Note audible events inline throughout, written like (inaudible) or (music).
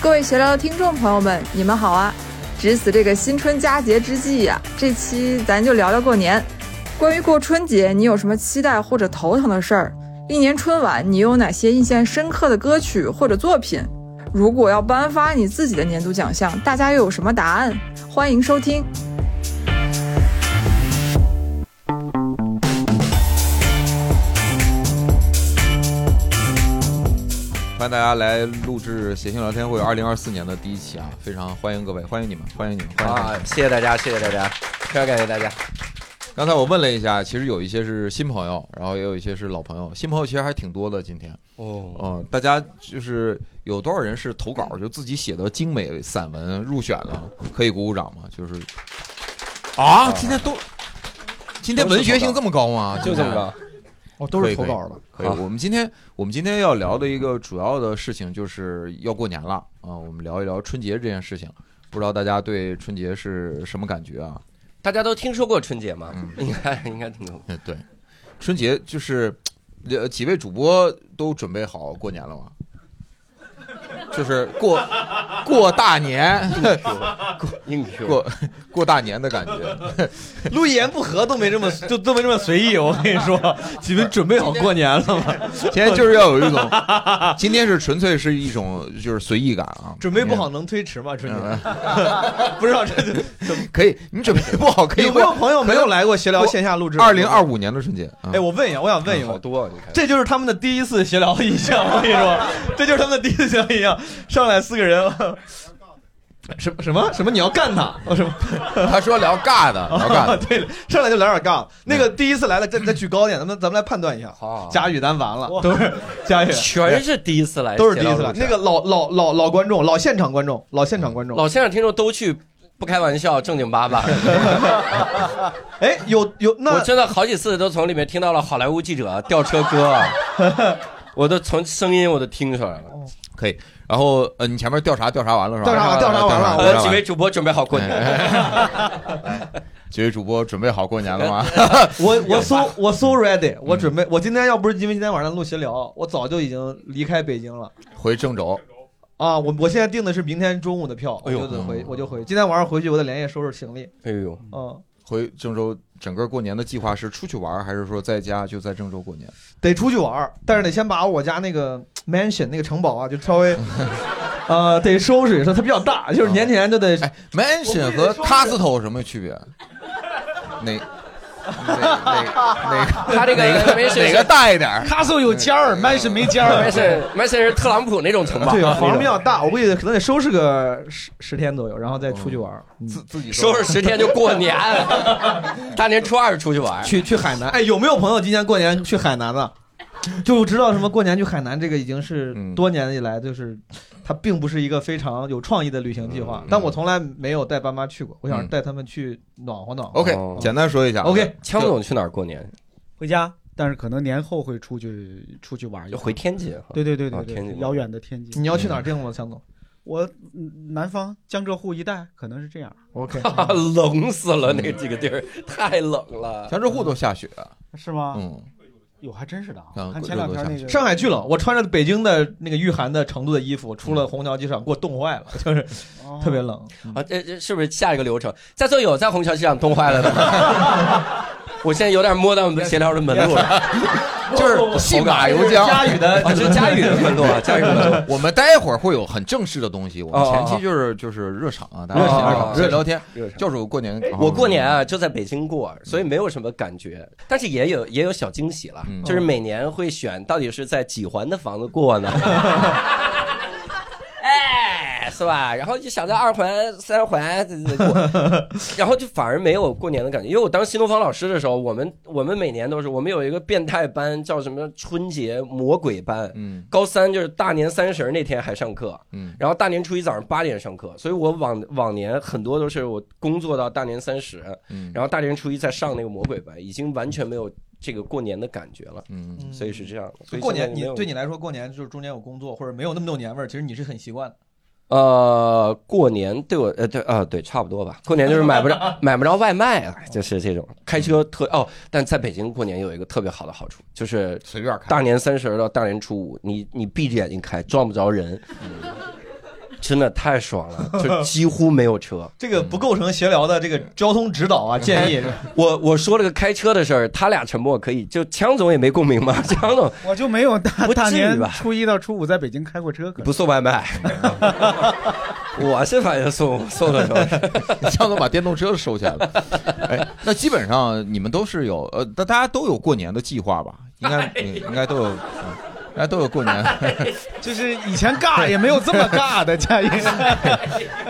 各位闲聊的听众朋友们，你们好啊！值此这个新春佳节之际呀、这期咱就聊聊过年。关于过春节，你有什么期待或者头疼的事儿？历年春晚，你有哪些印象深刻的歌曲或者作品？如果要颁发你自己的年度奖项，大家又有什么答案？欢迎收听。欢迎大家来录制《谐星聊天会》二零二四年的第一期啊！非常欢迎各位，欢迎你们，欢迎你们，欢迎你们！啊，谢谢大家，谢谢大家，非常感谢大家。刚才我问了一下，其实有一些是新朋友，然后也有一些是老朋友。新朋友其实还挺多的，今天，哦，嗯，大家就是有多少人是投稿，就自己写的精美散文入选了，可以鼓鼓掌吗？就是啊，今天都，今天文学性这么高吗？ (laughs) 就这么着，哦，都可以是投稿的。可以，好我们今天我们今天要聊的一个主要的事情就是要过年了啊、我们聊一聊春节这件事情。不知道大家对春节是什么感觉啊？大家都听说过春节吗？嗯应该应该听说过。嗯，对，春节就是，呃，几位主播都准备好过年了吗？就是过过大年，硬 Q， (laughs) 过过大年的感觉。 (laughs) 录一言不合都没这么就都没这么随意，我跟你说，你们准备好过年了 (laughs) 吗？ (laughs) 今天就是要有一种，今天是纯粹是一种就是随意感啊。准备不好能推迟吗？春嗯，节 (laughs) 不知道这可以，你准备不好可以有没有过朋友没有来过闲聊线下录制？二零二，五嗯年的春节。嗯哎，我问一下，我想问一好个，多、啊，你看，这就是他们的第一次闲聊印象，我跟你说，这就是他们的第一次闲聊印象。上来四个人，什么什么什么？你要干他？哦什么？ (laughs) 他说聊尬 (laughs) 的，聊尬的。嗯对了，上来就来点杠。那个第一次来了，再再举高点，咱们咱们来判断一下。好，佳宇，咱完了， (laughs) 都是佳宇，全是第一次来，都是第一次来。谢谢老师那个老老老老观众，老现场观众，老现场观众，老先生听众都去，不开玩笑，正经八百。 (laughs) 哎，有有我那真的好几次都从里面听到了好莱坞记者吊车哥，啊 (laughs) 我都从声音我都听出来了。哦然后呃，你前面调查调查完了是吧？调查完调查完了呃，几位主播准备好过哎年，年，哎 (laughs) 几位主播准备好过年 (laughs) 了吗？我 (laughs) 我 so 我 so ready，我嗯准备我今天要不是因为今天晚上录闲聊，我早就已经离开北京了回郑州，啊！我我现在订的是明天中午的票，我哎呦就得回我就回，今天晚上回去我得连夜收拾行李，哎呦，嗯，回郑州，整个过年的计划是出去玩儿，还是说在家就在郑州过年？得出去玩儿，但是得先把我家那个 mansion 那个城堡啊，就稍 (laughs) 微呃得收拾一收，它比较大，就是年前就得哎，Mansion 和 Costco 有什么区别？哪哪哪哪他这个没事哪个大一点儿？卡索有尖儿，曼是没尖儿没。事没事是特朗普那种城堡，对啊，房比较大，我估计可能得收拾个十十天左右，然后再出去玩儿，嗯自自己收拾十天就过年，大年初二出去玩。去去海南。哎，有没有朋友今年过年去海 (laughs) 南的？就知道什么过年去海南，这个已经是嗯多年以来就是，它并不是一个非常有创意的旅行计划嗯。但我从来没有带爸妈去过，我想嗯带他们去暖和暖和。 OK，哦简单说一下。 OK，枪总去哪儿过年？回家，但是可能年后会出去出去玩一就下。回天津哈。对对对哦啊对天津对，遥远的天津。你要去嗯哪儿定了，强总我嗯南方江浙沪一带可能是这样， ？OK， (laughs) 冷死了，那几个地儿太冷了。江浙沪都下雪，是吗？嗯，有还真是的啊嗯！看前两天那个上海巨冷，我穿着北京的那个御寒的程度的衣服，出嗯了虹桥机场给我冻坏了，就是哦特别冷。啊，这这是不是下一个流程？在座有在虹桥机场冻坏了的吗？ (laughs) 我现在有点摸到闲聊的门路了， (laughs) 就是戏马由缰。佳宇的啊，这是佳宇的门路啊，佳宇的门 (laughs) 路。我们待会儿会有很正式的东哦西，我们前期就是就是热场啊，大家热场先热场先聊天。热场教主过年，哎我过年啊就在北京过，所以没有什么感觉，但是也有也有小惊喜了，嗯就是哦每年会选到底是在几环的房子过呢？哎，是吧？然后就想在二环、三环这这过，然后就反而没有过年的感觉。因为我当新东方老师的时候，我们我们每年都是我们有一个变态班，叫什么春节魔鬼班，嗯高三就是大年三十那天还上课，嗯，然后大年初一早上八点上课，所以我往往年很多都是我工作到大年三十，嗯然后大年初一再上那个魔鬼班，已经完全没有这个过年的感觉了，嗯，所以是这样的。所以过年，现在你没有对你来说，过年就是中间有工作或者没有那么多年味儿，其实你是很习惯的。呃，过年对我呃对啊、对，差不多吧。过年就是买不着买不着外卖啊，就是这种开车特哦。但在北京过年有一个特别好的好处，就是随便看。大年三十到大年初五，你你闭着眼睛开，撞不着人。真的太爽了，就几乎没有车。哎这个不构成闲聊的这个交通指导啊建议。 (laughs) 我我说了个开车的事儿，他俩沉默可以，就枪总也没共鸣嘛，枪总我就没有大不大至于年吧初一到初五在北京开过车，可不送外卖，我是反正送送的时候， (laughs) 强总把电动车收起来了。哎，那基本上你们都是有呃，大大家都有过年的计划吧？应哎该、嗯应该都有，嗯应该都有过年， (laughs) 就是以前尬也没有这么尬 (laughs) 的，佳音。哎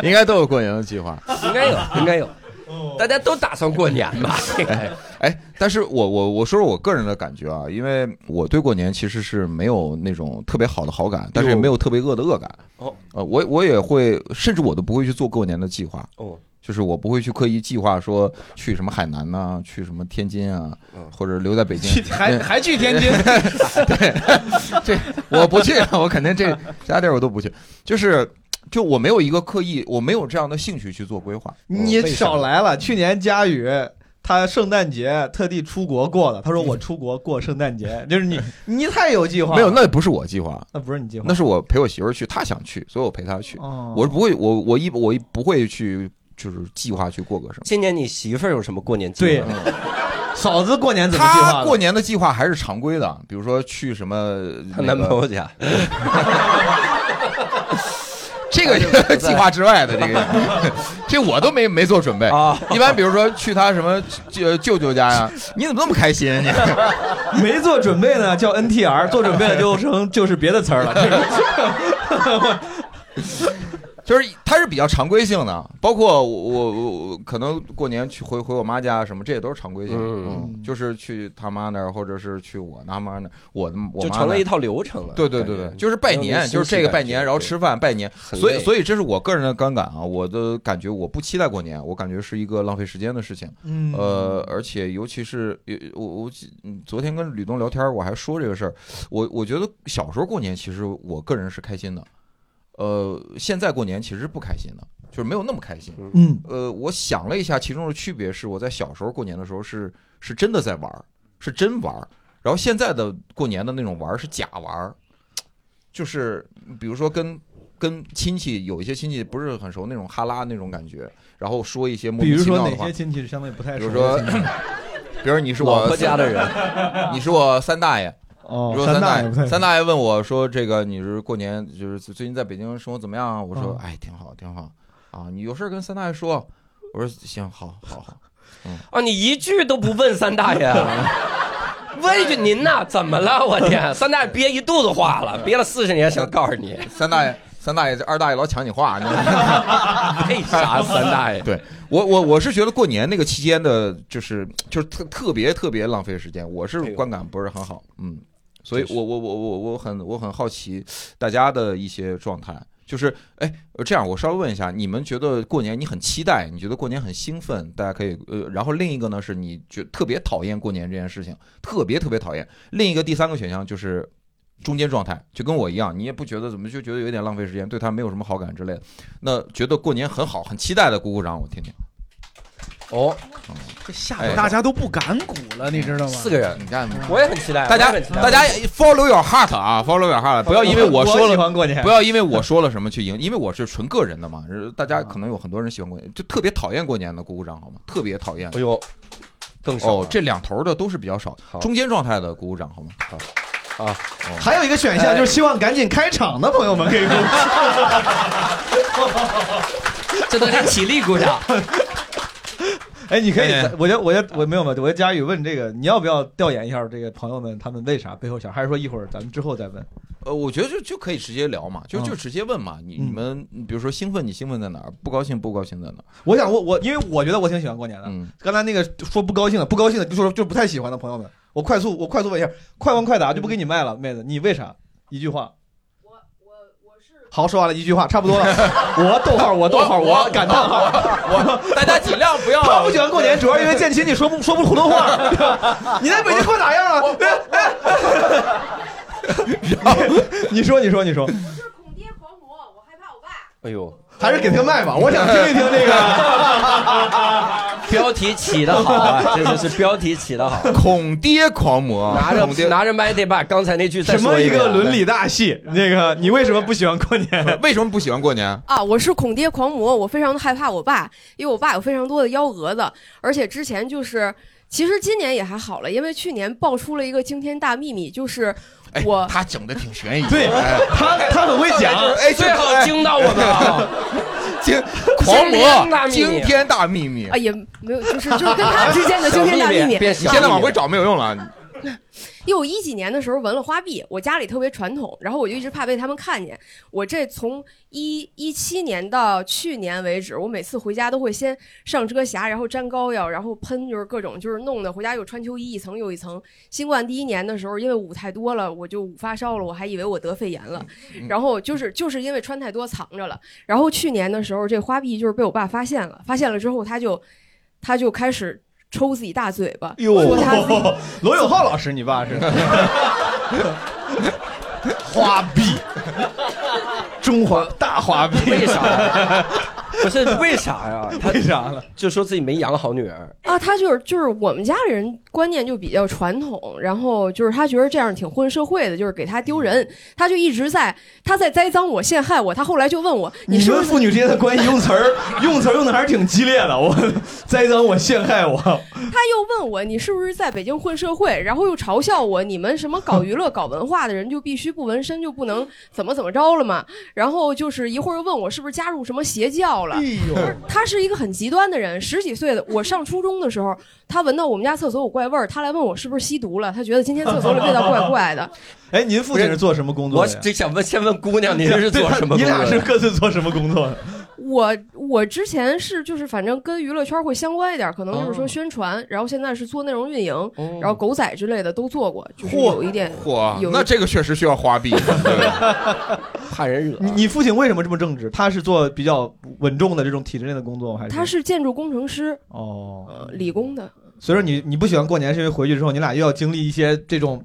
应该都有过年的计划。应该有，应该有，大家都打算过年吧？哎，但是我我我说说我个人的感觉啊，因为我对过年其实是没有那种特别好的好感，但是也没有特别恶的恶感。哦呃，我我也会，甚至我都不会去做过年的计划，哦，就是我不会去刻意计划说去什么海南呐、去什么天津啊，或者留在北京。嗯还还嗯去天 (laughs) 津，这我不去，我肯定这其他地儿我都不去。就是就我没有一个刻意，我没有这样的兴趣去做规划。你为啥少来了。去年佳宇他圣诞节特地出国过了，他说我出国过圣诞节，就是 (laughs) 你你太有计划了。没有，那不是我计划，那不是你计划，那是我陪我媳妇儿去，她想去，所以我陪她去。哦我是不会，我我一我一不会去，就是计划去过个什么。今年你媳妇儿有什么过年计对划？嫂子过年怎么计划她的？过年的计划还是常规的，比如说去什么她那男朋友个家， (laughs) 这个计划之外的这个，这我都没没做准备啊。一般比如说去她什么 (laughs) 舅舅舅家 (laughs) 呀，你怎么那么开心啊？(laughs) 你没做准备呢，叫 NTR；做准备了就成就是别的词儿了。就是它是比较常规性的，包括我我我我可能过年去回回我妈家什么，这也都是常规性的，嗯嗯就是去他妈那儿，或者是去我他妈那儿，我的我就妈成那了儿一。套流程了。对对对对，就是拜年，就是这个拜年，然后吃饭拜年，很所以累所以这是我个人的观感啊，我的感觉我不期待过年，我感觉是一个浪费时间的事情，嗯呃，而且尤其是有我我嗯昨天跟吕东聊天，我还说这个事儿，我我觉得小时候过年其实我个人是开心的，呃，现在过年其实不开心的，就是没有那么开心。嗯，呃，我想了一下，其中的区别是我在小时候过年的时候是是真的在玩儿，是真玩儿，然后现在的过年的那种玩儿是假玩儿，就是比如说跟。跟亲戚有一些亲戚不是很熟那种哈拉那种感觉，然后说一些莫比名如其说妙的哪话些，亲戚是相对不太比熟如悉说的亲戚？，比如你是老我婆家的人，你是我三大爷，哦比如，说三大也不太三大爷问我说：“这个你是过年就是最近在北京生活怎么样啊？”我说嗯：“哎，挺好，挺好啊。你有事儿跟三大爷说。”我说：“行，好，好，好。啊，你一句都不问三大爷 (laughs) 啊，问一句您呐，怎么了？我天，三大爷憋一肚子话了，憋了四十年，想告诉你，”三大爷，三大爷，这二大爷老抢你话，你知道吗 (laughs) 为 (laughs) 啥三大爷？对我，我我是觉得过年那个期间的，就是就是特特别特别浪费时间，我是哎呦观感不是很好，嗯，所以真是我我我我我很我很好奇大家的一些状态，就是哎，这样我稍微问一下，你们觉得过年你很期待，你觉得过年很兴奋，大家可以呃，然后另一个呢是你觉特别讨厌过年这件事情，特别特别讨厌，另一个第三个选项就是。中间状态就跟我一样，你也不觉得怎么就觉得有点浪费时间，对他没有什么好感之类的。那觉得过年很好，很期待的，鼓鼓掌，我听听。哦，这下哎午大家都不敢鼓了，你知道吗？四个人，你看，我也很期待，大家我也很期待大家 follow your heart 啊，follow your heart，不要因为我说喜了。欢过年不，要因为我说了什么去赢，因为我是纯个人的嘛。呃大啊家可能有很多人喜欢过年，就特别讨厌过年的，鼓鼓掌好吗？特别讨厌哎。呦，更少哦了，这两头的都是比较少，好中间状态的鼓鼓掌好吗？哦哎好， (laughs) 还有一个选项就是希望赶紧开场的朋友们可以给我 (laughs) 这大家起立鼓掌， (laughs) 哎，你可以哎，我觉得，我觉得我没有没有，我觉得佳宇问这个，你要不要调研一下这个朋友们他们为啥背后想，还是嗯说一会儿咱们之后再问？呃，我觉得就就可以直接聊嘛，就嗯就直接问嘛。你嗯你们，你比如说兴奋，你兴奋在哪儿？不高兴，不高兴在哪儿？我想我我，因为我觉得我挺喜欢过年的。嗯，刚才那个说不高兴的，不高兴的就说就不太喜欢的朋友们，我快速我快速问一下，快问快答就不给你卖了，妹子，你为啥？一句话。好，说完了一句话，差不 (laughs) 多了。我逗号，我逗号，我感叹号。 (laughs) 大家尽量不要他不喜欢过年，主要因为建亲你说不说不普通话。 (laughs) 你在北京过咋样啊？你你说你说你说，是恐爹狂魔，我害怕我爸。哎呦， (laughs) 还是给他卖吧，我想听一听这个。标题起的好 (laughs) 啊，真的是标题起的好。恐爹狂魔，拿恐爹着拿着麦得把刚才那句再什说么一一遍啊个伦理大戏？那个你为什么不喜欢 (laughs) 过年？为什么不喜欢过年？啊，我是恐爹狂魔，我非常的害怕我爸，因为我爸有非常多的幺蛾子，而且之前就是，其实今年也还好了，因为去年爆出了一个惊天大秘密，就是哎，我他整的挺悬疑，对哎他他很会讲，哎，最好惊到我们啊了。 (laughs) 惊狂惊天大魔，秘密惊天大秘密啊，也没有，就是就是跟他 (laughs) 之间的惊天大秘密。变你小现在往回找没有用了，因为我一几年的时候纹了花臂，我家里特别传统，然后我就一直怕被他们看见。我这从一一七年到去年为止，我每次回家都会先上遮瑕，然后粘膏药，然后喷就是各种就是弄的，回家又穿秋衣一层又一层。新冠第一年的时候，因为捂太多了，我就发烧了，我还以为我得肺炎了， (laughs) 然后就是就是因为穿太多藏着了。然后去年的时候，这花臂就是被我爸发现了，发现了之后他就他就开始抽自己大嘴巴，哎哎说他自己哟，罗永浩老师，(laughs) 你爸是花臂，中华大花臂，为啥呀？不是为啥呀？他 (laughs) 为啥了？就说自己没养好女儿，啊，他就是就是我们家里人观念就比较传统，然后就是他觉得这样挺混社会的，就是给他丢人，他就一直在他在栽赃我、陷害我。他后来就问我，你你是们不是父女之间的关系用词儿，用词儿用的还是挺激烈的。我栽赃我，陷害我，他又问我你是不是在北京混社会，然后又嘲笑我，你们什么搞娱乐、搞文化的人就必须不纹身，就不能怎么怎么着了嘛？然后就是一会儿又问我是不是加入什么邪教了，他是一个很极端的人，十几岁的我上初中的时候，他闻到我们家厕所有怪味儿，他来问我是不是吸毒了，他觉得今天厕所里味道怪怪的。哎，您父亲是做什么工作我的呀？这想问，先问姑娘，您是做什么工作的？你俩是各自做什么工作的？我我之前是就是反正跟娱乐圈会相关一点，可能哦就是说宣传，然后现在是做内容运营，然后狗仔之类的都做过，就是有一点嚯有，一那这个确实需要花 (laughs) 臂，对 (laughs) 怕人惹你你父亲为什么这么正直？他是做比较稳重的这种体制内的工作吗？还是他是建筑工程师，哦呃，，理工的。所以说你你不喜欢过年，是因为回去之后你俩又要经历一些这种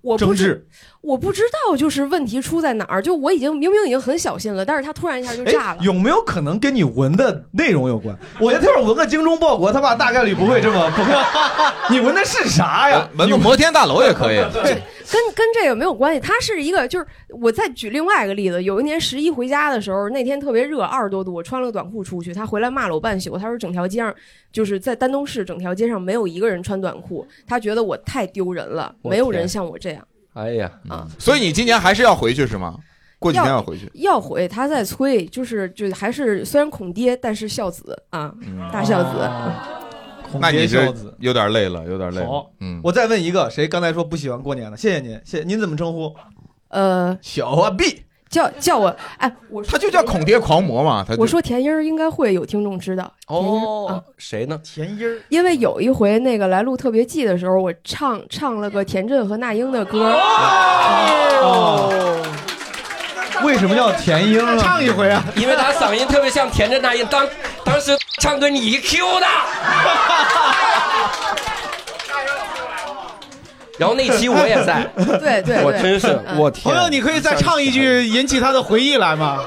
我不争知执。我不知道，就是问题出在哪儿。就我已经明明已经很小心了，但是他突然一下就炸哎，了。有没有可能跟你闻的内容有关？我觉得他要是闻个精忠报国，他爸大概率不会这么不会。 (laughs) 你闻的是啥呀？闻个摩天大楼也可 (laughs) 以。跟跟这个没有关系，他是一个就是我再举另外一个例子，有一年十一回家的时候，那天特别热，二十多度，我穿了个短裤出去，他回来骂了我半宿，他说整条街上就是在丹东市整条街上没有一个人穿短裤，他觉得我太丢人了，我没有人天像我这样哎呀，啊。嗯所以你今年还是要回去是吗？过几天要回去。要回他在催，就是就还是虽然恐爹，但是孝子啊，嗯，大孝子。孔那爹你孝这子。有点累了，有点累了。好，嗯，我再问一个，谁刚才说不喜欢过年的？谢谢您，谢谢您怎么称呼？呃，小啊 B，叫叫我哎，我说他就叫恐爹狂魔嘛，他就我说田英儿应该会有听众知道田英儿啊哦，谁呢？田英儿。因为有一回那个来录特别季的时候，我唱唱了个田震和那英的歌，哎哦，为什么叫田英啊？唱一回啊！因为他嗓音特别像田震那英，当当时唱对你 Q 的。然后那期我也在，对对对，我真是嗯我天！啊朋友，你可以再唱一句引起他的回忆来吗？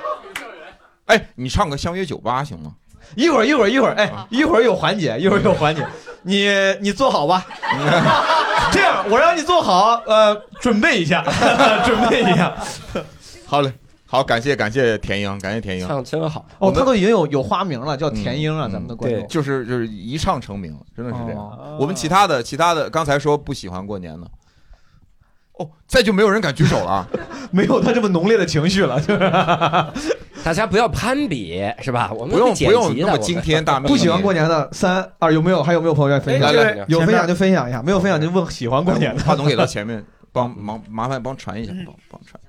哎，你唱个《相约酒吧》行吗？一会儿，一会儿，一会儿，啊哎，一会儿有环节，一会儿有 (laughs) 环节，你你坐好吧。这样，我让你坐好，呃，准备一下， (laughs) 准备一下。好嘞，好，感谢感谢田英，感谢田英，唱真好，哦，他都已经有有花名了，叫田英啊，嗯咱们的观众对。就是就是一唱成名，真的是这样。哦我们其他的其他的，刚才说不喜欢过年的，哦，再就没有人敢举手了啊。 (laughs) 没有他这么浓烈的情绪了，就是大家不要攀比，是吧？我们不用会剪不用辑的那么我们惊天大秘密。 (laughs) 不喜欢过年的三二有没有？还有没有朋友愿意分享哎？来来有分享就分享一下，没有分享就问喜欢过年的。嗯话筒给到前面，帮忙麻烦帮传一下，帮帮传。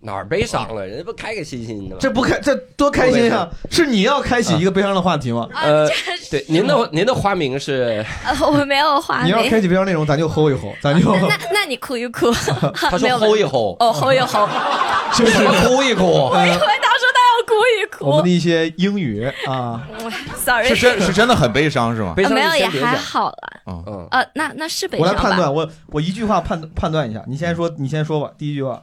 哪儿悲伤了？人家不开开心心的吗？这不开这多开心啊！是你要开啊启一个悲伤的话题吗？呃啊，这是对，您的您的花名是？呃 (laughs) 我没有画你要眉。开启悲伤内容，咱就吼一吼，咱 (laughs) 就 (laughs) 那那你哭一哭，他 (laughs) 说没有吼一问吼，哦，吼一吼， (laughs) 我就什是呃么哭一哭？以为他说我他要们哭的一些英语啊。一哭是 (laughs) ，sorry，呃真是真的很悲 (laughs) 伤是吗？悲伤没有就也先别还讲好了，嗯，嗯，呃，那那是悲我来伤判吧，嗯断，我我一句话判判断一下，你先说，你先说吧。第一句话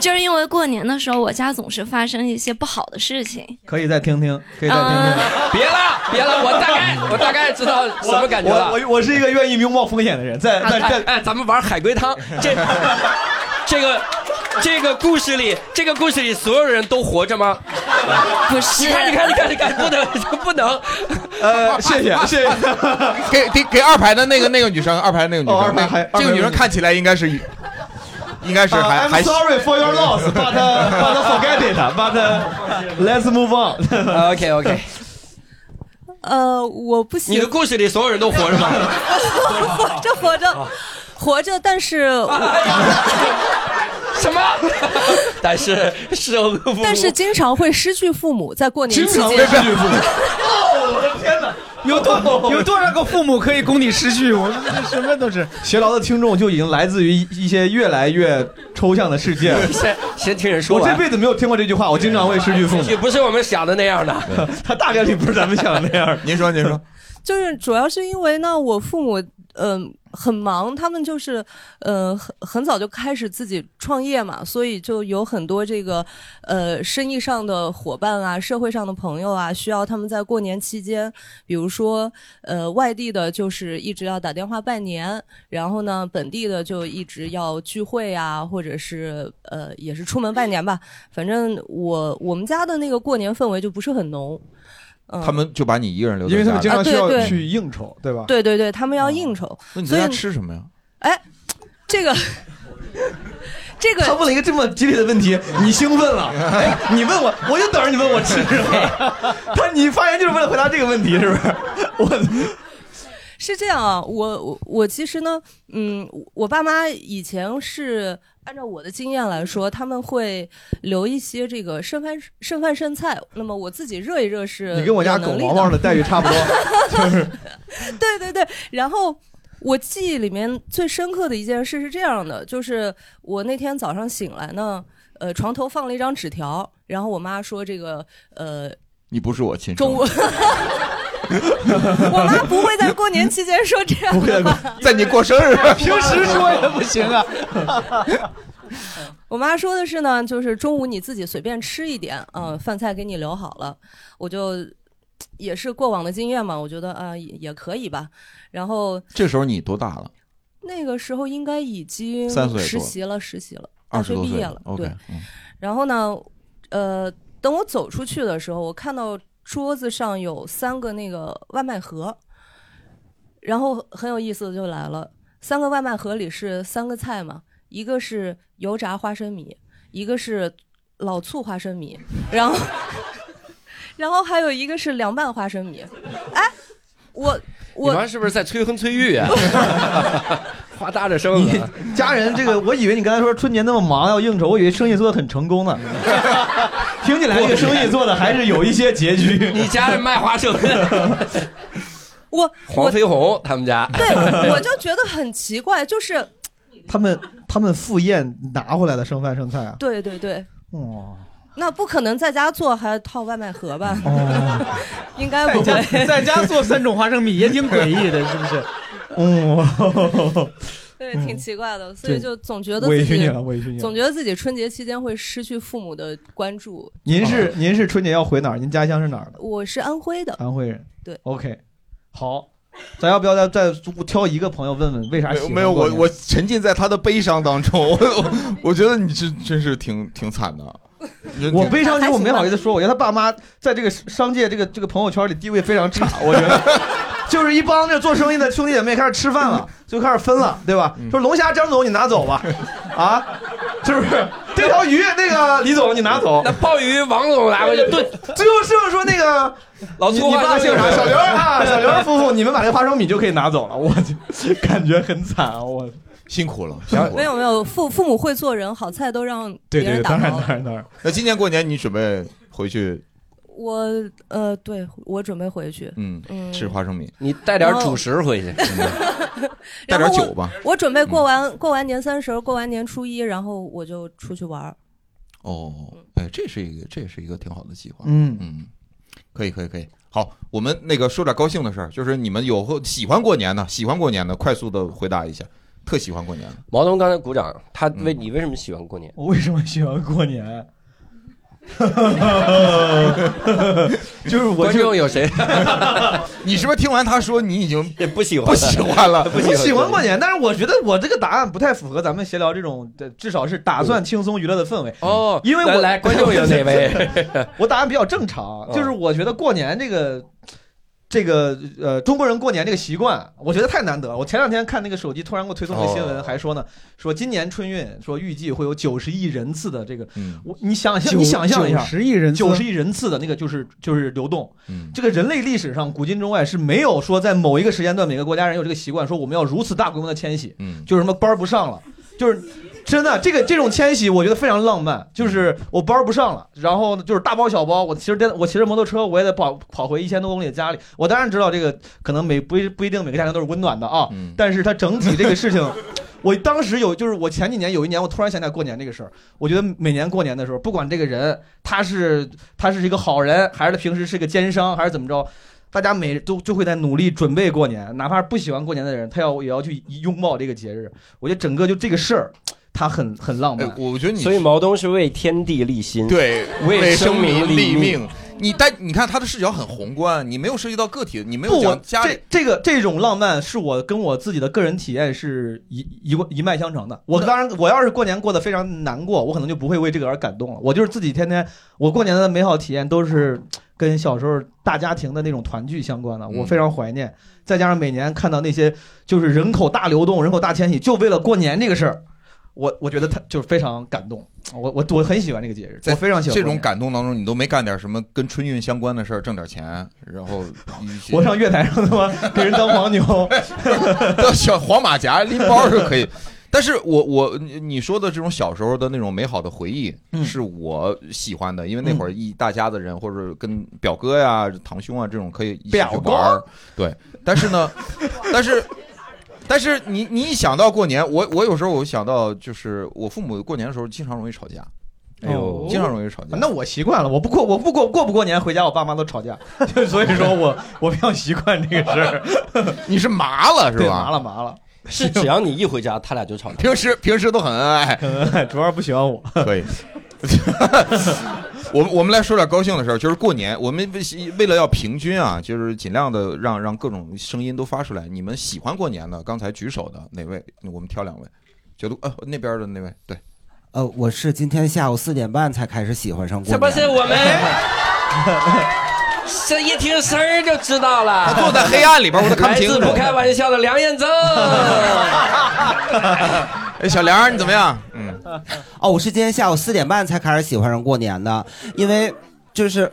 就是因为过年的时候，我家总是发生一些不好的事情，可以再听听，可以再听嗯听。别了，别了，我大概我大概知道什么感觉了。我我我是一个愿意拥抱风险的人， (laughs) 在在哎哎在哎，咱们玩海龟 (laughs) 汤，这这个这个故事里，这个故事里所有人都活着吗？不是，你看，你看，你看，你看，不能， (laughs) 不能，呃，谢谢谢谢。给给给二排的那个那个女生，二排的那个女哦生，二排那还这个女生看起来应该 (laughs) 是，应该是 Uh, 还还 I'm sorry for your (laughs) loss, but uh, but forget it, but uh, let's (laughs) move on 。 OK (laughs) OK，呃，我不你行的，故事里所有人都活着 (laughs) 吗？活着活哦着活着，但是 (laughs) 什么？但是是我不但是经常会失去父母，在过年期常去间，父母。哦，我的天哪！有多有多少个父母可以供你失去？我们这什么都是。学劳的听众就已经来自于一些越来越抽象的世界了。 (laughs) 先先听人说我这完。辈子没有听过这句话，我经常会失去父母。也不是我们想的那样的， (laughs) 他大概率不是咱们想的那样的。 (laughs) 您说您说，就是主要是因为呢，我父母嗯、很忙，他们就是呃很很早就开始自己创业嘛，所以就有很多这个呃生意上的伙伴啊，社会上的朋友啊，需要他们在过年期间，比如说呃外地的，就是一直要打电话拜年，然后呢本地的就一直要聚会啊，或者是呃也是出门拜年吧，反正我我们家的那个过年氛围就不是很浓。嗯、 (laughs) 他们就把你一个人留因在为他们经家里，哦常需要啊对对去应酬，对吧？对对对，他们要应酬，那你在家所以哎吃什么呀？这个，这他个，问了一个这么激烈的问 (laughs) 题，你兴奋了？哎，你问我，我就等着你问我吃什么。 (laughs) 他你发言就是为了回答这个问题，是不是？我是这样啊，我我我其实呢，嗯，我爸妈以前是按照我的经验来说，他们会留一些这个剩饭剩饭剩菜，那么我自己热一热是你跟我家有狗能力毛毛的，的待遇差 (laughs) 不多。对对对，然后。我记忆里面最深刻的一件事是这样的，就是我那天早上醒来呢，呃，床头放了一张纸条，然后我妈说这个，呃，你不是我亲生中的午。 (laughs) 我妈不会在过年期间说这样的话。 (laughs) 在你过生日，平时说也不行啊。我妈说的是呢，就是中午你自己随便吃一点，嗯、饭菜给你留好了。我就也是过往的经验嘛，我觉得啊、也也可以吧。然后 (laughs) 这时候你多大了？那个时候应该已经三岁多实习了，实习了，大二十学多毕岁业了， OK，对。嗯然后呢，呃，等我走出去的时候，我看到桌子上有三个那个外卖盒，然后很有意思的就来了，三个外卖盒里是三个菜嘛，一个是油炸花生米，一个是老醋花生米，然后 (laughs) 然后还有一个是凉拌花生米，哎，我你我妈是不是在催婚催育啊？花大啊点声你子，家人这个，我以为你刚才说春节那么忙要应酬，我以为生意做的很成 (laughs) 功呢。听起来这个生意做的还是有一些拮据。你家人 (laughs) 卖花生， (laughs) 我黄飞鸿他们家，对我就觉得很奇怪，就是 (laughs) 他们他们赴宴拿回来的剩饭剩菜啊，嗯对对对。哇！那不可能在家做还套外卖盒吧？哦， (laughs) 应该在不家会。在家做三种花生米也挺诡异的，是不 (laughs) 是？哦嗯， (laughs) 啊对，挺奇怪的，所以就总觉得委自屈你己了，委屈你了总。觉得自己春节期间会失去父母的关注。您是您是春节要回哪儿？您家乡是哪儿的？我是安徽的，安徽人。对，OK，好，咱要不要再再挑一个朋友问问为啥喜没有欢没有，过我年我沉浸在他的悲伤当中，我我我觉得你这真是挺挺惨的。你真我挺悲伤是我没好意思说，我觉得他爸妈在这个商界这个这个朋友圈里地位非常差，我觉得。就是一帮这做生意的兄弟姐妹开始吃饭了，就开始分了，对吧？说龙虾张总你拿走吧，啊，是不是？这条鱼那个李总你拿走那，鲍鱼王总拿回去炖，最后剩说那个老你粗你话爸就姓啥？是小刘啊， (laughs) 小刘夫妇，你们把这花生米就可以拿走了，我就感觉很惨啊，我。辛苦了，辛苦没了。有没有，父父母会做人，好菜都让别对对，人打当然包当了。然当然，那今年过年你准备回去，我呃，对我准备回去，嗯，嗯，哦吃花生米，你带点主食回去。(laughs) 带然点后酒我吧。嗯我准备过完过完年三十儿，过完年初一，然后我就出去玩儿。 (laughs) 哦，哎，这是一个，这也是一个挺好的计划。嗯，嗯，可以，可以，可以。好，我们那个说点高兴的事儿，就是你们有后喜欢过年的，喜欢过年的，快速的回答一下，特喜欢过年的。毛东刚才鼓掌，他为嗯你为什么喜欢过年？我为什么喜欢过年？呃 (laughs) 就是我观众有谁？你是不是听完他说你 (laughs) 已经不喜欢不喜欢了？我喜欢过年，但是我觉得我这个答案不太符合咱们闲聊这种，呃至少是打算轻松娱乐的氛围。哦，因为来我 (laughs) 来观众有哪位？我答案比较正常，嗯就是我觉得过年这个。这个呃，中国人过年这个习惯，我觉得太难得了。我前两天看那个手机突然给我推送一个新闻，哦还说呢，说今年春运说预计会有九十亿人次的这个，嗯我你想想，九你想象一下， 90亿人次九十亿人次的那个就是就是流动，嗯，这个人类历史上古今中外是没有说在某一个时间段每个国家人有这个习惯，说我们要如此大规模的迁徙，嗯就是什么班儿不上了，就是真的这个这种迁徙，我觉得非常浪漫，就是我班儿不上了，然后呢就是大包小包，我骑着电我骑着摩托车我也得跑跑回一千多公里的家里，我当然知道这个可能每不一不一定每个家庭都是温暖的啊，嗯但是它整体这个事情。我当时有，就是我前几年有一年，我突然想起来过年这个事儿。我觉得每年过年的时候，不管这个人他是他是一个好人，还是他平时是个奸商，还是怎么着，大家每都就会在努力准备过年。哪怕是不喜欢过年的人，他要也要去拥抱这个节日。我觉得整个就这个事儿，他很很浪漫哎。我觉得你所以毛东是为天地立心，，对为为生生民民立立命命。你但你看他的视角很宏观，你没有涉及到个体，你没有不，我讲家里这。这个这种浪漫是我跟我自己的个人体验是一一一脉相承的。我当然，我要是过年过得非常难过，我可能就不会为这个而感动了。我就是自己天天，我过年的美好体验都是跟小时候大家庭的那种团聚相关的，嗯我非常怀念。再加上每年看到那些就是人口大流动、人口大迁徙，就为了过年这个事儿，我我觉得他就是非常感动。我我我很喜欢这个节日，在我非常喜欢这过种年。感动当中，你都没干点什么跟春运相关的事儿，挣点钱，然后我上月台上他妈给人当黄牛， (laughs) (laughs) 到小黄马甲拎包就可以。但是我我你你说的这种小时候的那种美好的回忆，嗯是我喜欢的，因为那会儿一大家子人或者跟表哥呀、堂兄啊这种可以一起表去哥玩儿，对。但是呢，但是但是你你一想到过年，我我有时候我想到就是我父母过年的时候经常容易吵架，哎呦经常容易吵架。那我习惯了，我不过我不过过不过年回家，我爸妈都吵架， (laughs) 所以说我我比较习惯这个事儿， (laughs) 你是麻了是对，麻吧？了麻了，是只要你一回家，他俩就吵架。平时平时都很恩爱， (laughs) 主要是不喜欢我。可以。 (laughs) 我们我们来说点高兴的事儿，就是过年，我们为为了要平均啊，就是尽量的让让各种声音都发出来。你们喜欢过年的，刚才举手的哪位？我们挑两位，九度呃那边的那位， (laughs) 对，呃，我是今天下午四点半才开始喜欢上 (laughs) 过这不年，是我们，这一听声儿就知道了。坐在黑暗里边我都看来不清自楚。不开玩笑的梁 (laughs) 彦增， (laughs) 哎，小梁你怎么样？嗯， (laughs) 哦，我是今天下午四点半才开始喜欢上过年的，因为就是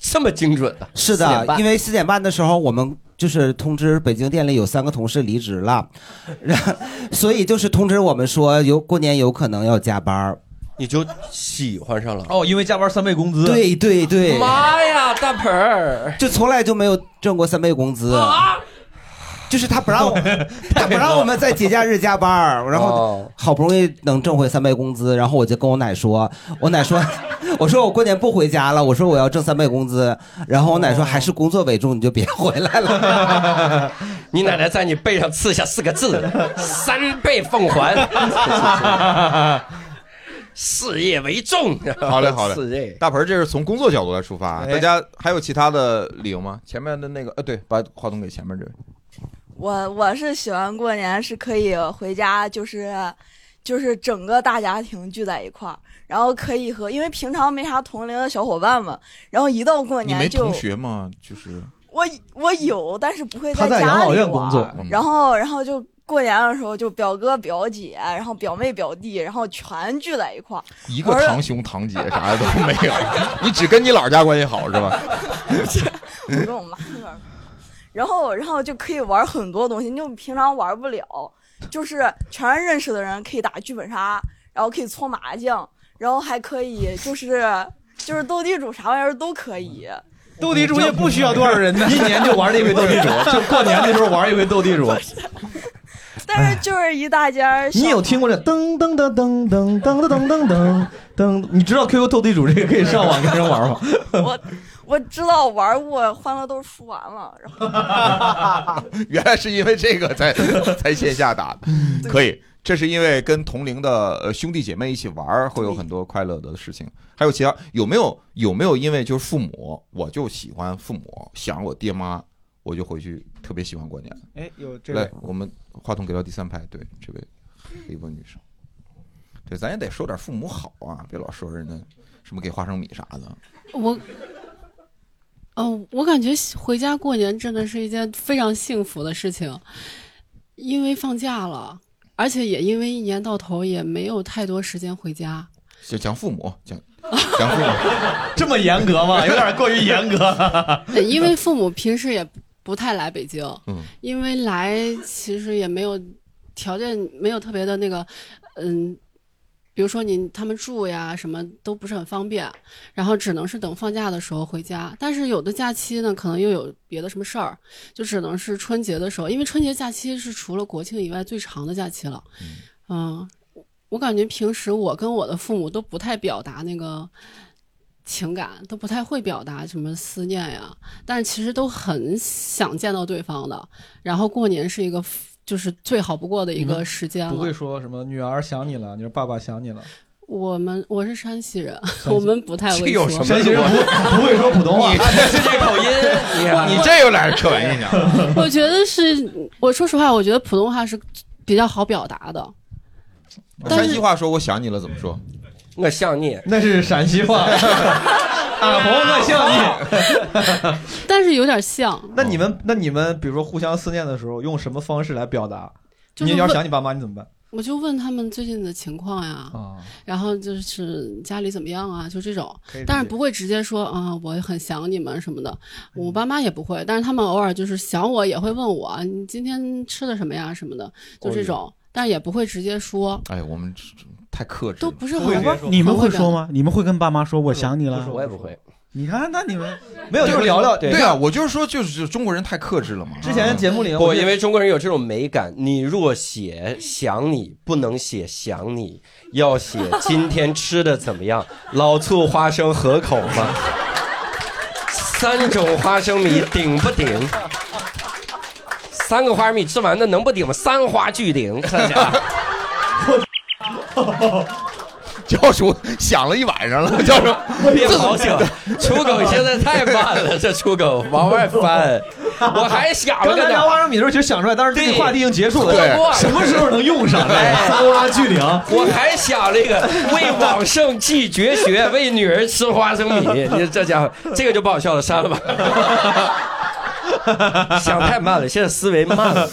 这么精准的，是4点的，半因为四点半的时候我们。就是通知北京店里有三个同事离职了，然后所以就是通知我们说有过年有可能要加班儿。你就喜欢上了。哦，因为加班三倍工资，，对对对，妈呀，大盆儿就从来就没有挣过三倍工资，啊！就是他不让我，他不让我们在节假日加班儿，然后哦好不容易能挣回三倍工资，然后我就跟我奶说，我奶说， (laughs) 我说我过年不回家了，我说我要挣三倍工资，然后我哦奶说还是工作为重，你就别回来了。 (laughs) 你奶奶在你背上刺下四个字：三倍奉 (laughs) 还。事业为重。好嘞好嘞事业。大盆儿这是从工作角度来出发，哎大家还有其他的理由吗？前面的那个呃，对，把话筒给前面这位，我我是喜欢过年，是可以回家，就是就是整个大家庭聚在一块儿，然后可以和因为平常没啥同龄的小伙伴嘛，然后一到过你没年就同学吗？就是我我有，但是不会他家在里养老院玩工作，嗯然后然后就过年的时候就表哥表姐，然后表妹表弟，然后全聚在一块儿。一个堂兄堂姐啥的都没有，你只跟你老人家关系好是吧？我跟我妈那边儿， (laughs) 然后然后就可以玩很多东西，你就平常玩不了，就是全是认识的人，可以打剧本杀，然后可以搓麻将，然后还可以就是就是斗地主啥玩意儿都可以。斗地主也不需要多少人呢。一年就玩了一回斗地主，就过年的时候玩一回斗地主。但是 (laughs) 就是一大家儿小，哎你有听过这噔噔噔噔噔噔噔噔噔噔？你知道 QQ 斗地主这个可以上网跟人玩吗？我我知道玩过《欢乐豆》输完了，然后 (laughs) 嗯原来是因为这个才才线下打的，可以。这是因为跟同龄的呃兄弟姐妹一起玩儿会有很多快乐的事情。还有其他有没有有没有因为就是父母，我就喜欢父母，想我爹妈，我就回去特别喜欢过年。哎有这位来，我们话筒给到第三排，对这位黑波女生，对，咱也得说点父母好啊，别老说人家什么给花生米啥的。我，哦，我感觉回家过年真的是一件非常幸福的事情，因为放假了，而且也因为一年到头也没有太多时间回家。就讲父母，讲讲父母， (laughs) 这么严格吗？有点过于严格。对呃因为父母平时也不太来北京，嗯因为来其实也没有条件，没有特别的那个，嗯，比如说你他们住呀什么都不是很方便，然后只能是等放假的时候回家。但是有的假期呢，可能又有别的什么事儿，就只能是春节的时候，因为春节假期是除了国庆以外最长的假期了。嗯，我感觉平时我跟我的父母都不太表达那个情感，都不太会表达什么思念呀，但是其实都很想见到对方的。然后过年是一个 f- 就是最好不过的一个时间不了会。说什么女儿想你了，你说爸爸想你了，我们我是山西人，我们不太会这有说。什么山西人不不会说普通话，这口音，你你这有点刻板印象。 (laughs) 我觉得是，我说实话，我觉得普通话是比较好表达的。但山是西话说我想你了怎么说？我想你，那是陕西话。俺红我想你。 (laughs) 但是有点像，那你们那你哦们比如说互相思念的时候，用什么方式来表达？就是你要问是想你爸妈，你怎么办？我就问他们最近的情况呀， (laughs) 啊，然后就是家里怎么样啊，就这种可以理解，但是不会直接说啊、我很想你们什么的。我爸妈也不会，但是他们偶尔就是想我也会问我，你今天吃的什么呀什么的，就这种，但是也不会直接说。 (laughs) 哎，我们太克制，都不是很你们会说？吗？你们会跟爸妈说我想你了？我也不会。你看，那你们 (laughs) 没有就是聊聊对啊，我就是说，就是中国人太克制了嘛。嗯之前节目里不，我就因为中国人有这种美感，你若写想你，不能写想你，要写今天吃的怎么样， (laughs) 老醋花生合口吗？ (laughs) 三种花生米顶不顶？三个花生米吃完的能不顶吗？三花聚 (laughs) 顶，看见啊教主想了一晚上了，教主别跑醒，刍狗现在太慢 (laughs) 了，这刍狗 (laughs) 往外翻，我还想了刚个才呢聊花 (laughs) 生米的时候，其实想出来，但是这个话题已经结束了，对错 (laughs) 过了什么时候能用上？ (laughs) 三挖巨灵，哎 (laughs) 我还想了一个为往圣继绝学，为女儿吃花生米。你这家伙，这个就不好笑了，删了吧。 (laughs) 想太慢了，现在思维慢了，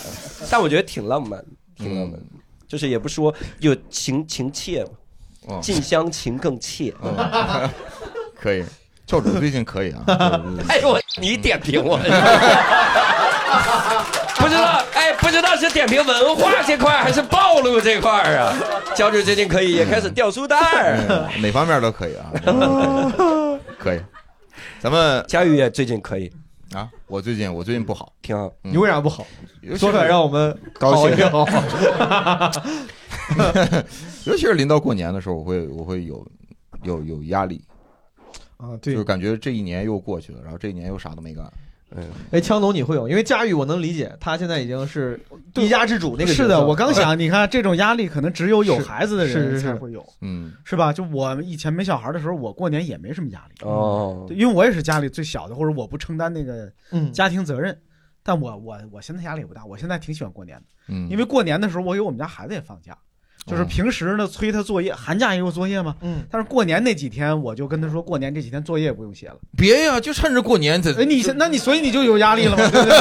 但我觉得挺浪漫，挺浪漫嗯的，就是也不说有情情切嘛，近乡情更怯。哦 (laughs) 可以，教主最近可以啊。 (laughs) 哎呦我，你点评我，不知道哎，不知道是点评文化这块儿还是暴露这块儿啊？教主最近可以也开始掉书袋哎 (laughs) 儿，哪方面都可以啊，可以。咱们佳宇也最近可以啊，我最近我最近不好，嗯挺好。你为啥不好？说出来让我们高兴好一好 (laughs) (laughs) 尤其是临到过年的时候，我会我会有有有压力啊，对，就是感觉这一年又过去了，然后这一年又啥都没干。嗯，哎，枪总你会有，因为佳宇我能理解，他现在已经是一家之主那个。嗯是的，我刚想，，你看这种压力可能只有有孩子的是人是是才会有，嗯，是吧？就我以前没小孩的时候，我过年也没什么压力，哦对因为我也是家里最小的，或者我不承担那个嗯家庭责任。但我我我现在压力也不大，我现在挺喜欢过年的，嗯哦因为过年的时候我给我们家孩子也放假，就是平时呢催他作业，寒假也有作业嘛，嗯，但是过年那几天我就跟他说，过年这几天作业不用写了。别呀，就趁着过年这哎，你现那你所以你就有压力 (laughs) 了嘛，对不对？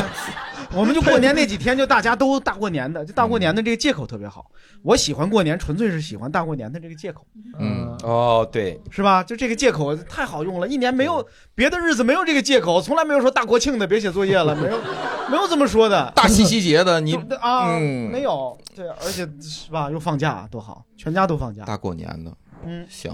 我们就过年那几天，就大家都大过年的，就大过嗯年的这个借口特别好。我喜欢过年，纯粹是喜欢大过年的这个借口，嗯，哦，对，是吧？就这个借口太好用了，一年没有别的日子没有这个借口，从来没有说大国庆的别写作业了，没有，没有这么说的。大七夕节的你对啊，嗯没有，对，而且是吧，又放假，多好，全家都放假。大过年的，嗯，行，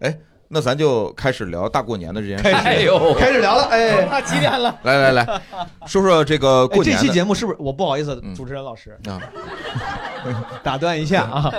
哎，那咱就开始聊大过年的这件事情。开始 (laughs) 哎呦开始聊了 (laughs) 哎那几点了？来来来，说说这个哎呃过这年的。期节目是不是我不好意思，主持人老师啊， (laughs) 打断一下 (laughs) 啊，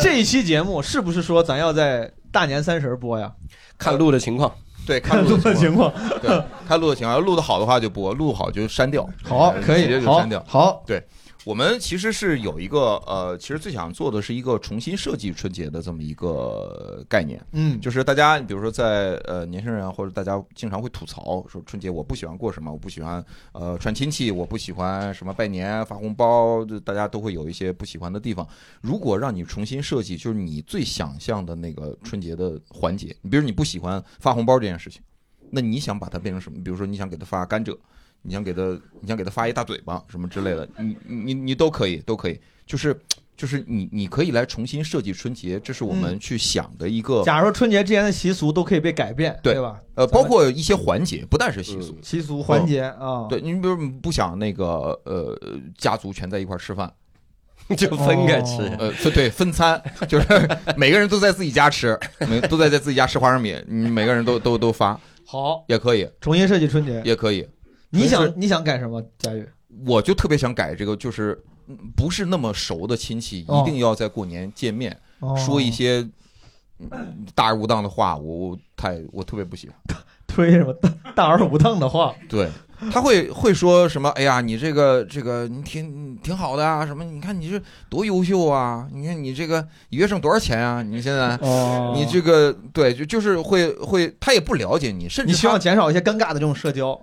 这一期节目是不是说咱要在大年三十播呀？看录的情况，呃对，看录的情况， (laughs) 对，看录的情况，要录的好的话就播，录不好就删掉。好哎可以直接就删掉。好好对，我们其实是有一个呃，其实最想做的是一个重新设计春节的这么一个概念。嗯就是大家，比如说在呃年轻人啊或者大家经常会吐槽说春节我不喜欢过什么，我不喜欢呃串亲戚，我不喜欢什么拜年发红包，就大家都会有一些不喜欢的地方。如果让你重新设计，就是你最想象的那个春节的环节，你比如你不喜欢发红包这件事情，那你想把它变成什么？比如说你想给他发甘蔗，你想给他你想给他发一大嘴巴什么之类的，你你你你都可以都可以，就是。就是你，你可以来重新设计春节，这是我们嗯去想的一 (laughs) 个。假如说春节之前的习俗都可以被改变，对对吧？呃呃，包括一些环节，不但是习俗，哦习俗环节啊对，你比如不想那个呃家族全在一块儿 (laughs) 吃饭。就分开吃呃，对对，分餐就是 (laughs) 每个人都在自己家吃，每都在在自己家吃花生米，你每个人都都都发，好，也可以重新设计春节，也可以。你但想是你想改什么？佳宇，我就特别想改这个，就是嗯不是那么熟的亲戚，哦一定要在过年见面，哦说一些嗯大而无当的话，我我太我特别不喜欢。推什么大大而无当的话？对，他会会说什么？哎呀，你这个这个你挺你挺好的啊，什么？你看你这多优秀啊！你看你这个一月挣多少钱啊？你现在，哦你这个对，就就是会会，他也不了解你，甚至你希望他减少一些尴尬的这种社交。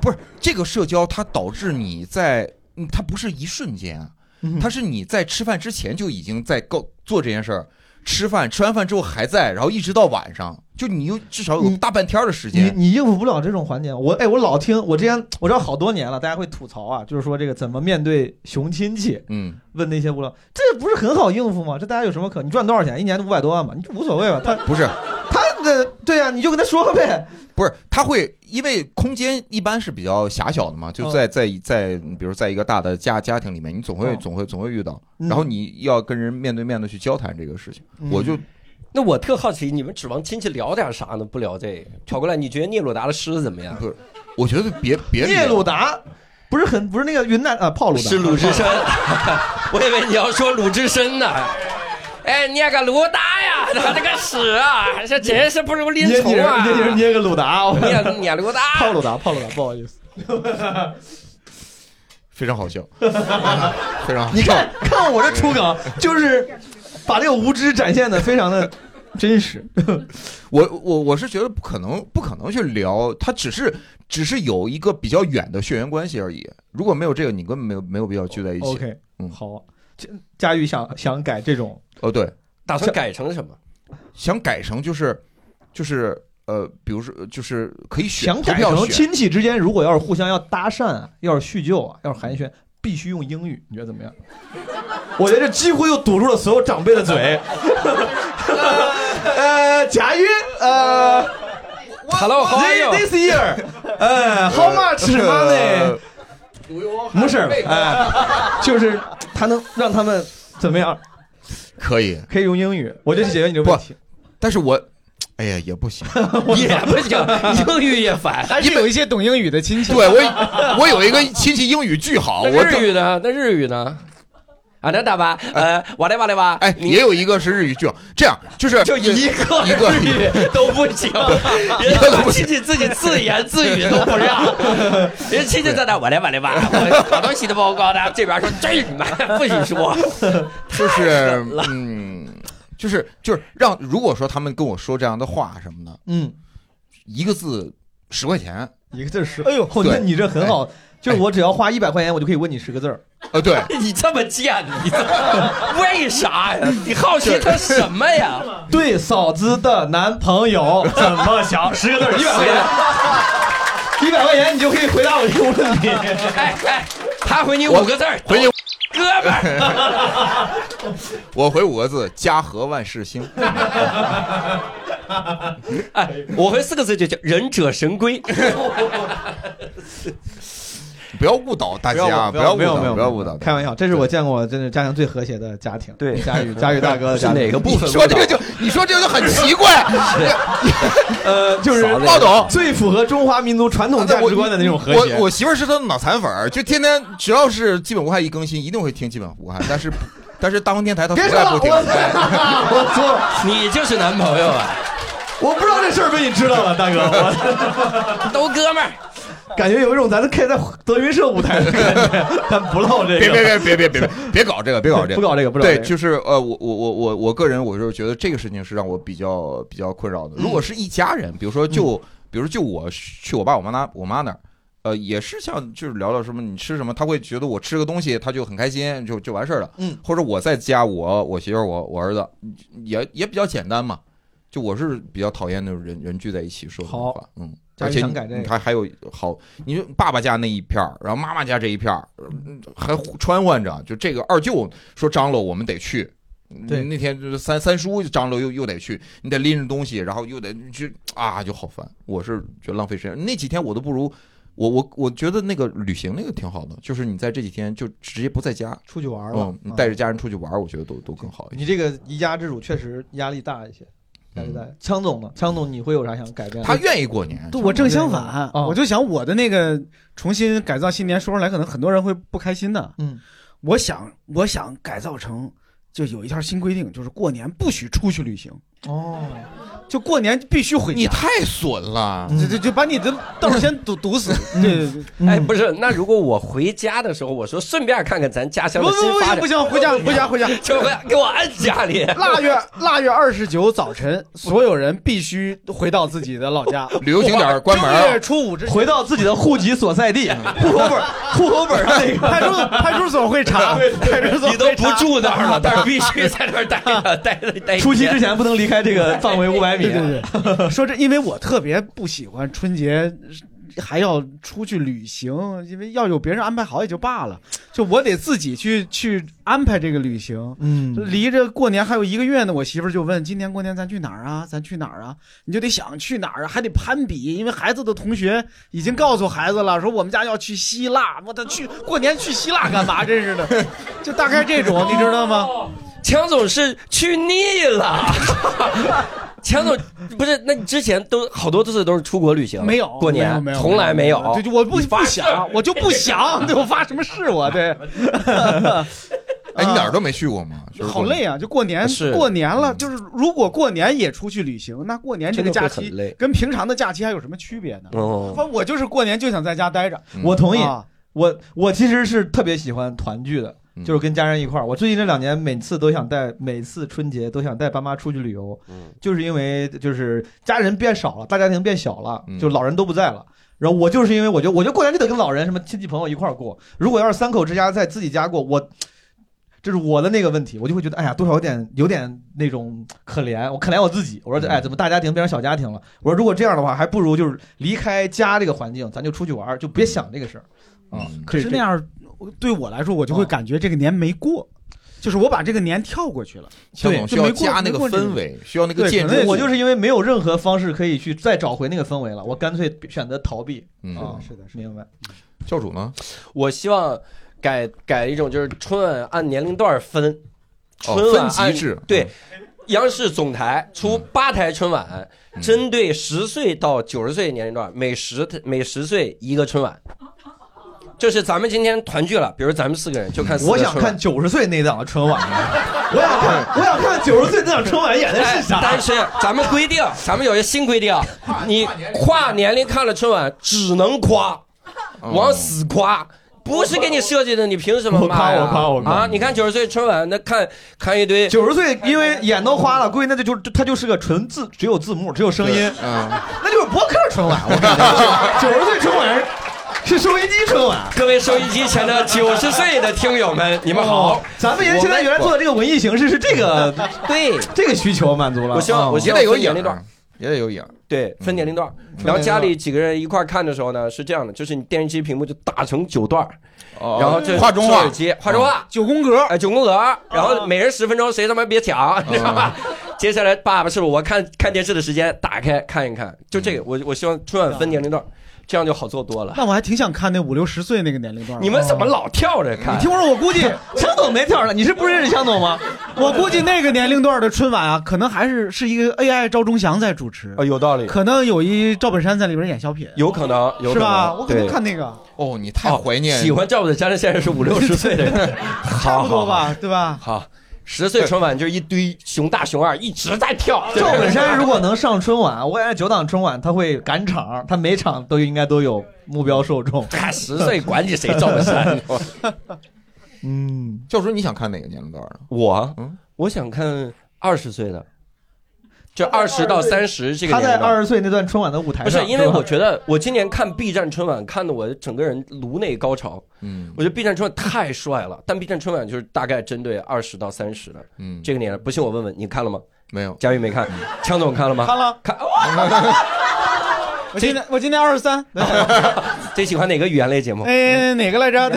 不是这个社交，它导致你在，嗯它不是一瞬间啊，嗯它是你在吃饭之前就已经在够做这件事儿，吃饭吃完饭之后还在，然后一直到晚上，就你又至少有大半天儿的时你间。你应付不了这种环节，我哎，我老听，我之前我知道好多年了，大家会吐槽啊，就是说这个怎么面对熊亲戚，嗯，问那些无聊，这不是很好应付吗？这大家有什么可？你赚多少钱？一年五百多万嘛，你就无所谓吧。他不是他的对呀、你就跟他说呗。不是，他会因为空间一般是比较狭小的嘛，嗯就在在在，比如在一个大的家家庭里面，你总会嗯总会总会遇到，嗯然后你要跟人面对面的去交谈这个事情，嗯我就那我特好奇，你们指望亲戚聊点啥呢？不聊这个，跑过来，你觉得聂鲁达的诗怎么样？不是，我觉得别别聂鲁达不是很不是那个云南啊，炮鲁达是鲁 (laughs) 智深，我以为你要说鲁智深呢。哎，聂个鲁达呀，他这个屎啊，这真是不如林捏冲捏啊！捏捏个鲁达， (laughs) 我聂聂鲁达，炮鲁达炮鲁达，不好意思。 (laughs) 非常好笑，非常好笑。你看看我这出梗，就是把这个无知展现的非常的真实。我我我是觉得不可能，不可能去聊，他只是只是有一个比较远的血缘关系而已。如果没有这个，你根本没有没有必要聚在一起。 OK，嗯，好，佳宇想想改这种，哦对，打算改成什么？想改成就是就是呃，比如说就是可以选想改投票成选亲戚之间，如果要是互相要搭讪啊，要是叙旧啊，要是寒 (laughs) 暄，必须用英语，你觉得怎么样？ (laughs) 我觉得这几乎又堵住了所有长辈的嘴。呃，贾玉，呃 Hello, how 哎 are you? This year，呃，How much money？不是，哎，就是他能让他们怎么样？可以可以用英语，我就解决你的问题。但是我，哎呀， (laughs) 也不行， (laughs) 也不行，英语也烦，还是有一些懂英语的亲戚。对我，我有一个亲戚英语巨好，那我日语呢？那日语呢？啊，那大巴，呃，哇嘞哇嘞哇，哎，也有一个是日语巨好。这样就是就一个一个日 (laughs) 语都不行，人家把亲戚自己自言自语都不让，人家亲戚在那哇嘞哇嘞哇，我好东西都报告的，这边说这你妈 (laughs) 不许说， (laughs) (laughs) 就是嗯，就是就是让如果说他们跟我说这样的话什么的，嗯，一个字十块钱，一个字十，哎呦，嚯对哎那你这很好，就是我只要花一百块钱，我就可以问你十个字儿。呃，对，你这么贱，你这为啥呀？你好奇他什么呀？对嫂子的男朋友 (laughs) 怎么想？十个字儿，一百块钱，一百块钱你就可以回答我这个问题。哎哎，他回你五个字儿，回你哥们儿，我回五个字：家和万事兴。哎，我回四个字就叫忍者神龟。不要误导大 (laughs) 家，不要误没有没导，有啊不要误导。开玩笑，这是我见过真的家庭最和谐的家庭。对，佳宇佳宇大哥的家庭 (laughs) 是哪个部分你说这个就你说这个就很奇 (laughs) 怪呃， (laughs) 就是嫂子暴走最符合中华民族传统价值观的那种和谐。啊我我媳妇儿是他的脑残粉儿，就天天只要是基本无害一更新，一定会听基本无害。但是不但是大风电台他从别说来了，不我听。哎 (laughs) 我错了，你就是男朋友啊？我不知道这事儿被你知道了，大哥。我都哥们儿，感觉有一种咱可以在德云社舞台的感 (laughs) 觉，咱不唠这个。别别别别别别别别搞这个，别搞 (laughs) 这个，不搞这个不搞这对，个就是呃，我我我我我个人，我就是觉得这个事情是让我比较比较困扰的。如果是一家人，比如说就、嗯比如说就我去我爸我妈那我妈那儿。呃，也是像就是聊聊什么你吃什么，他会觉得我吃个东西他就很开心，就就完事儿了。嗯，或者我在家，我我媳妇儿我我儿子也也比较简单嘛。就我是比较讨厌那种人人聚在一起说的话，嗯，家而里且想你改这个你还还有好，你说爸爸家那一片儿，然后妈妈家这一片儿，嗯还穿换着。就这个二舅说张罗我们得去，对那天就是三三叔张罗又又得去，你得拎着东西，然后又得去啊，就好烦。我是觉得浪费时间，那几天我都不如。我我我觉得那个旅行那个挺好的，就是你在这几天就直接不在家，出去玩儿了嗯，你带着家人出去玩儿，我觉得都都更好一些。你这个宜家之主确实压力大一些，压力大。枪总呢？枪总，你会有啥想改变？他愿意过年对我正相反，哦我就想我的那个重新改造新年，说出来可能很多人会不开心的。嗯，我想，我想改造成，就有一条新规定，就是过年不许出去旅行，哦，就过年必须回家。你太损了，就就就把你的道儿先堵堵死。对对对。嗯哎，不是，那如果我回家的时候，我说顺便看看咱家乡的不不新不发展，不行回家回家回家 (laughs) 就回给我按家里。 (laughs) 腊月腊月二十九早晨，所有人必须回到自己的老家。旅游景点儿关嗯门啊正月初五之前回到自己的户籍所在地，户口本，户口本上那个派出 (laughs) 派出所 (laughs) 会查，派 (laughs) 出所你都不住那儿 (laughs) 了，但是 (laughs) 必须在那儿待着，待着待一天。除夕之前不能离开 (laughs) 这个范围五百米。哎啊对对对， (laughs) 说这因为我特别不喜欢春节。还要出去旅行，因为要有别人安排好也就罢了，就我得自己去去安排这个旅行。嗯离着过年还有一个月呢，我媳妇儿就问：“今年过年咱去哪儿啊？咱去哪儿啊？”你就得想去哪儿啊，还得攀比，因为孩子的同学已经告诉孩子了，说我们家要去希腊。我他去过年去希腊干嘛？真是的，就大概这种，你知道吗？哦强总是去腻了， (laughs) 强总不是？那你之前都好多次都是出国旅行，没有过没有年没，有从来没有。对，就我不你发不想誓，我就不想， (laughs) 对我发什么誓我对， (laughs) 哎，你哪儿都没去过吗？就是好累啊！就过年是过年了，就是如果过年也出去旅行，那过年这个这个假会期很累嗯跟平常的假期还有什么区别呢？哦，我就是过年就想在家待着，我同意啊。我我其实是特别喜欢团聚的，就是跟家人一块儿。我最近这两年每次都想带，每次春节都想带爸妈出去旅游，就是因为就是家人变少了，大家庭变小了，就老人都不在了。然后我就是因为我觉得，我觉得过年就得跟老人什么亲戚朋友一块儿过。如果要是三口之家在自己家过，我这是我的那个问题，我就会觉得，哎呀，多少有点有点那种可怜，我可怜我自己。我说，哎，怎么大家庭变成小家庭了？我说，如果这样的话，还不如就是离开家这个环境，咱就出去玩儿，就别想这个事儿啊。可是这那样对我来说，我就会感觉这个年没过，就是我把这个年跳过去了，强对，总就需要没过加那个没过这氛围，需要那个对建可能筑。我就是因为没有任何方式可以去再找回那个氛围了，我干脆选择逃避。嗯啊，是的，明白。教主呢？我希望改改一种，就是春晚按年龄段分，哦春晚分级按制对。嗯央视总台出八台春晚，针对十岁到九十岁年龄段，每十每十岁一个春晚。就是咱们今天团聚了，比如咱们四个人就看四个我想春晚看九十岁那档的春晚， (laughs) 我想看， (laughs) 我想看九十岁那档春晚演的是啥哎？但是咱们规定，咱们有一个新规定，你跨年龄看了春晚只能夸，哦往死夸。不是给你设计的，你凭什么骂呀我夸我夸我夸啊！你看九十岁春晚，那看看一堆九十岁，因为眼都花了，估计那就就就他就是个纯字，只有字幕，只有声音， (laughs) 嗯，那就是播客春晚。我 (laughs) 感觉九十岁春晚是收音机春晚。各位收音机前的九十岁的听友们，你们好哦，咱们原我现在原来做的这个文艺形式是这个，对这个需求满足了。我希望啊我希也望得有分影年龄段儿，，也得有影儿。对，分年龄段儿。嗯然后家里几个人一块儿看的时候呢，是这样的，就是你电视机屏幕就打成九段儿，哦然后这画中收画耳机，画中哦画，九宫格，哎，九宫格，然后每人十分钟，谁他妈别哦抢，你知道吧？ (laughs) 接下来爸爸是不是我看看电视的时间，打开看一看，就这个，我我希望春晚分年龄段儿，这样就好做多了。那我还挺想看那五六十岁那个年龄段。你哦们怎么老跳着看？你听我说，我 (laughs) 估计强总没跳上，你是不认识强总吗？啊我估计那个年龄段的春晚啊，可能还是是一个 AI 赵忠祥在主持，啊，有道理，可能有一赵本山在里边演小品，有可能，有是吧？我可能对看那个哦，你太怀念喜欢赵本山的现在是五六十岁的人，差 (laughs) 好不多好吧，好对吧？好，十岁春晚就是一堆熊大熊二一直在跳。赵 (laughs) 本山如果能上春晚，我感觉九档春晚他会赶场，他每场都应该都有目标受 (laughs) 众。他哎十岁管你谁赵本 (laughs) (laughs) 山嗯，教主，你想看哪个年龄段的？我，嗯我想看二十岁的，就二十到三十这个他年龄在段。二十岁那段春晚的舞台不上，是，因为吧我觉得我今年看 B 站春晚，看的我整个人颅内高潮。嗯，我觉得 B 站春晚太帅了，但 B 站春晚就是大概针对二十到三十的，嗯这个年龄。不信我问问，你看了吗？没有，佳玉没看，强总 (laughs) 看了吗？看了，看。我今天我今天二十三，最喜欢哪个语言类节目？哎，哪个来着？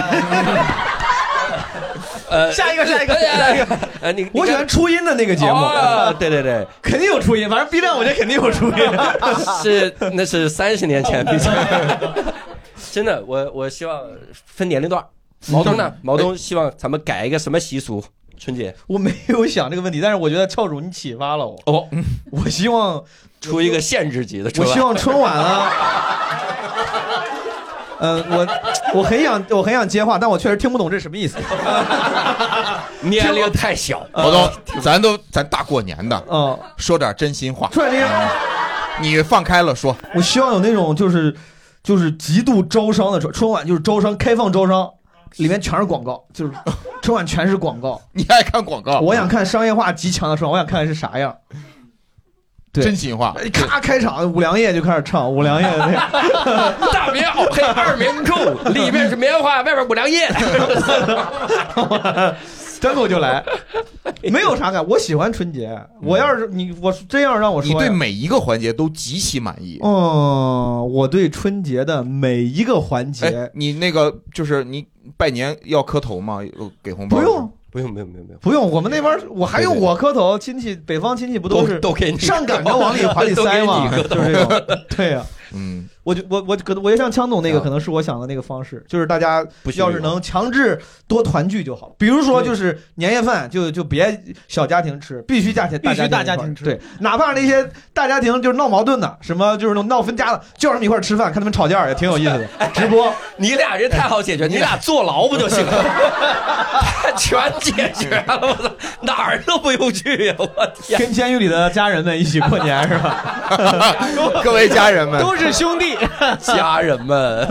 呃，下一个下一个哎呀下一个。 (laughs) 呃，你我喜欢初音的那个节目哦对对对，肯定有初音，反正 B 站我觉得肯定有初音。 (laughs) 是，那是三十年前 B 站。 (laughs) 真的，我我希望分年龄段。毛东嗯呢？毛东希望咱们改一个什么习俗？春节 (laughs) 我没有想这个问题，但是我觉得教主你启发了我。哦，我希望出一个限制级的我春晚。希望春晚 (laughs) 啊。嗯，我我很想我很想接话，但我确实听不懂这什么意思。年龄太小，毛东，咱都咱大过年的，嗯，说点真心话。突然间，你放开了说，我希望有那种就是就是极度招商的春春晚，就是招商开放招商，里面全是广告，就是春晚全是广告。你爱看广告？我想看商业化极强的春晚，我想看看是啥样。对真心话。咔开场，五粮液就开始唱五粮液的 (laughs) 那个。大棉袄配二棉裤， (laughs) 里面是棉花，外面五粮液。 (laughs) 张口就来，没有啥感。我喜欢春节，我要是你，我真要让我说你呀，对每一个环节都极其满意。嗯，我对春节的每一个环哎节，你那个就是你拜年要磕头吗？有给红包？不用，不用，不用，不用，不用。不用，我们那边儿我还用我磕头，亲戚北方亲戚不都是都给你上赶着往里往里都给塞 (laughs) 你吗？磕头就是这种，对呀、嗯，？我就我我可能我也像枪总那个，可能是我想的那个方式，就是大家不许要是能强制多团聚就好。比如说，就是年夜饭就就别小家庭吃，必须家庭必须大家家庭一块儿庭吃对，哪怕那些大家庭就是闹矛盾的，什么就是那种闹分家的，就让他们一块儿吃饭，看他们吵架也挺有意思的。直播，你俩人太好解决，你俩坐牢不就行了？全解决了，我操，哪儿都不用去呀！我天，跟监狱里的家人们一起过年是吧各位家人们 (laughs) 都是兄弟，家人们，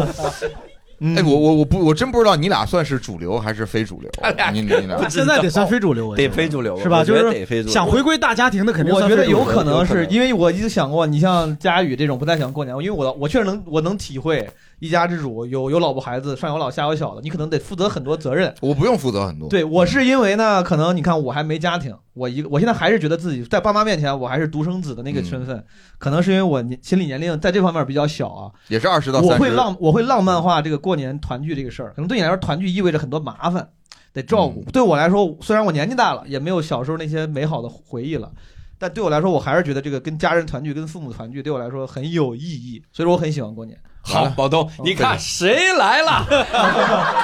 哎，我我我不我真不知道你俩算是主流还是非主流他啊俩。你你俩现在得算非主流，我觉得得非主流啊是吧？我觉就得得非是主流想回归大家庭的肯定我算觉非主流，得有可能有是因为我一直想过，你像佳宇这种不太想过年，因为我我确实能我能体会一家之主有有老婆孩子上有老下有小的，你可能得负责很多责任。我不用负责很多。对我是因为呢，可能你看我还没家庭，我一个我现在还是觉得自己在爸妈面前我还是独生子的嗯那个身份，可能是因为我年心理年龄在这方面比较小啊，也是二十到三十。我会浪我会浪漫化这个过年团聚这个事儿，可能对你来说团聚意味着很多麻烦，得照顾。对我来说，虽然我年纪大了，也没有小时候那些美好的回忆了，但对我来说，我还是觉得这个跟家人团聚、跟父母团聚对我来说很有意义，所以说我很喜欢过年。好，宝东，你看谁来了？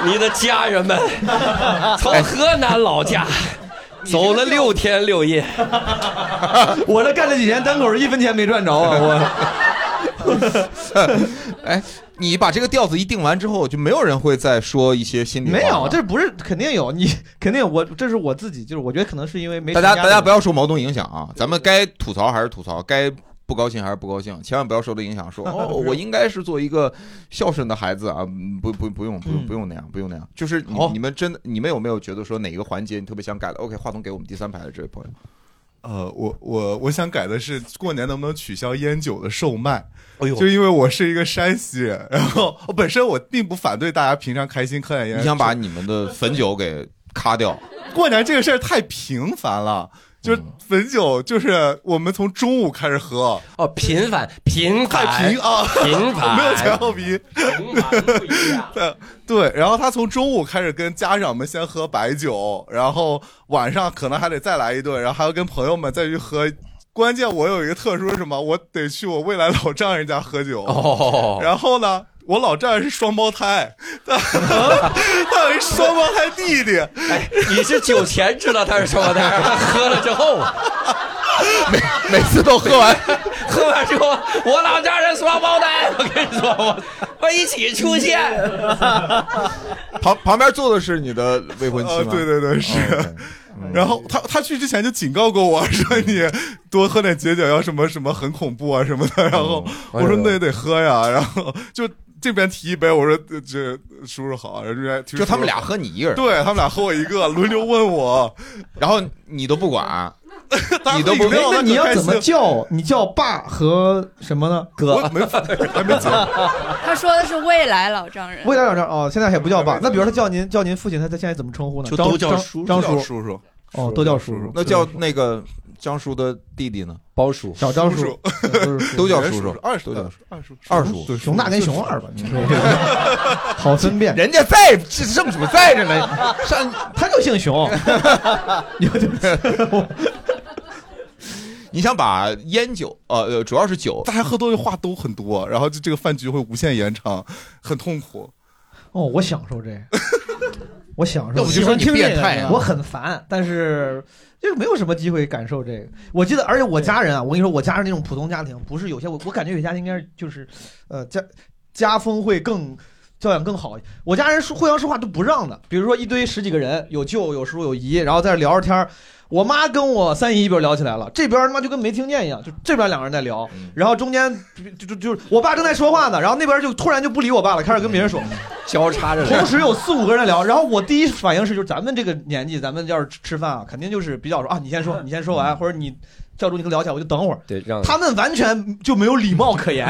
你的家人们从河南老家走了六天六夜，我这干了几年单口，一分钱没赚着啊！我 (laughs) 哎，你把这个调子一定完之后，就没有人会再说一些心里话没了有，这不是肯定有，你 (laughs) 肯定有我这是我自己，就是我觉得可能是因为没大家成大家的不要受毛东影响啊，咱们该吐槽还是吐槽，该不高兴还是不高兴，千万不要受这影 (laughs) 响。说哦，我应该是做一个孝顺的孩子啊，嗯不不不用不用不用那样，不用那样。就是你你们真的你们有没有觉得说哪个环节你特别想改的？OK，话筒给我们第三排的这位朋友，呃，我我我想改的是过年能不能取消烟酒的售卖？哎呦就因为我是一个山西人，然后我本身我并不反对大家平常开心喝点烟。你想把你们的汾酒给咔掉？嗯过年这个事儿太频繁了，就是汾酒，就是我们从中午开始喝，哦，频繁频繁太频啊，频繁没有前后鼻。对对，然后他从中午开始跟家长们先喝白酒，然后晚上可能还得再来一顿，然后还要跟朋友们再去喝。关键我有一个特殊是什么？我得去我未来老丈人家喝酒。哦然后呢，我老丈人是双胞胎，他他有一双胞胎弟弟。 (laughs) 哎，你是酒前知道他是双胞胎，他喝了之后，啊每每次都喝完，喝完之后，我老丈人双胞胎，我跟你说，我我一起出现。 (laughs) 旁旁边坐的是你的未婚妻啊吗？对对对是哦，OK 然后他他去之前就警告过我说你多喝点解酒要什么什么很恐怖啊什么的，然后嗯我哎说那也得喝呀，然后就这边提一杯，我说呃这叔叔好，然后这边提就他们俩喝你一个人对他们俩喝我一个，轮流问我， (laughs) 然后你都不管，你都不那你要怎么叫？你叫爸和什么呢？哥， (laughs) 没还没叫。他说的是未来老丈人，未来老丈哦，现在还不叫爸。那比如他叫您叫您父亲，他他现在怎么称呼呢？就张都叫张叔张都叫叔叔叔哦，都叫叔叔。那叫那个张叔的弟弟呢？包叔，小张叔叔嗯都叫叔叔叔叔，二叔都叫叔，二叔，二叔，对熊大跟熊二吧，你说好分辨。人家在这正主在着呢，上他就姓熊。你想把烟酒，呃呃，主要是酒，大家喝多就话都很多，然后就这个饭局会无限延长，很痛苦。哦，我享受这，我享受。要不就说你变态啊 (laughs) 我很烦，但是就是没有什么机会感受这个。我记得，而且我家人啊，我跟你说，我家人那种普通家庭，不是有些我我感觉有些家庭应该是就是，呃，家家风会更。教养更好，我家人说互相说话都不让的。比如说一堆十几个人，有舅有叔有姨，然后在这聊着天儿我妈跟我三姨一边聊起来了，这边他妈就跟没听见一样，就这边两个人在聊，嗯然后中间就就就是我爸正在说话呢，然后那边就突然就不理我爸了，开始跟 (laughs) 别人说，交叉着同时有四五个人在聊，然后我第一反应是，就是咱们这个年纪，咱们要是吃饭啊，肯定就是比较说啊，你先说，你先说完，或者你教主你跟聊起来，我就等会儿。对，让他们完全就没有礼貌可言，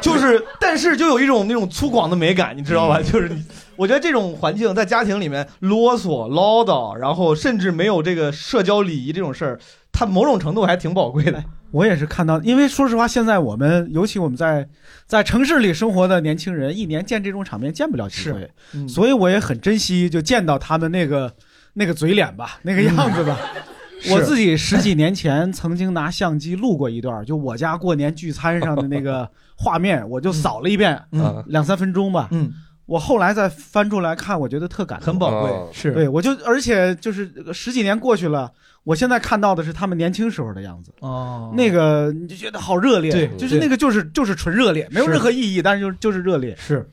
就是，但是就有一种那种粗犷的美感，你知道吧？就是你，我觉得这种环境在家庭里面啰嗦、唠叨，然后甚至没有这个社交礼仪这种事儿，它某种程度还挺宝贵的。我也是看到，因为说实话，现在我们尤其我们在在城市里生活的年轻人，一年见这种场面见不了几回，嗯所以我也很珍惜就见到他们那个那个嘴脸吧，那个样子吧。嗯是 (laughs) 我自己十几年前曾经拿相机录过一段，就我家过年聚餐上的那 (laughs) 个画面，我就扫了一遍，嗯两三分钟吧。嗯，我后来再翻出来看，我觉得特感动，很宝贵哦是对我就而且就是呃十几年过去了，我现在看到的是他们年轻时候的样子。哦那个你就觉得好热烈，对就是那个就是就是纯热烈，没有任何意义，但是就是就是热烈。是，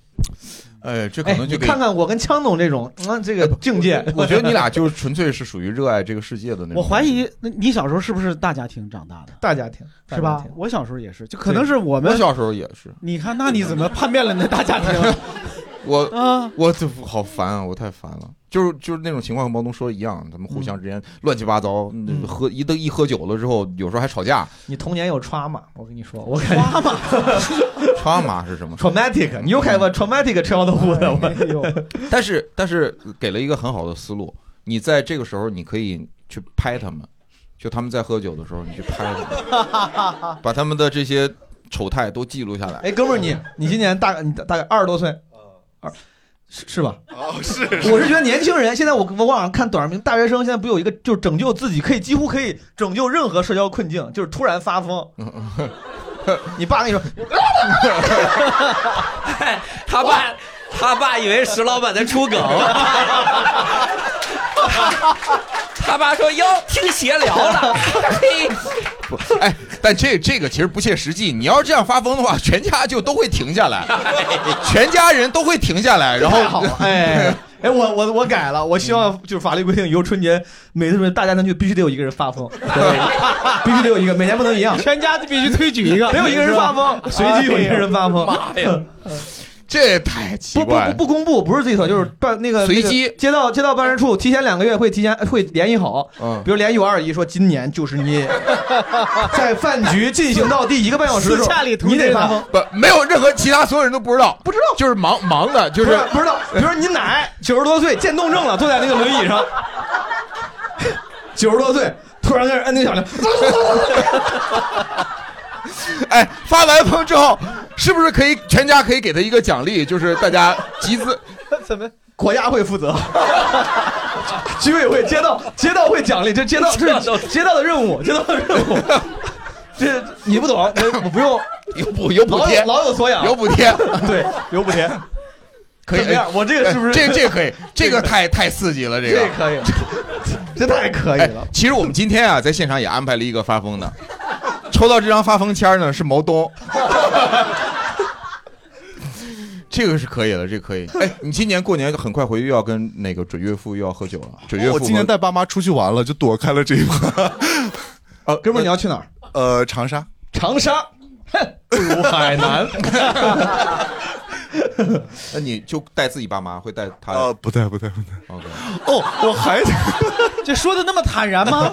哎，这可哎，能你就给看看我跟枪总这种，啊嗯，这个境界，呃我觉得你俩就是纯粹是属于热爱这个世界的那种。我怀疑那你小时 (laughs) 候是不是大家庭长大的？大家庭是吧？我小时候也是，就可能是我们我小时 (laughs) 候也是，你看，那你怎么叛变了你的大家庭？ (laughs) 我啊，我这好烦啊，我太烦了。就是就是那种情况，跟毛东说的一样，他们互嗯相之间乱七八糟，嗯喝一一喝酒了之后，有时候还 (laughs) 吵架。你童年有 trauma，我跟你说，我感觉 trauma 是什么 (laughs) traumatic，你又开个 traumatic 吃 h 豆腐的，我但是但是给了一个很好的思路，你在这个时候你可以去拍他们，就他们在喝酒的时候，你去拍他们，把他们的这些丑态都记录下来。 (laughs) 哎，哥们儿，你你今年大你大大概二十多岁，二是是吧？哦， (laughs) 是， (laughs) 我是觉得年轻人现在我我网上看短视频，大学生现在不有一个就是拯救自己，可以几乎可以拯救任何社交困境，就是突然发疯。嗯你爸 (laughs) 那时候， (laughs) 他爸，他爸以为石老板在出梗，他爸说：“哟，听闲聊了，嘿，不哎， (laughs) 但这这个其实不切实际。你要是这样发疯的话，全家就都会停下 (laughs) 来，全家人都会停下来，然太好后了 (laughs) (laughs) 哎。哎，我我我改了，我希望就是法律规定，以后春节每次春节大家庭就必须得有一个人发疯， (laughs) 对必须得有一个，每年不能一样，哎全家必须推举一个得有一个人发疯，随机有一个人发疯，嗯哎呀，这也太奇不不怪不了。不公布，不是自己推，就是办那个随那个机街道街道办事处提前两个月会提前会联系好，嗯比如联系我二姨说今年就是 (laughs) 你在饭局进行到第一个半小时的时候，你得发疯，不，没有任何其他所有人都不知道，不知道，就是忙忙的，就是不不知道。比如说你奶九十多岁渐冻症了，坐在那个轮椅上，九十多岁突然在那儿摁那个小铃， (laughs) 哎，发完疯之后，是不是可以全家可以给他一个奖励，就是大家集资？怎么？国家会负责， (laughs) 居委会、街道、街道会奖励，这街道 (laughs) 这是街道的任务，街道的任务。这你不懂，我我不用， (laughs) 有补有补老贴有老有所养，有补贴 (laughs) 对，有补贴，可以哎怎么样？我这个是不是？这这可以，这个太太刺激了，这个这可以， (laughs) (laughs) 这太可以了。其实我们今天啊，在现场也安排了一个发疯的， (laughs) 抽到这张发疯签儿呢是毛东，这个是可以的，这个可以。哎，你今年过年很快回去又要跟那个准岳父又要喝酒了，准岳父我哦和、今年带爸妈出去玩了，就躲开了这一趴。啊，哥们你要去哪儿？呃，长沙。长 (laughs) 沙，哎不如海南。 (laughs) 那你就带自己爸妈，会带他？呃，不带，不带，不带。 OK。哦，我还 (laughs) 这说的那么坦然 (laughs) 吗？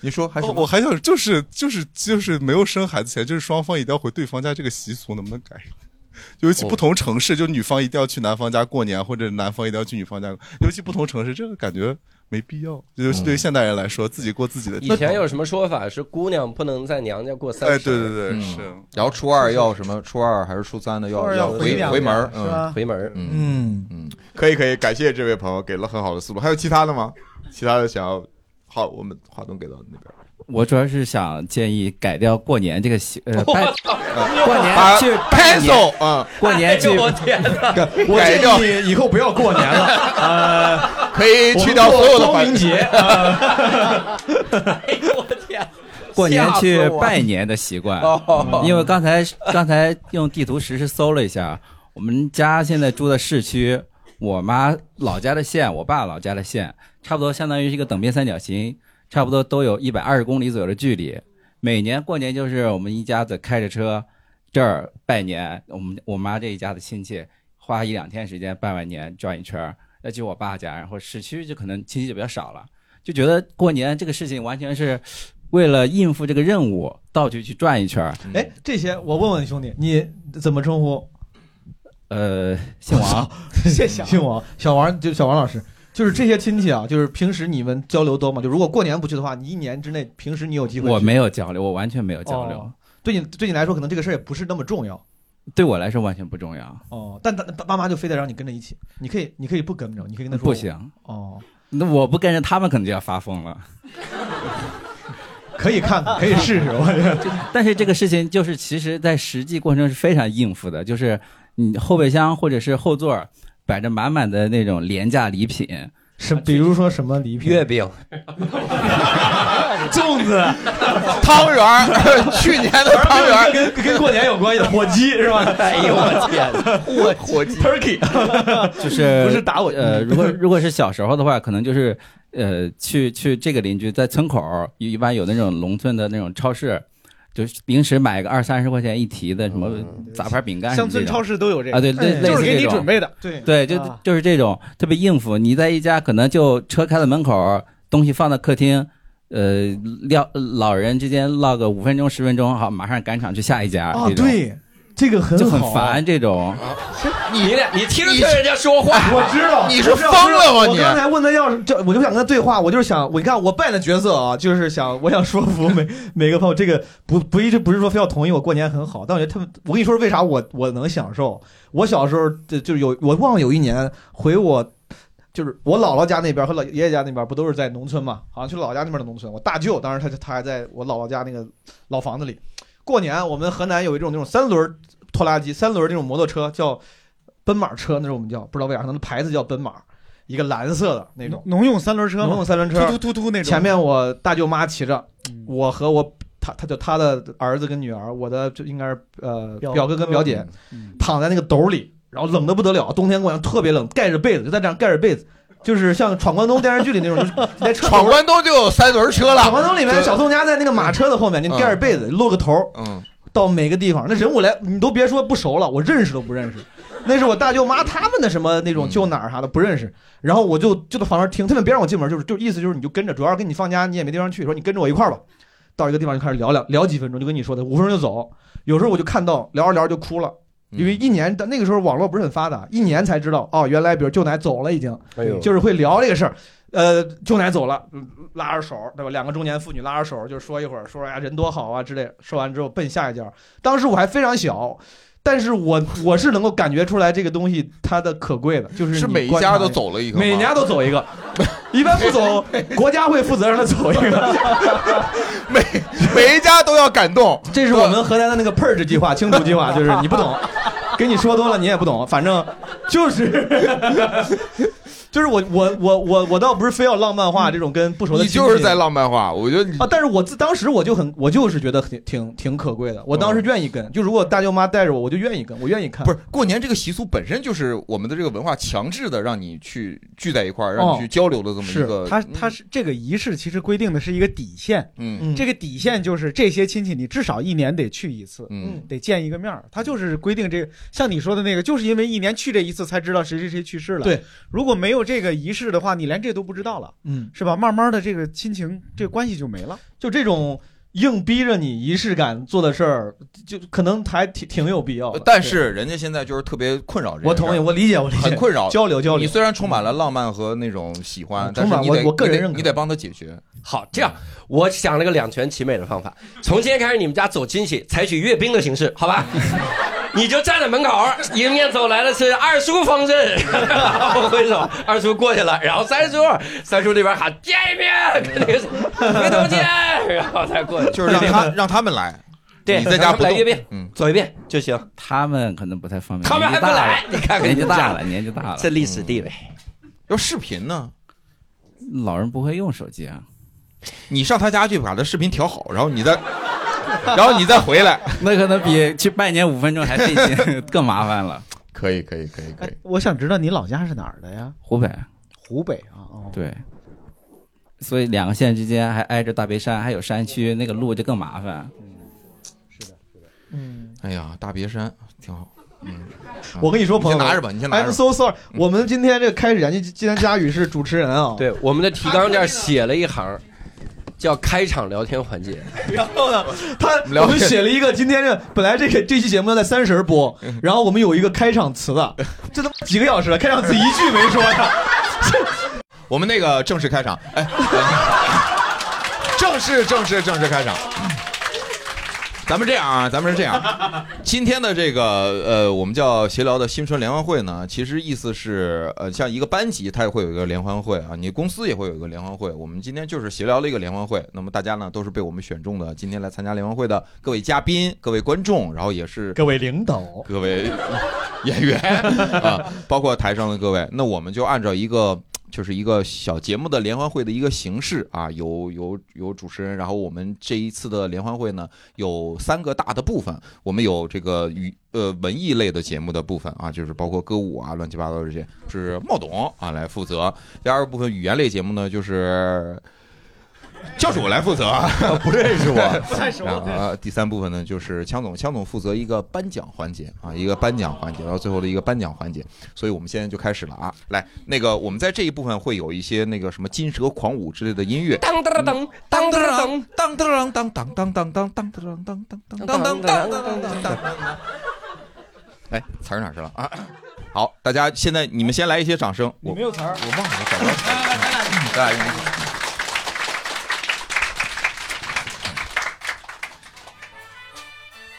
你说还是、哦我还想就是就是就是没有生孩子前，就是双方一定要回对方家这个习俗能不能改？ (laughs) 尤其不同城市，就女方一定要去男方家过年，或者男方一定要去女方家。尤其不同城市，这个感觉没必要。尤其对于现代人来说，自己过自己的。以前有什么说法是姑娘不能在娘家过三十？哎，对对对，嗯是。然后初二要什么？初二还是初三的初要二要回回娘家回门儿，是吧嗯，回门儿嗯嗯，可以可以，感谢这位朋友给了很好的思路。还有其他的吗？其他的想要，好，我们话筒给到那边。我主要是想建议改掉过年这个习， (laughs) 呃，拜哎过年去拜年 cancel 啊，过年去，我天哪我改建掉议以后不要过年 (laughs) 了，呃，可以去掉所有的光环明节。 (laughs) 过年去吓死我拜年的习惯嗯哦，因为刚才刚才用地图实时搜了一下，我们家现在住的市区，我妈老家的县，我爸老家的县，差不多相当于是一个等边三角形，差不多都有一百二十公里左右的距离。每年过年就是我们一家子开着车，这儿拜年，我们我妈这一家的亲戚花一两天时间拜完年转一圈儿，要去我爸家，然后市区就可能亲戚就比较少了，就觉得过年这个事情完全是为了应付这个任务，到处去转一圈儿。哎，这些我问问兄弟，你怎么称呼？呃， (laughs) 姓王， (laughs) 谢谢姓王，小王就小王老师，就是这些亲戚啊，就是平时你们交流多吗？就如果过年不去的话，你一年之内平时你有机会去？我没有交流，我完全没有交流，哦对你对你来说，可能这个事儿也不是那么重要对我来说完全不重要。哦，但他爸爸妈就非得让你跟着一起，你可以你可以不跟着，你可以跟他说不行哦，那我不跟着他们，可能就要发疯了。可以看看，可以试试，我觉得。但是这个事情就是，其实在实际过程中是非常应付的，就是你后备箱或者是后座儿摆着满满的那种廉价礼品，什比如说什么礼品？月饼、粽子、呃汤圆儿， (laughs) 去年的汤圆儿 (laughs) 跟跟过年有关系的火鸡是吧？哎呦我天， (laughs) 火火鸡 turkey， (laughs) (laughs) 就是不是打我呃，如果如果是小时候的话，可能就是呃，去去这个邻居在村口儿，一一般有那种农村的那种超市，就是临时买个二三十块钱一提的什么杂牌饼干什乡么村这种超市都有这个啊，对，嗯类类似就是给你这种准备的对对，就啊就是这种特别应付。你在一家可能就车开到门口儿，东西放到客厅。呃，撂老人之间唠个五分钟十分钟，好，马上赶场去下一家。啊这，种对，这个很就很好啊烦这种。你俩你听听人家说话，哎我知道，我知道我刚才问他要是，就我就想跟他对话，我就是想，我你看我扮的角色啊，就是想，我想说服每 (laughs) 每个朋友，这个不不一直不是说非要同意我过年很好，但我觉得他们，我跟你说是为啥我我能享受。我小时候就就有，我忘了有一年回我。就是我姥姥家那边和老爷爷家那边不都是在农村嘛？好像去老家那边的农村。我大舅当时他他还在我姥姥家那个老房子里。过年我们河南有一种那种三轮拖拉机、三轮这种摩托车叫奔马车，那是我们叫，不知道为啥，可能牌子叫奔马，一个蓝色的那种农用三轮车嘛，农用三轮车，突突突突那种。嗯前面我大舅妈骑着，我和我他他就他的儿子跟女儿，我的就应该是呃表嗯表哥跟表姐，躺在那个斗里，然后冷的不得了，冬天过年特别冷，盖着被子就在这样盖着被子。就是像《闯关东》电视剧里那种，就是 (laughs) 你在车闯关东就有三轮车了闯关东里面对小宋佳在那个马车的后面，你盖着被子露个头，嗯，到每个地方，那人我来，你都别说不熟了，我认识都不认识。那是我大舅妈他们的什么那种舅哪儿啥的不认识，然后我就就在旁边听，他们别让我进门，就是就意思就是你就跟着，主要是跟你放假你也没地方去，说你跟着我一块儿吧。到一个地方就开始聊聊聊几分钟，就跟你说的五分钟就走。有时候我就看到聊着聊着就哭了，因嗯为一年的那个时候网络不是很发达，一年才知道哦，原来比如舅奶走了已经哎呦，就是会聊这个事儿。呃，舅奶走了，嗯拉着手，对吧？两个中年妇女拉着手，就说一会儿，说哎呀人多好啊之类。说完之后奔下一家，当时我还非常小，但是我我是能够感觉出来这个东西它的可贵的，就是是你每一观家察都一下走了一个吗每家都走一个，一般不走，国家会负责让他走一个。 (laughs) 每一家都要感动。这是我们河南的那个 purge 计划、清除计划，就是你不懂，跟你说多了你也不懂，反正就是就是我我我我我倒不是非要浪漫化这种跟不熟的你亲戚，就是在浪漫化，我觉得你啊，但是我自当时我就很，我就是觉得挺挺挺可贵的。我当时愿意跟，就如果大舅妈带着我，我就愿意跟，我愿意看。嗯不是过年这个习俗本身就是我们的这个文化强制的，让你去聚在一块儿，让哦你去交流的这么一个。是它它是这个仪式其实规定的是一个底线，嗯这个底线就是这些亲戚你至少一年得去一次，嗯，得见一个面儿。它就是规定这个，像你说的那个，就是因为一年去这一次才知道谁谁谁去世了。对，如果没有这个仪式的话，你连这都不知道了，嗯，是吧？慢慢的这个亲情这个关系就没了。就这种硬逼着你仪式感做的事儿，就可能还挺挺有必要的。呃但是人家现在就是特别困扰这件事儿，我同意我理解我理解很困扰。交流交流你虽然充满了浪漫和那种喜欢，但嗯充满是你我得我个人你得认可你得帮他解决。好，这样我想了个两全其美的方法，从今天开始你们家走亲戚采取阅兵的形式，好 (laughs) 吧？你就站在门口，迎面走来的是二叔方阵， (laughs) 我挥手，二叔过去了，然后三叔，三叔那边喊见一面，跟那个嗯回头见，然后再过去，就是 (laughs) 让他让他们来，对，你在家不动来阅兵，嗯，走一遍就行。他们可能不太方便，他们还不来， (laughs) 你看看年纪大人了，家年纪大了，这历史地位。要视频呢？老人不会用手机啊。你上他家去把他视频调好，然后你再，嗯然后你再回来， (laughs) 那可能比去拜年五分钟还费劲， (laughs) 更麻烦了。可以，可以，可以，可以。我想知道你老家是哪儿的呀？湖北，湖北啊，哦，对，所以两个县之间还挨着大别山，还有山区，那个路就更麻烦。嗯，哎呀，大别山挺好。嗯，我跟你说，朋友你们，先拿着吧，你先拿着吧。I'm 嗯 so sorry，我们今天这个开始前，今今天佳宇是主持人啊。 (laughs) 对，我们的提纲这儿写了一行，叫开场聊天环节。 (laughs) 然后呢，他聊我们写了一个今天这本来这个这期节目要在三十播，嗯然后我们有一个开场词 (laughs) 的，这他妈几个小时了，开场词一句没说呀。我们那个正式开场，哎，正式正式正式开场。咱们这样啊，咱们是这样。今天的这个呃，我们叫协聊的新春联欢会呢，其实意思是呃，像一个班级它也会有一个联欢会啊，你公司也会有一个联欢会。我们今天就是协聊了一个联欢会，那么大家呢都是被我们选中的，今天来参加联欢会的各位嘉宾、各位观众，然后也是各位领导、各位 (laughs) 演员啊，包括台上的各位，那我们就按照一个。就是一个小节目的联欢会的一个形式啊，有有有主持人，然后我们这一次的联欢会呢，有三个大的部分，我们有这个娱呃文艺类的节目的部分啊，就是包括歌舞啊、乱七八糟这些，是茂董啊来负责。第二个部分语言类节目呢，就是教主来负责，哦不认识 (laughs) 我，不太熟然后呃，第三部分呢就是枪总，枪总负责一个颁奖环节啊，一个颁奖环节，然后最后的一个颁奖环节。所以我们现在就开始了啊，来，那个我们在这一部分会有一些那个什么金蛇狂舞之类的音乐，当当当当当当当当当当当当当当当当当当当当当当当。哎，词儿哪儿去了啊？ (coughs) 好，大家现在你们先来一些掌声，我没有词儿，我忘了找 (laughs) 到。大家用力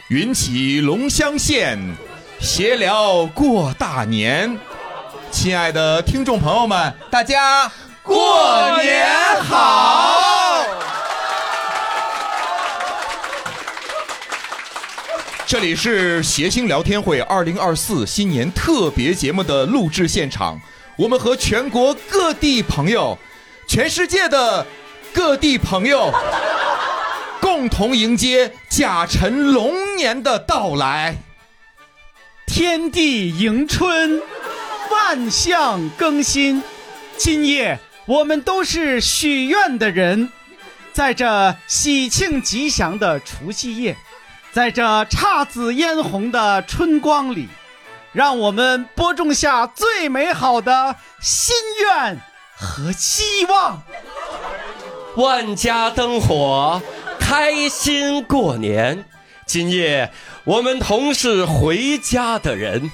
云起龙乡县，闲聊过大年。亲爱的听众朋友们，大家过年好！这里是谐星聊天会二零二四新年特别节目的录制现场，我们和全国各地朋友、全世界的各地朋友， (laughs) 共同迎接甲辰龙年的到来。天地迎春，万象更新。今夜我们都是许愿的人，在这喜庆吉祥的除夕夜，在这姹紫嫣红的春光里，让我们播种下最美好的心愿和希望。万家灯火，开心过年。今夜我们同是回家的人，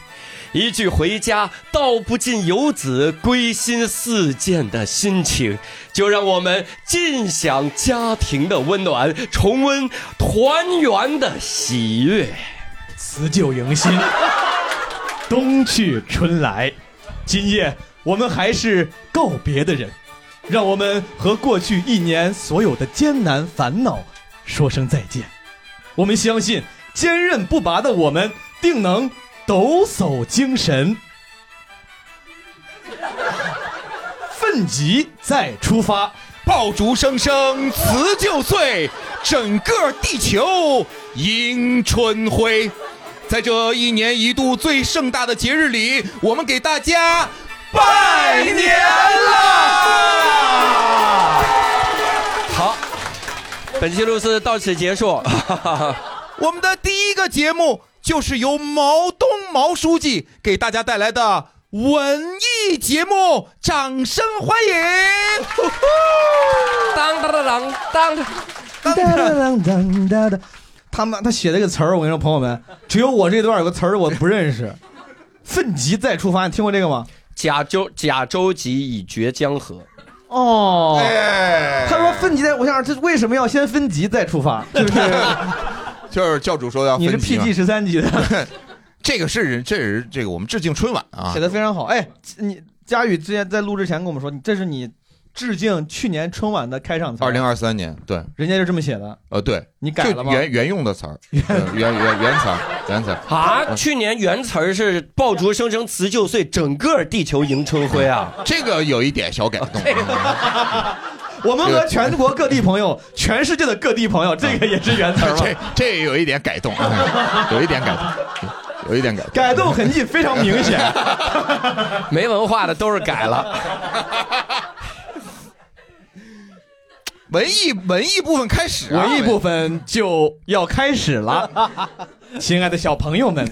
一句“回家”道不尽游子归心似箭的心情。就让我们尽享家庭的温暖，重温团圆的喜悦。 (laughs) 辞旧迎新，冬去春来。今夜我们还是告别的人，让我们和过去一年所有的艰难烦恼说声再见。我们相信，坚韧不拔的我们定能抖擞精神，奋楫再出发，爆竹声声辞旧岁，整个地球迎春晖。在这一年一度最盛大的节日里，我们给大家拜年啦！好，本期录制到此结束。我们的第一个节目就是由毛东毛书记给大家带来的文艺节目，掌声欢迎！当当当当当当当当当当，他们他写这个词儿，我跟你说，朋友们，只有我这段有个词儿我不认 (laughs) 识，“奋楫再出发”，你听过这个吗？甲州甲州级已绝江河。哦，他说分级再，我想这为什么要先分级再出 (laughs) 发？就是就是教主说要你是分级嘛 PG 十三级的， (laughs) 这个是这是这个我们致敬春晚啊，写的非常好。哎，你佳宇之前在录之前跟我们说，你这是你致敬去年春晚的开场词，二零二三年对，人家就这么写的。呃对，你改了吗就原原用的词 (laughs) 儿，原原原哎原词儿原词儿嗯啊！去年原词儿是“爆竹声声辞旧岁，整个地球迎春晖”啊，这个有一点小改动。啊 (laughs) 我们和全国各地朋友、全世界的各地朋友，这个也是原词吗？这这也有一点改动，嗯有一点改动，有一点改动。改动痕迹非常明 (laughs) 显。没文化的都是改了。文艺文艺部分开始、啊，文艺部分就要开始了， (laughs) 亲爱的小朋友们，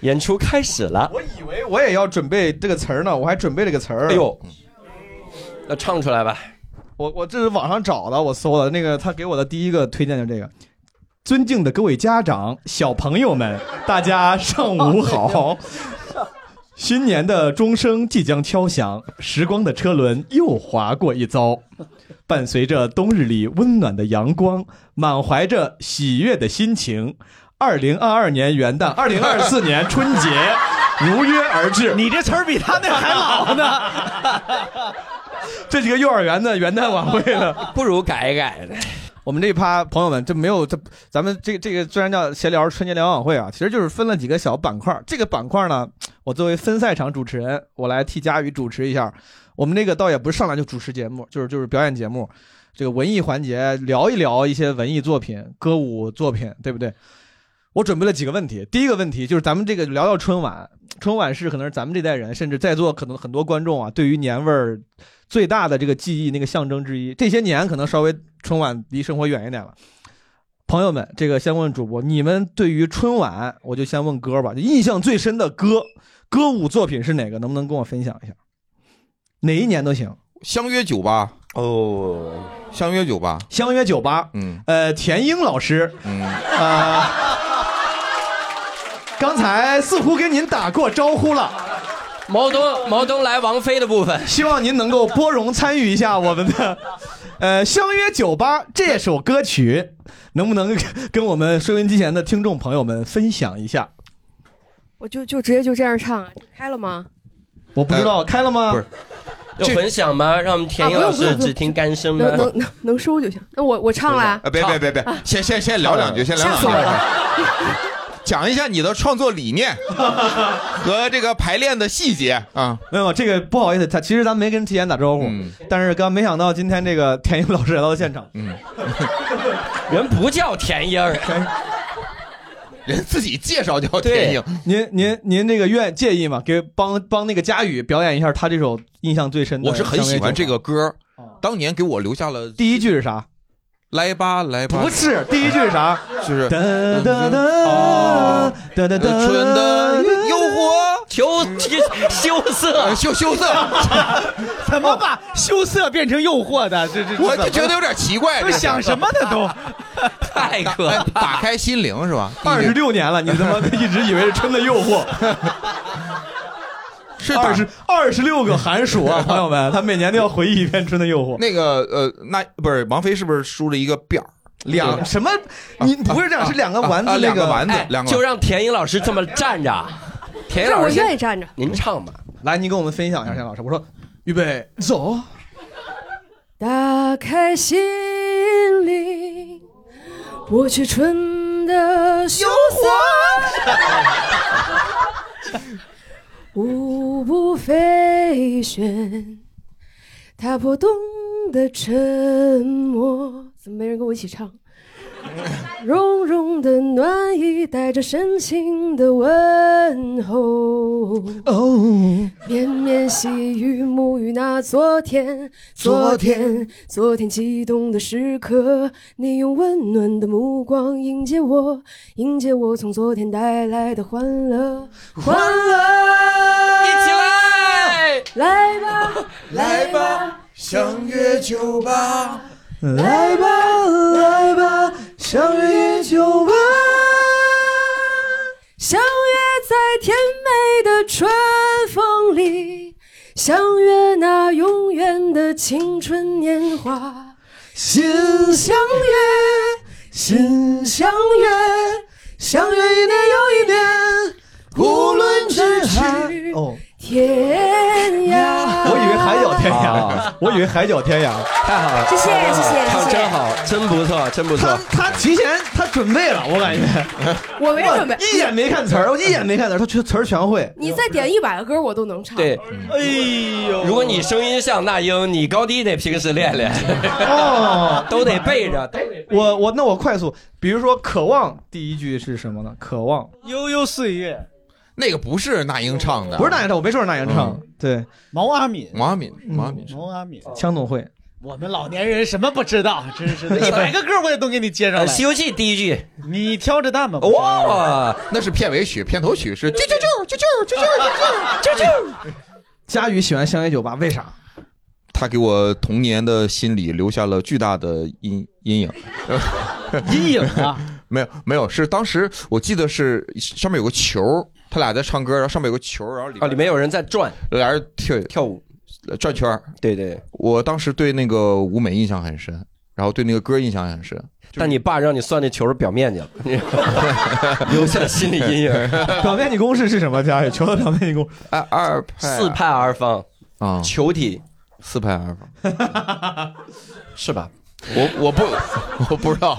演出开始了。我以为我也要准备这个词儿呢，我还准备了个词儿。哎呦，那唱出来吧。我我这是网上找的，我搜的那个他给我的第一个推荐就这个。尊敬的各位家长、小朋友们，大家上午 (laughs) 好！新年的钟声即将敲响，时光的车轮又划过一遭。伴随着冬日里温暖的阳光，满怀着喜悦的心情，二零二二年元旦、二零二四年春节如约而至。你这词儿比他那还老呢！ (laughs) 这几个幼儿园的元旦晚会了，不如改一改。我们这一趴，朋友们，这没有这，咱们这这个虽然叫闲聊春节联欢晚会啊，其实就是分了几个小板块儿。这个板块呢，我作为分赛场主持人，我来替佳宇主持一下。我们这个倒也不是上来就主持节目，就是就是表演节目，这个文艺环节聊一聊一些文艺作品、歌舞作品，对不对？我准备了几个问题。第一个问题就是咱们这个聊到春晚，春晚是可能是咱们这代人，甚至在座可能很多观众啊，对于年味儿最大的这个记忆那个象征之一。这些年可能稍微春晚离生活远一点了。朋友们，这个先问主播，你们对于春晚，我就先问歌吧，就印象最深的歌歌舞作品是哪个？能不能跟我分享一下？哪一年都行。相约酒吧哦，相约酒吧，相约酒吧，嗯，呃，田英老师，嗯，呃，刚才似乎跟您打过招呼了，毛东，毛东来王菲的部分，希望您能够拨冗参与一下我们的，呃，相约酒吧这首歌曲，能不能跟我们收音机前的听众朋友们分享一下？我就就直接就这样唱啊，开了吗？我不知呃道开了吗？不是，有混响吗？让我们田英老啊不师用不用不用只听干声吗？能 (laughs) 能能能收就行。那我我唱了啊啊，，别别别别，先先先聊两句，先聊两句， (laughs) 讲一下你的创作理念和这个排练的细节啊。没有这个不好意思，他其实咱没跟提前打招呼，但是刚没想到今天这个田英老师来到现场，嗯， (laughs) 人不叫田英儿，哎人自己介绍叫田英，您您您这个愿介意吗？给帮帮那个佳宇表演一下他这首印象最深的。我是很喜欢这个歌，当年给我留下了第一句是啥？来吧来吧，不是第一句是啥？就是哒哒哒哒哒哒春的诱惑，求羞涩，羞羞涩，怎么把羞涩变成诱惑的？啊这这，我就觉得有点奇怪都这个想什么呢？都太可怕！打开心灵是吧？二十六年了，你他 (laughs) 妈一直以为是春的诱惑，是二十二十六个寒暑啊，朋友们，他每年都要回忆一遍春的诱惑。那个呃，那不是王菲是不是输了一个辫儿？两什么？你不是这样，是两个丸子啊啊那两个个丸子哎，两个就让田英老师这么站着。啊田英老师，意站着。您唱吧。来，你跟我们分享一下，田老师。我说，预备，走。打开心灵，剥去春的羞涩，舞步飞旋，打破冬的沉默。怎么没人跟我一起唱？绒绒的暖意，带着深情的问候。哦，绵绵细雨沐浴那昨天，昨昨天，昨天悸动的时刻，你用温暖的目光迎接我，迎接我从昨天带来的欢乐，欢乐，一起来，来吧，来吧，相约酒吧，嗯来吧，来吧，相约酒吧，相约在甜美的春风里，相约那永远的青春年华。心相约，心相约，相约一年又一年，无论咫尺哦，天涯。我以为海角啊天涯，我以为海角天涯，太好了，谢谢谢谢唱谢谢真好，真不错，真不错。他提前他准备了，我感 (laughs) 觉，我没准备一眼没看词 (laughs) 儿，我一眼没看词儿，他全词儿全会。你再点一百个歌，我都能 (laughs) 唱。对，哎呦，如果你声音像那英，你高低得平时练 (laughs) 练，哦，都得背着。我我那我快速，比如说《渴望》第一句是什么呢？渴望悠悠岁 (laughs) 月，那个不是那英唱啊的，不是那英唱，我没说是那英唱，对，嗯毛阿敏，嗯毛阿敏，毛阿敏，毛阿敏，枪总会。我们老年人什么不知道，真 (laughs) 是的，一百个歌我也都给你接上来。《西呃游记》第一句，哦你挑着担吧。哇，啊那是片尾曲，片头曲是啾啾啾啾啾啾啾啾啾啾。佳宇喜欢相约酒吧，为啥？ (laughs) 他给我童年的心理留下了巨大的阴阴影。阴影啊？ (laughs) 没有没有，是当时我记得是上面有个球， (laughs) 他俩在唱歌，然后上面有个球，然后里哦，里面有人在转，俩人跳跳舞转圈对对，我当时对那个舞美印象很深，然后对那个歌印象也很深。但你爸让你算那球的表面去了， (laughs) 留下心理阴 (laughs) 影。 (laughs) 表面积公式是什么？佳宇，求的表面积公式。二啊二四派而方啊，球体四派而方，是吧？我我不 (laughs) 我不知道。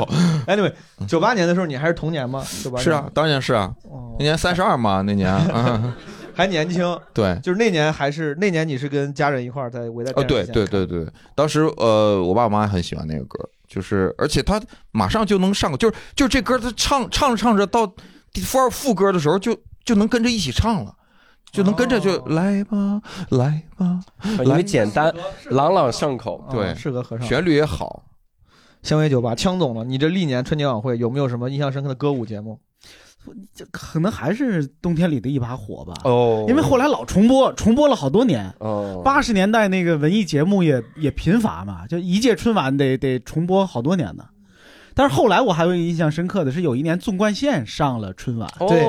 Anyway，九八年的时候你还是童年吗？九八 (laughs) 是啊，，当然是啊，哦那年三十二嘛，(laughs) 那年，嗯，还年轻。对，就是那年还是那年你是跟家人一块儿在围在哦，电对视前对对对，当时呃，我爸我妈很喜欢那个歌，就是而且他马上就能上口，就是就是这歌他唱唱着唱着到第副副歌的时候就就能跟着一起唱了，就能跟着哦就、来吧来吧，因来为简单，朗朗上口。对啊适合合唱，旋律也好。相约酒吧，枪总了，你这历年春节晚会有没有什么印象深刻的歌舞节目？可能还是冬天里的一把火吧。哦因为后来老重播，重播了好多年。哦八十年代那个文艺节目也也贫乏嘛，就一届春晚得得重播好多年呢。但是后来我还有印象深刻的是，有一年纵贯线上了春晚，哦对，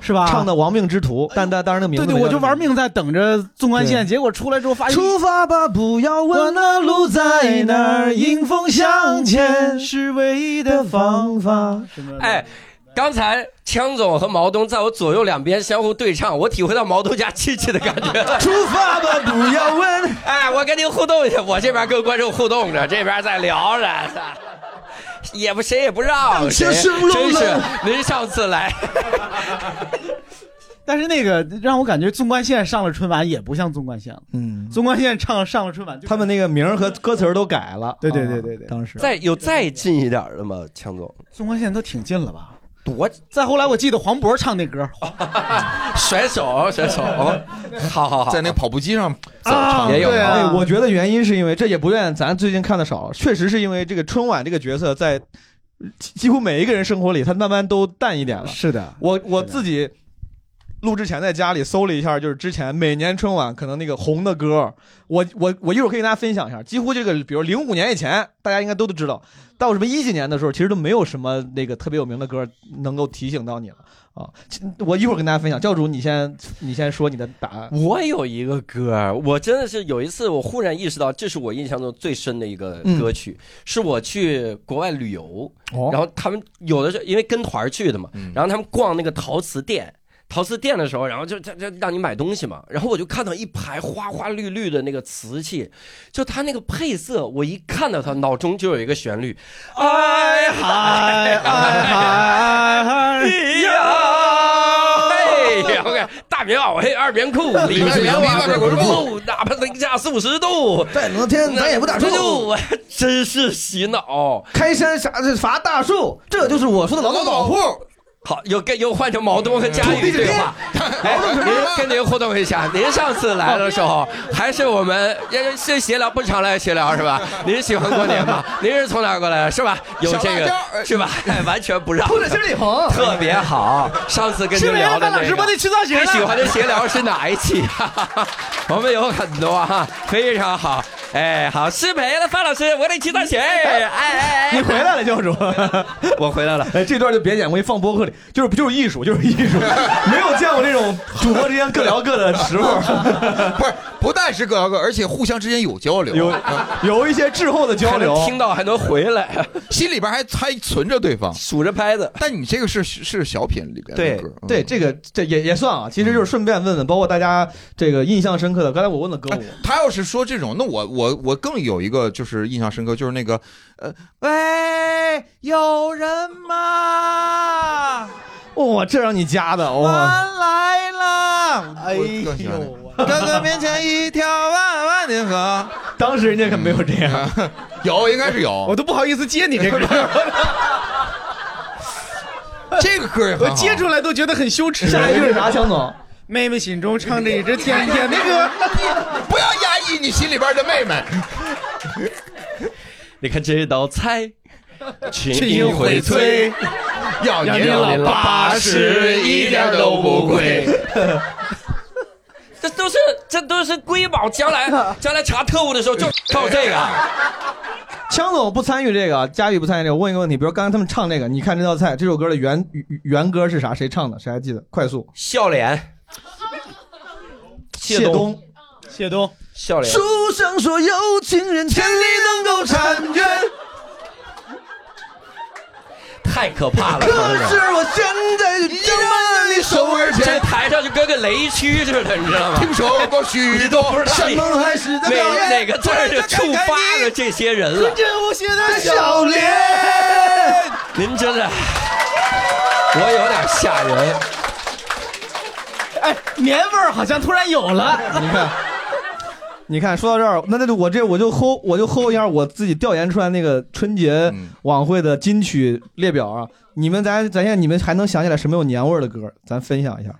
是吧？唱的《亡命之徒》，但但当然那个名对字对，没我叫就这个玩命在等着纵贯线，对结果出来之后发现出发吧，不要问那路在哪儿，迎风向前是唯一的方法。哎，刚才枪总和毛东在我左右两边相互对唱，我体会到毛东家气气的感觉了。出发吧，不要问。哎，我跟您互动一下，我这边跟观众互动着，这边在聊着，也不谁也不让，荡起了谁生龙真是了您上次来，但是那个让我感觉纵贯线上了春晚也不像纵贯线了，嗯，纵贯线唱上了春晚就他们那个名儿和歌词儿都改了。对对啊对对对当时再有再近一点的吗？强总，纵贯线都挺近了吧？多！再后来我记得黄渤唱那歌，哦甩手甩手，哦 (laughs) 好好好，在那个跑步机上啊，也有对啊我觉得原因是因为这也不怨咱最近看的少，确实是因为这个春晚这个角色在几几乎每一个人生活里，他慢慢都淡一点了。是的，我我自己录之前在家里搜了一下，就是之前每年春晚可能那个红的歌，我我我一会儿可以跟大家分享一下。几乎这个，比如零五年以前，大家应该都都知道，到什么一几年的时候，其实都没有什么那个特别有名的歌能够提醒到你了啊。其我一会儿跟大家分享，教主你先你先说你的答案。我有一个歌儿，我真的是有一次，我忽然意识到，这是我印象中最深的一个歌曲，是我去国外旅游，哦然后他们有的时候因为跟团儿去的嘛，然后他们逛那个陶瓷店。陶瓷店的时候，然后就就就让你买东西嘛，然后我就看到一排花花绿绿的那个瓷器，就它那个配色，我一看到它，脑中就有一个旋律，哎嗨哎嗨哎嗨呀，哎呀，OK，大大棉袄黑二棉裤，里面棉袜外边裤， (laughs) 哪怕零下四五十度，再冷的天咱也不打怵我真是洗脑。开山啥是伐大树，这就是我说的劳动保护。好，又跟又换成毛东和佳宇对 (laughs) 话。哎，您跟您互动一下，您上次来的时候还是我们要是闲聊不常来闲聊 (laughs) 是吧？您喜欢过年吗？您是从哪儿过来的是吧？有这小辣个椒是吧？ (laughs) 哎完全不让，哭着心里捧特别好。上次跟您聊的那个，吃没了咱俩直播得吃造型了您喜欢的闲聊是哪一期？啊 (laughs) 我们有很多哈，非常好。哎，好，失陪了，范老师，我得去道歉。哎哎哎，你回来了，教 (laughs) 主，我回来了。哎，这段就别剪，我给你放播客里，就是就是艺术，就是艺术， (laughs) 没有见过这种主播之间各聊各的时候。不是，不但是各聊各，而且互相之间有交流，啊有有一些滞后的交流还能听到还能回来， (laughs) 心里边还还存着对方，数着拍子。但你这个是是小品里边的对歌，嗯对，这个这也也算啊，其实就是顺便问问，包括大家这个印象深刻的，刚才我问了歌舞，哎他要是说这种，那我我我更有一个就是印象深刻，就是那个呃，喂，有人吗？哇、这让你加的，哇、俺来啦！哎呦，哥哥面前一条弯弯的河。当时人家可没有这样， (laughs) 有应该是有，我都不好意思接你这个歌， (laughs) 这个歌很我好接出来都觉得很羞耻。下一句是啥强总？妹妹心中唱着一支甜甜的歌。 (laughs) 不要压抑你心里边的妹妹。你看这道菜，群英荟荟萃萃，要您老八十一点儿都不贵。这都是这都是瑰宝，将来将来查特务的时候就靠这个。强总不参与这个，佳宇不参与这个。我问一个问题，比如刚才他们唱这个，你看这道菜这首歌的原原歌是啥？谁唱的？谁还记得？快速，笑脸，谢东，谢东，笑书上说有情人千里能够婵娟，太可怕了，可是我现在就将满了你手腕在间。台上就跟个雷区似的，你知道吗？听说过你许都多不知道你山盟海誓的哪表演哪个字儿就触发了这些人了。无邪的笑笑脸脸。您真的，我有点吓人。哎，年味儿好像突然有了。你看，你看，说到这儿，那那就我这我就吼我就吼一下我自己调研出来那个春节晚会的金曲列表啊！你们咱咱现在你们还能想起来什么有年味儿的歌？咱分享一下。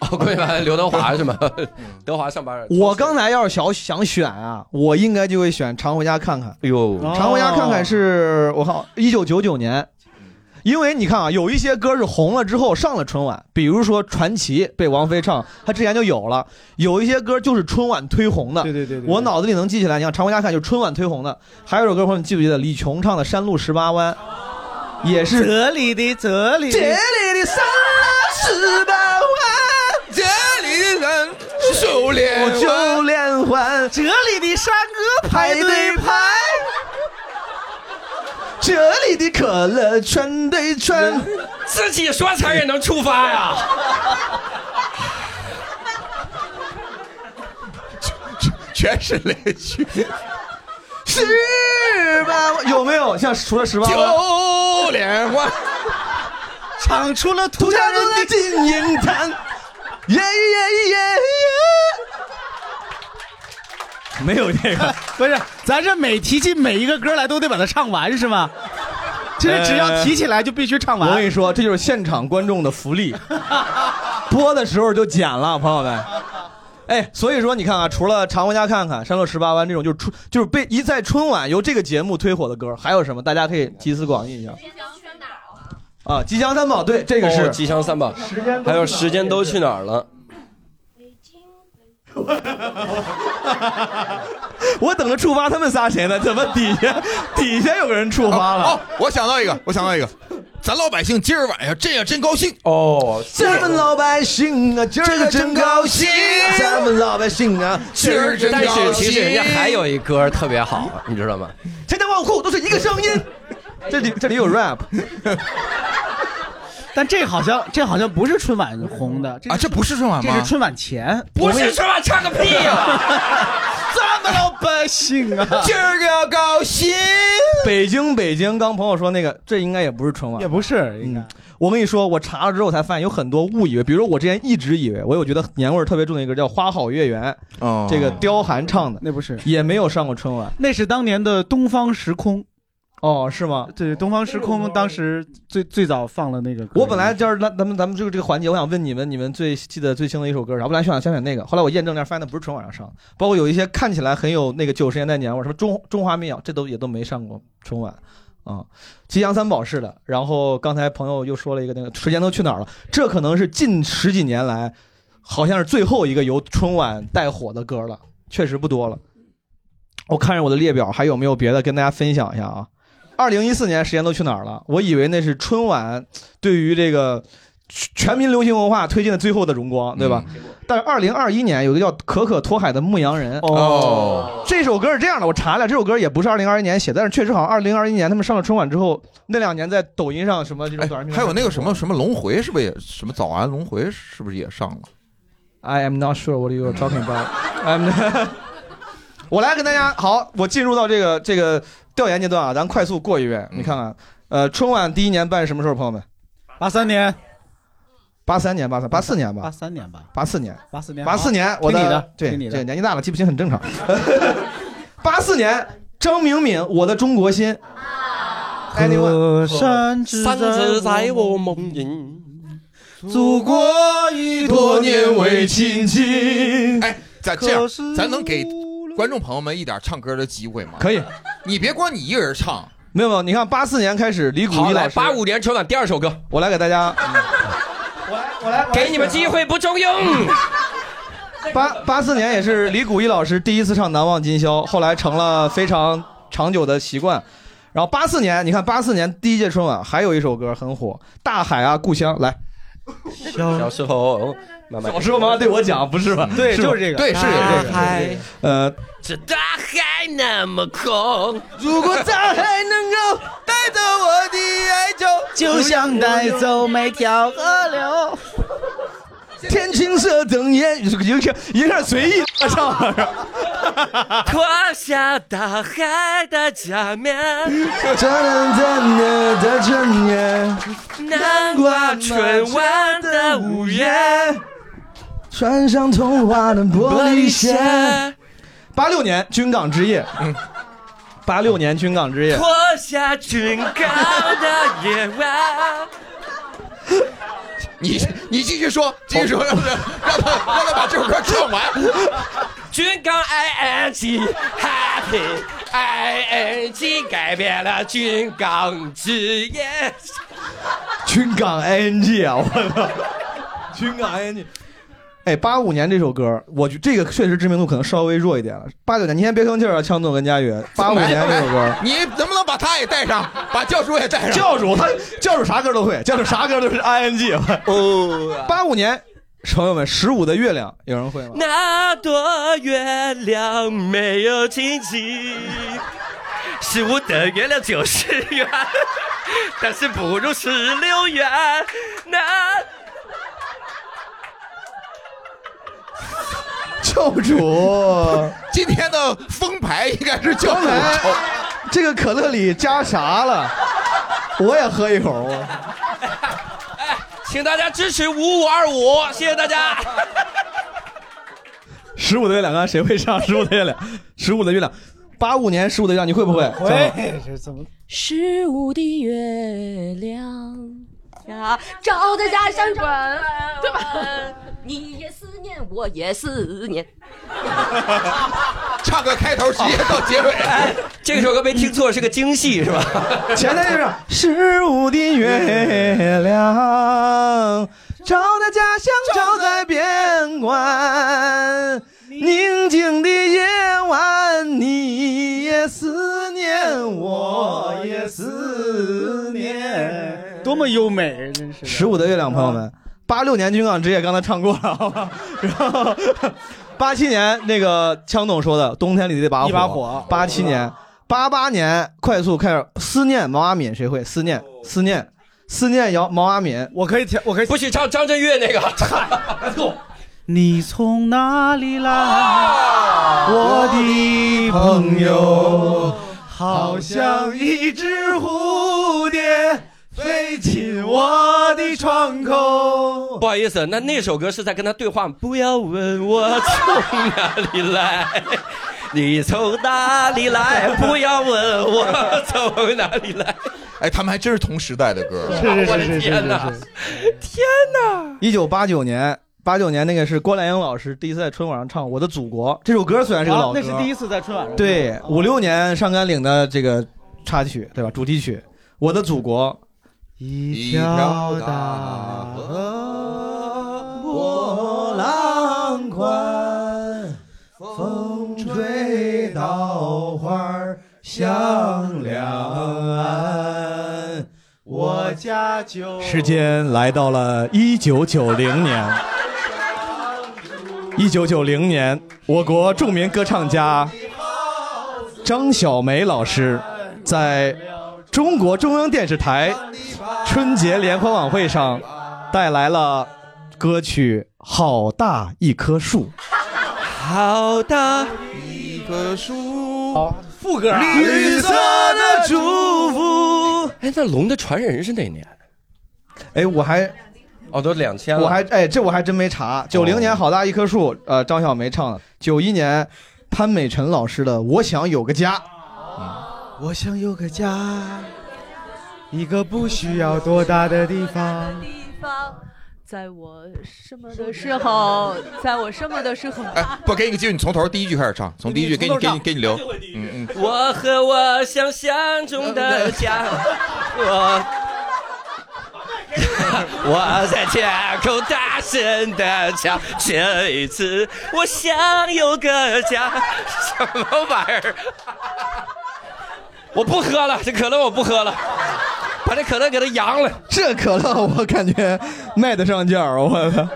哦， (laughs) 桂凡刘德华是吗？嗯 (laughs) 德华上班了。我刚才要是想想选啊，我应该就会选《常回家看看》。哎呦常回家看看是我靠，一九九九年。因为你看啊，有一些歌是红了之后上了春晚，比如说《传奇》被王菲唱，她之前就有了；有一些歌就是春晚推红的。对对对对我脑子里能记起来，你看《常回家看》就是春晚推红的。还有一首歌，朋友们记不记得李琼唱的《山路十八弯》，也是这里的这里的这里的山十八弯，这里的人手连环手连环，这里的山歌排对排，这里的可乐圈对圈。自己说词儿也能触发呀！全是雷区。十八弯有没有像除了十八弯，九连环，唱出了土家人的金银滩，耶耶耶耶！没有这个， (laughs) 不是，咱是每提起每一个歌来都得把它唱完是吗？其实只要提起来就必须唱完。呃我跟你说，这就是现场观众的福利，播的时候就剪了，朋友们。哎，所以说你看啊，除了《常回家看看》《山路十八弯》这种，就是春就是被一在春晚由这个节目推火的歌，还有什么？大家可以集思广益一下。啊，吉祥三宝，对，这个是、哦吉祥三宝，还有时间都去哪儿了？ (laughs) 我等着触发他们仨谁呢？怎么底下 (laughs) 底下有个人触发了？哦，我想到 (laughs) 一个，我想到一个，咱老百姓今儿晚上这样真高兴哦，咱们老百姓啊，今儿个真高兴，咱们老百姓啊，今儿真但高是其实人家兴。还有一歌特别好，你知道吗？千家万户都是一个声音。这里这里有 rap，但这好像这好像不是春晚红的啊，这不是春晚这吗是春晚前，不是春晚唱个屁呀、咱们老百姓啊，今儿个高兴。北京，北京，刚朋友说那个，这应该也不是春晚，也不是，应该。我跟你说，我查了之后才发现有很多误以为，比如说我之前一直以为，我有觉得年味儿特别重的一个叫《花好月圆》，哦这个刁寒唱的，那不是也没有上过春晚。那是当年的东方时空。哦，是吗？对，东方时空当时最最早放了那个歌。我本来就是那咱们咱们这个这个环节，我想问你们，你们最记得最清的一首歌是啥？我本来想想选那个，后来我验证了一下，发现那不是春晚上上的，包括有一些看起来很有那个九十年代年味儿，什么中中华民谣，这都也都没上过春晚啊、吉祥三宝是的，然后刚才朋友又说了一个那个时间都去哪儿了，这可能是近十几年来，好像是最后一个由春晚带火的歌了，确实不多了。我看着我的列表，还有没有别的跟大家分享一下啊？二零一四年时间都去哪儿了？我以为那是春晚对于这个全全民流行文化推进的最后的荣光，对吧？嗯但是二零二一年有一个叫可可托海的牧羊人啊哦，这首歌是这样的，我查了，这首歌也不是二零二一年写的，但是确实好像二零二一年他们上了春晚之后，那两年在抖音上什么这种短视频、哎还有那个什么什么龙回，是不是也什么早安龙回，是不是也上了？ I am not sure what you are talking about. I'm (laughs) 我来跟大家好，我进入到这个这个调研阶段啊，咱快速过一遍，你看嗯看，呃，春晚第一年办什么时候，朋友们？八三年，八三年，八三，八四年吧八，三年吧，八四年，八四年，八四年，我听你的的，对听你的对，年纪大了记不清很正常。 (laughs) 八四年，张明敏，《我的中国心》。河山只山只在在我梦萦。祖国已多年为亲近。哎，咱这样可是，咱能给观众朋友们一点唱歌的机会吗？可以，你别光你一个人唱。没有没有，你看八四年开始，李谷好，一老来师，八五年春晚第二首歌，我来给大家，我来给你们机会不中用。八八四年也是李谷一老师第一次唱《难忘今宵》，后来成了非常长久的习惯。然后八四年，你看八四年第一届春晚还有一首歌很火，《大海啊故乡》来。小时候，妈妈小时候妈妈对我讲，不是吧？对吧就是这个对，是大这个。海是这个呃，这大海那么空，如果大海能够带走我的哀愁，就像带走每条河流。天青色等烟，有点有点随意唱了。脱下大海的假面，南瓜春晚的午夜，穿上童话的玻璃鞋。八六年军港之夜，八六年军港之夜，脱下军高的夜晚。你你继续说，继续说，让他让他让他把这首歌唱完。军港 I N G Happy I N G 改变了军港之夜。军港 ing 啊，我操！军港 ing。哎，八五年这首歌，我觉这个确实知名度可能稍微弱一点了。八九年，你先别吭气儿啊，枪总跟佳宇。八五年 (laughs) 这首歌，你能不能把他也带上， (laughs) 把教主也带上？教主他教主啥歌都会，教主啥歌都是 ing。哦， (laughs) 八五年，朋友们，十五的月亮有人会吗？那朵月亮没有亲戚，十五的月亮九十圆，但是不如十六圆。那教主，今天的封牌应该是教主刚才这个可乐里加啥了？我也喝一口。请大家支持五五二五，谢谢大家。十五的月亮，刚才谁会唱？十五的月亮，十五的月亮，八五年十五的月亮，你会不会？喂，这怎么？十五的月亮呀，照在家乡转，对吧？你也思念，我也思念。唱个开头，直接到结尾。这首歌没听错，是个京戏是吧？前台就是十五的月亮，照在家乡，照在边关，宁静的夜晚，你也思念我，也思念。多么优美，真是。啊十五的月亮，朋友们，八六年军港之夜刚才唱过了，好吧？ (laughs) 然后八七年那个枪总说的冬天里的一把火，一把火哦八七年，八八年快速开始思念毛阿敏，谁会思哦念思念思念姚毛阿敏？我可以调，我可以不许唱张震岳那个。你从哪里来，啊我的朋友？好像一只蝴蝶飞进我的的窗口。不好意思，那那首歌是在跟他对话吗， (laughs) 不要问我从哪里来， (laughs) 你从哪里来，不要问我从哪里来。哎，他们还真是同时代的歌是是我是的是是天哪是，天哪！一九八九年，八九年那个是郭兰英老师第一次在春晚上唱《我的祖国》这首歌，虽然是个老歌，啊那是第一次在春晚上。对，五六年上甘岭的这个插曲，对吧？主题曲《我的祖国》，一条大波浪宽，风吹稻花香两岸。我家就时间来到了一九九零年。 (laughs) 一九九零年，我国著名歌唱家张小梅老师在中国中央电视台春节联欢晚会上带来了歌曲《好大一棵树》。好大一棵树，副歌啊绿色的祝福。哎，那龙的传人是哪年？哎，我还哦，都两千了。我还哎，这我还真没查。九零年《好大一棵树》，呃，张小梅唱的；九一年潘美辰老师的《我想有个家》。我想有个家，一个不需要多大的地方。在我什么的时候，在我什么的时候，哎，不，给你个机会，你从头第一句开始唱，从第一句给你给你给你留。嗯嗯，我和我想象中的家，我我在天空大声的叫，这一次我想有个家，什么玩意儿？我不喝了，这可乐我不喝了，把这可乐给它扬了。这可乐我感觉卖得上价儿，我操！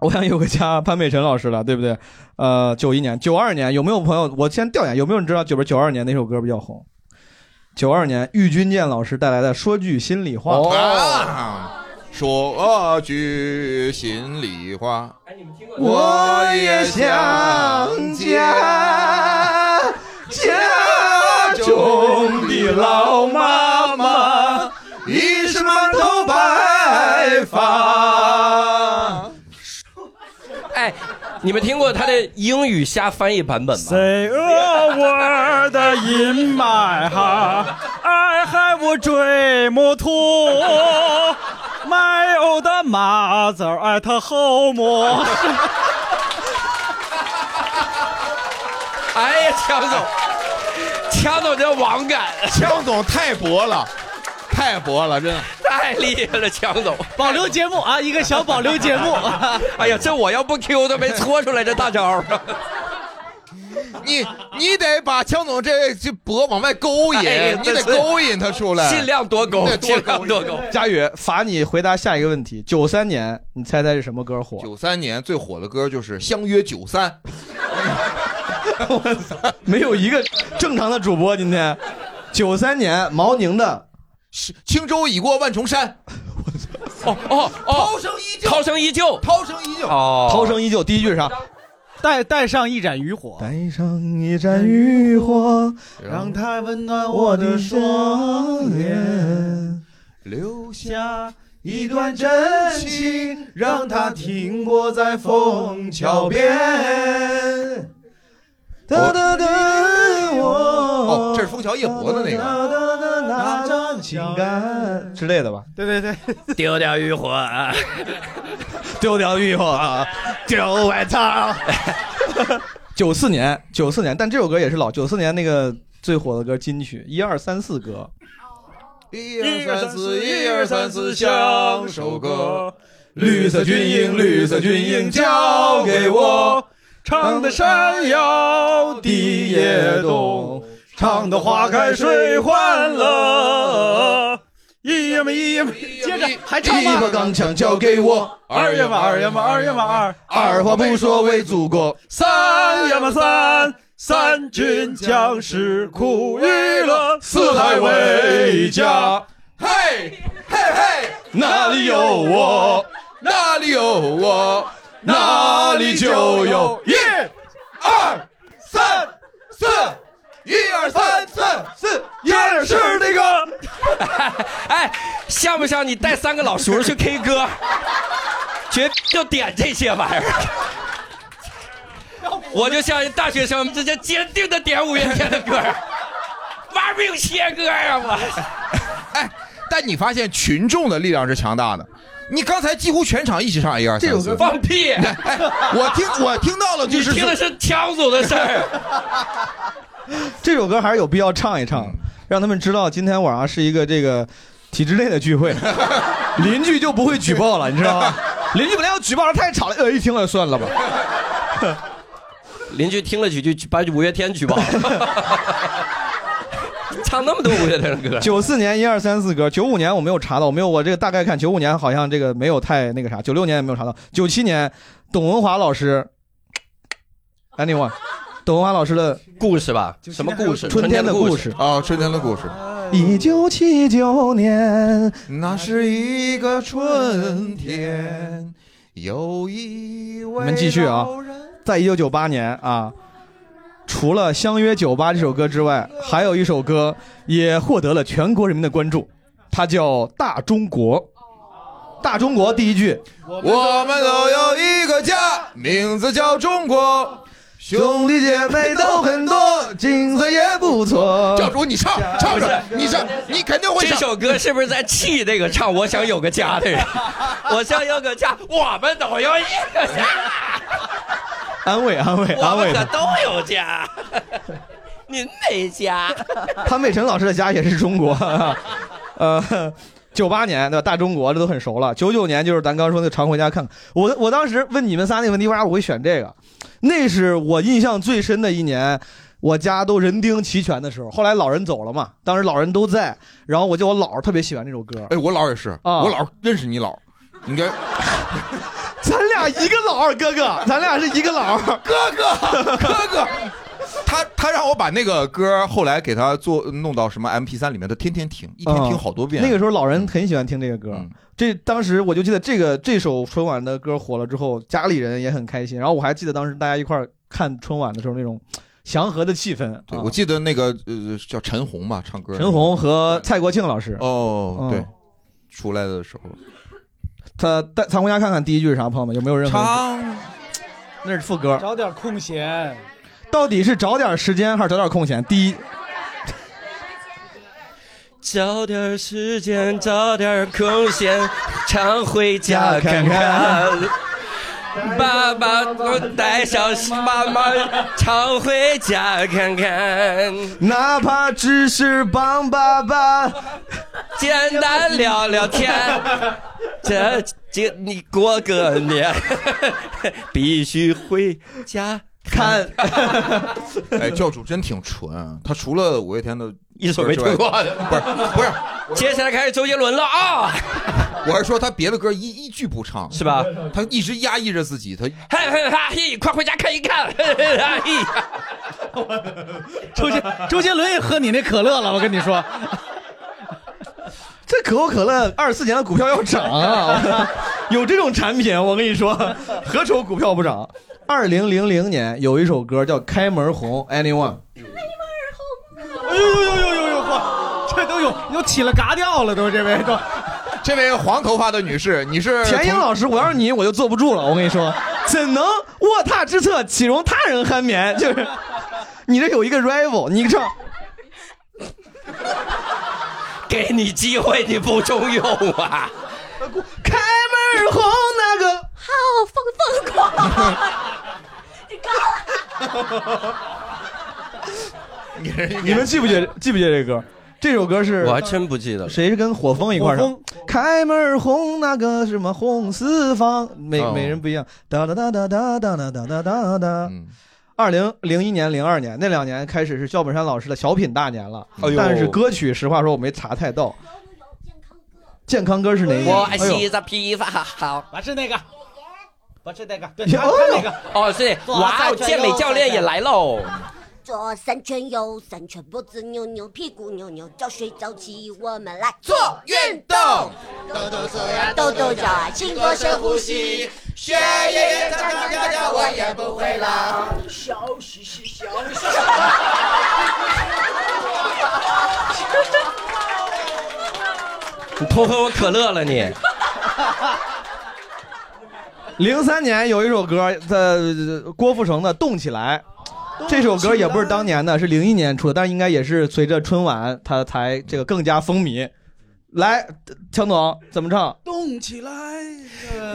我想有个家，潘美辰老师了，对不对？呃，九一年、九二年有没有朋友？我先调研，有没有人知道九不九二年哪首歌比较红？九二年郁钧剑老师带来的《说句心里哦话》啊说句心里话，我也想家，家中的老妈妈已是满头白发。哎，你们听过他的英语瞎翻译版本吗？ Say (laughs) a word in my heart, I have a dream too. My old mother 哎 at home. (laughs) 哎呀，强总，强总这网感， (laughs) 强总太薄了，太薄了，真的太厉害了，强总，保留节目啊，一个小保留节目。 (laughs) 哎呀，这我要不 Q 都没搓出来这大招 (laughs) 啊！你你得把强总这这脖往外勾引，哎你得勾引他出来，尽量多勾你得，尽量多勾。佳宇，罚你回答下一个问题。九三年，你猜猜是什么歌火？九三年最火的歌就是《相约九三》， (laughs) 没有一个正常的主播今天。九三年，毛宁的《轻舟已过万 (laughs) 重山》。哦哦哦，涛声依旧，涛声依旧，涛声依旧。哦涛声依旧。第一句是啥？带带上一盏渔火，带上一盏渔火，让它温暖我我的的双双眼眼，留下一段真情，让它停泊在枫桥边。哒哒哒，我哦，这是枫桥夜泊的那个。那张情感之类的吧？对对对，丢掉渔火，丢掉啊浴火，丢外套。九四年，九四年，但这首歌也是老九四年那个最火的歌金曲，一二三四歌。一二三四，一一二二三三四四，相相守守歌歌。绿色军营，绿色军营交给我，唱的山摇地也动，唱的花开水欢乐。一呀嘛一呀嘛，接着还唱吗一把钢枪交给我二呀嘛二呀嘛二呀嘛二，二话不说为祖国。三呀嘛三，三军将士苦与乐，四海为家。嘿，嘿嘿，哪里有我，哪里有我，哪里就有一、二、三、四，一二三四四，一二是那个。哎，像不像你带三个老叔去 K 歌？绝就点这些玩意 (laughs) 儿。我就像一大学生，这叫坚定的点五月天的歌 (laughs) 儿，玩命切歌呀、我。但你发现群众的力量是强大的。你刚才几乎全场一起唱一二三四，放屁！哎我听我听到了，就是你听的是枪组的事儿。这首歌还是有必要唱一唱，让他们知道今天晚上是一个这个体制内的聚会，邻居就不会举报了，你知道吗？邻居本来要举报，太吵了，呃，一听了算了吧。邻居听了几句，把五月天举报了。 (laughs) 唱那么多五月天的歌，九四年一二三四歌，九五年我没有查到，我没有我这个大概看，九五年好像这个没有太那个啥，九六年也没有查到，九七年董文华老师，anyone，董文华老师的故事吧，什么故事？哦春天的故事啊，春天的故事。一九七九年，那是一个春天，有一我位们继续啊老，在一九九八年啊，除了《相约酒吧》这首歌之外，还有一首歌也获得了全国人民的关注，它叫《大中国》。大中国第一句，我们都有一个家，名字叫中国，兄弟姐妹都很多，景色也不错。教主，你唱唱唱，你唱，你肯定会这唱。首歌是不是在气那个唱《我想有个家》的人？我想有个家，我们都有一个家，安慰安慰我安慰们可的。都有家。您没 (laughs) 家， (laughs) 潘美辰老师的家也是中国， (laughs) 呃，九八年对吧？大中国这都很熟了。九九年就是咱刚说那个常回家看看。我我当时问你们仨那个问题，为啥我会选这个？那是我印象最深的一年，我家都人丁齐全的时候。后来老人走了嘛，当时老人都在，然后我就我姥儿特别喜欢这首歌。哎，我姥儿也是，啊我姥儿认识你姥儿，你跟 (laughs) 咱俩一个姥儿，哥哥，咱俩是一个姥儿，哥哥，哥哥。他他让我把那个歌后来给他做弄到什么 M P 三里面，他天天听，一天听好多嗯遍。嗯那个时候老人很喜欢听这个歌，这当时我就记得这个这首春晚的歌火了之后，家里人也很开心。然后我还记得当时大家一块儿看春晚的时候那种祥和的气氛。啊对，我记得那个呃叫陈红吧，唱歌。陈红和蔡国庆老师，哦，嗯对，出来的时候，他带咱回家看看第一句是啥，朋友们有没有任何？唱，那是副歌，找点空闲。到底是找点时间还是找点空闲？第一，找点时间，找点空闲，常回家看看。爸爸，我带上妈妈，常回家看看。哪怕只是帮爸爸简单聊聊天，这这你过个年，必须回家看。 (laughs) 哎，教主真挺纯啊，他除了五月天的一首没听过的不是不是，接下来开始周杰伦了啊！我是说他别的歌一一句不唱，是吧？他一直压抑着自己，他 (laughs) 嗨嗨嗨嘿，快回家看一看！嘿嘿哎呀周杰周杰伦也喝你那可乐了，我跟你说，这可口可乐二四年的股票要涨啊！有这种产品，我跟你说，何愁股票不涨？二零零零年有一首歌叫《开门红》，Anyone，哎呦呦呦呦呦嚯，这都有又起了嘎调了，都这位都。这位黄头发的女士，你是田英老师，我要是你，我就坐不住了。我跟你说，怎能卧榻之侧岂容他人酣眠？就是你这有一个 rival，你唱给你机会你不中用啊！开门红那个好疯疯狂，你干了。 (laughs) 你们记不记得记不记得这歌？这首歌是我还真不记得了。谁是跟火风一块儿唱？开门红，那个什么红四方，每哦每人不一样。哒哒哒哒哒哒哒哒哒哒哒。二零零一年、零二年那两年开始是赵本山老师的小品大年了哎呦，但是歌曲实话说我没查太到。健康歌是哪一年？我爱哎呦西藏批发好，不是那个，不是那个，对，哟他那个。哦是，哇哦，健美教练也来喽。左三圈右三圈，脖子扭扭，屁股扭扭，早睡早起，我们来做运动，抖抖手呀，抖抖脚啊，经过深呼吸，学爷爷唱唱跳跳，我也不会老。小嘻嘻，小嘻嘻。你偷喝我可乐了你？零三年有一首歌，呃，郭富城的《动起来》，这首歌也不是当年的，是零一年出的，但是应该也是随着春晚，它才这个更加风靡。来，强总怎么唱？动起来！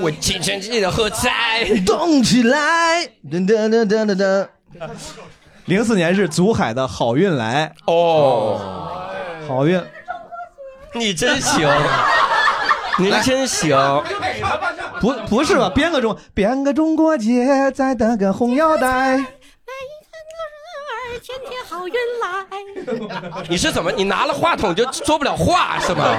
我清晨记得喝彩，动起来！噔噔噔噔噔噔。零四年是祖海的《好运来》哦，好运，你真行， (laughs) 您真行。不不是吧？编个中编个中国结，再搭个红腰带。天天好运来。 (laughs) 你是怎么？你拿了话筒就说不了话是吗？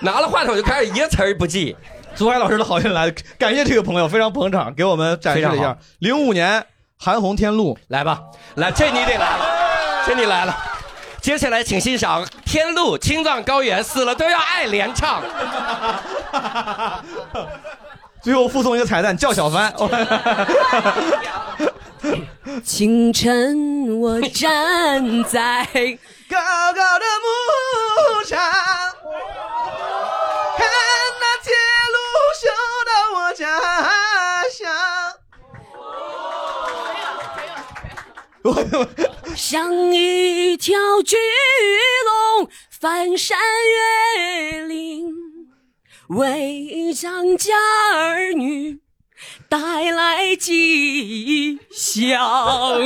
拿了话筒就开始一个词儿不记。祖海老师的好运来，感谢这个朋友，非常捧场，给我们展示了一非常下好。零五年韩红天路，来吧，来，这你得来了，这你来了。接下来请欣赏《天路》，青藏高原死了都要爱连唱。最后附送一个彩蛋，叫小 (laughs) 帆。清晨，我站在高高的牧场，看那铁路修到我家乡。像一条巨龙翻山越岭，为张家儿女带来吉祥。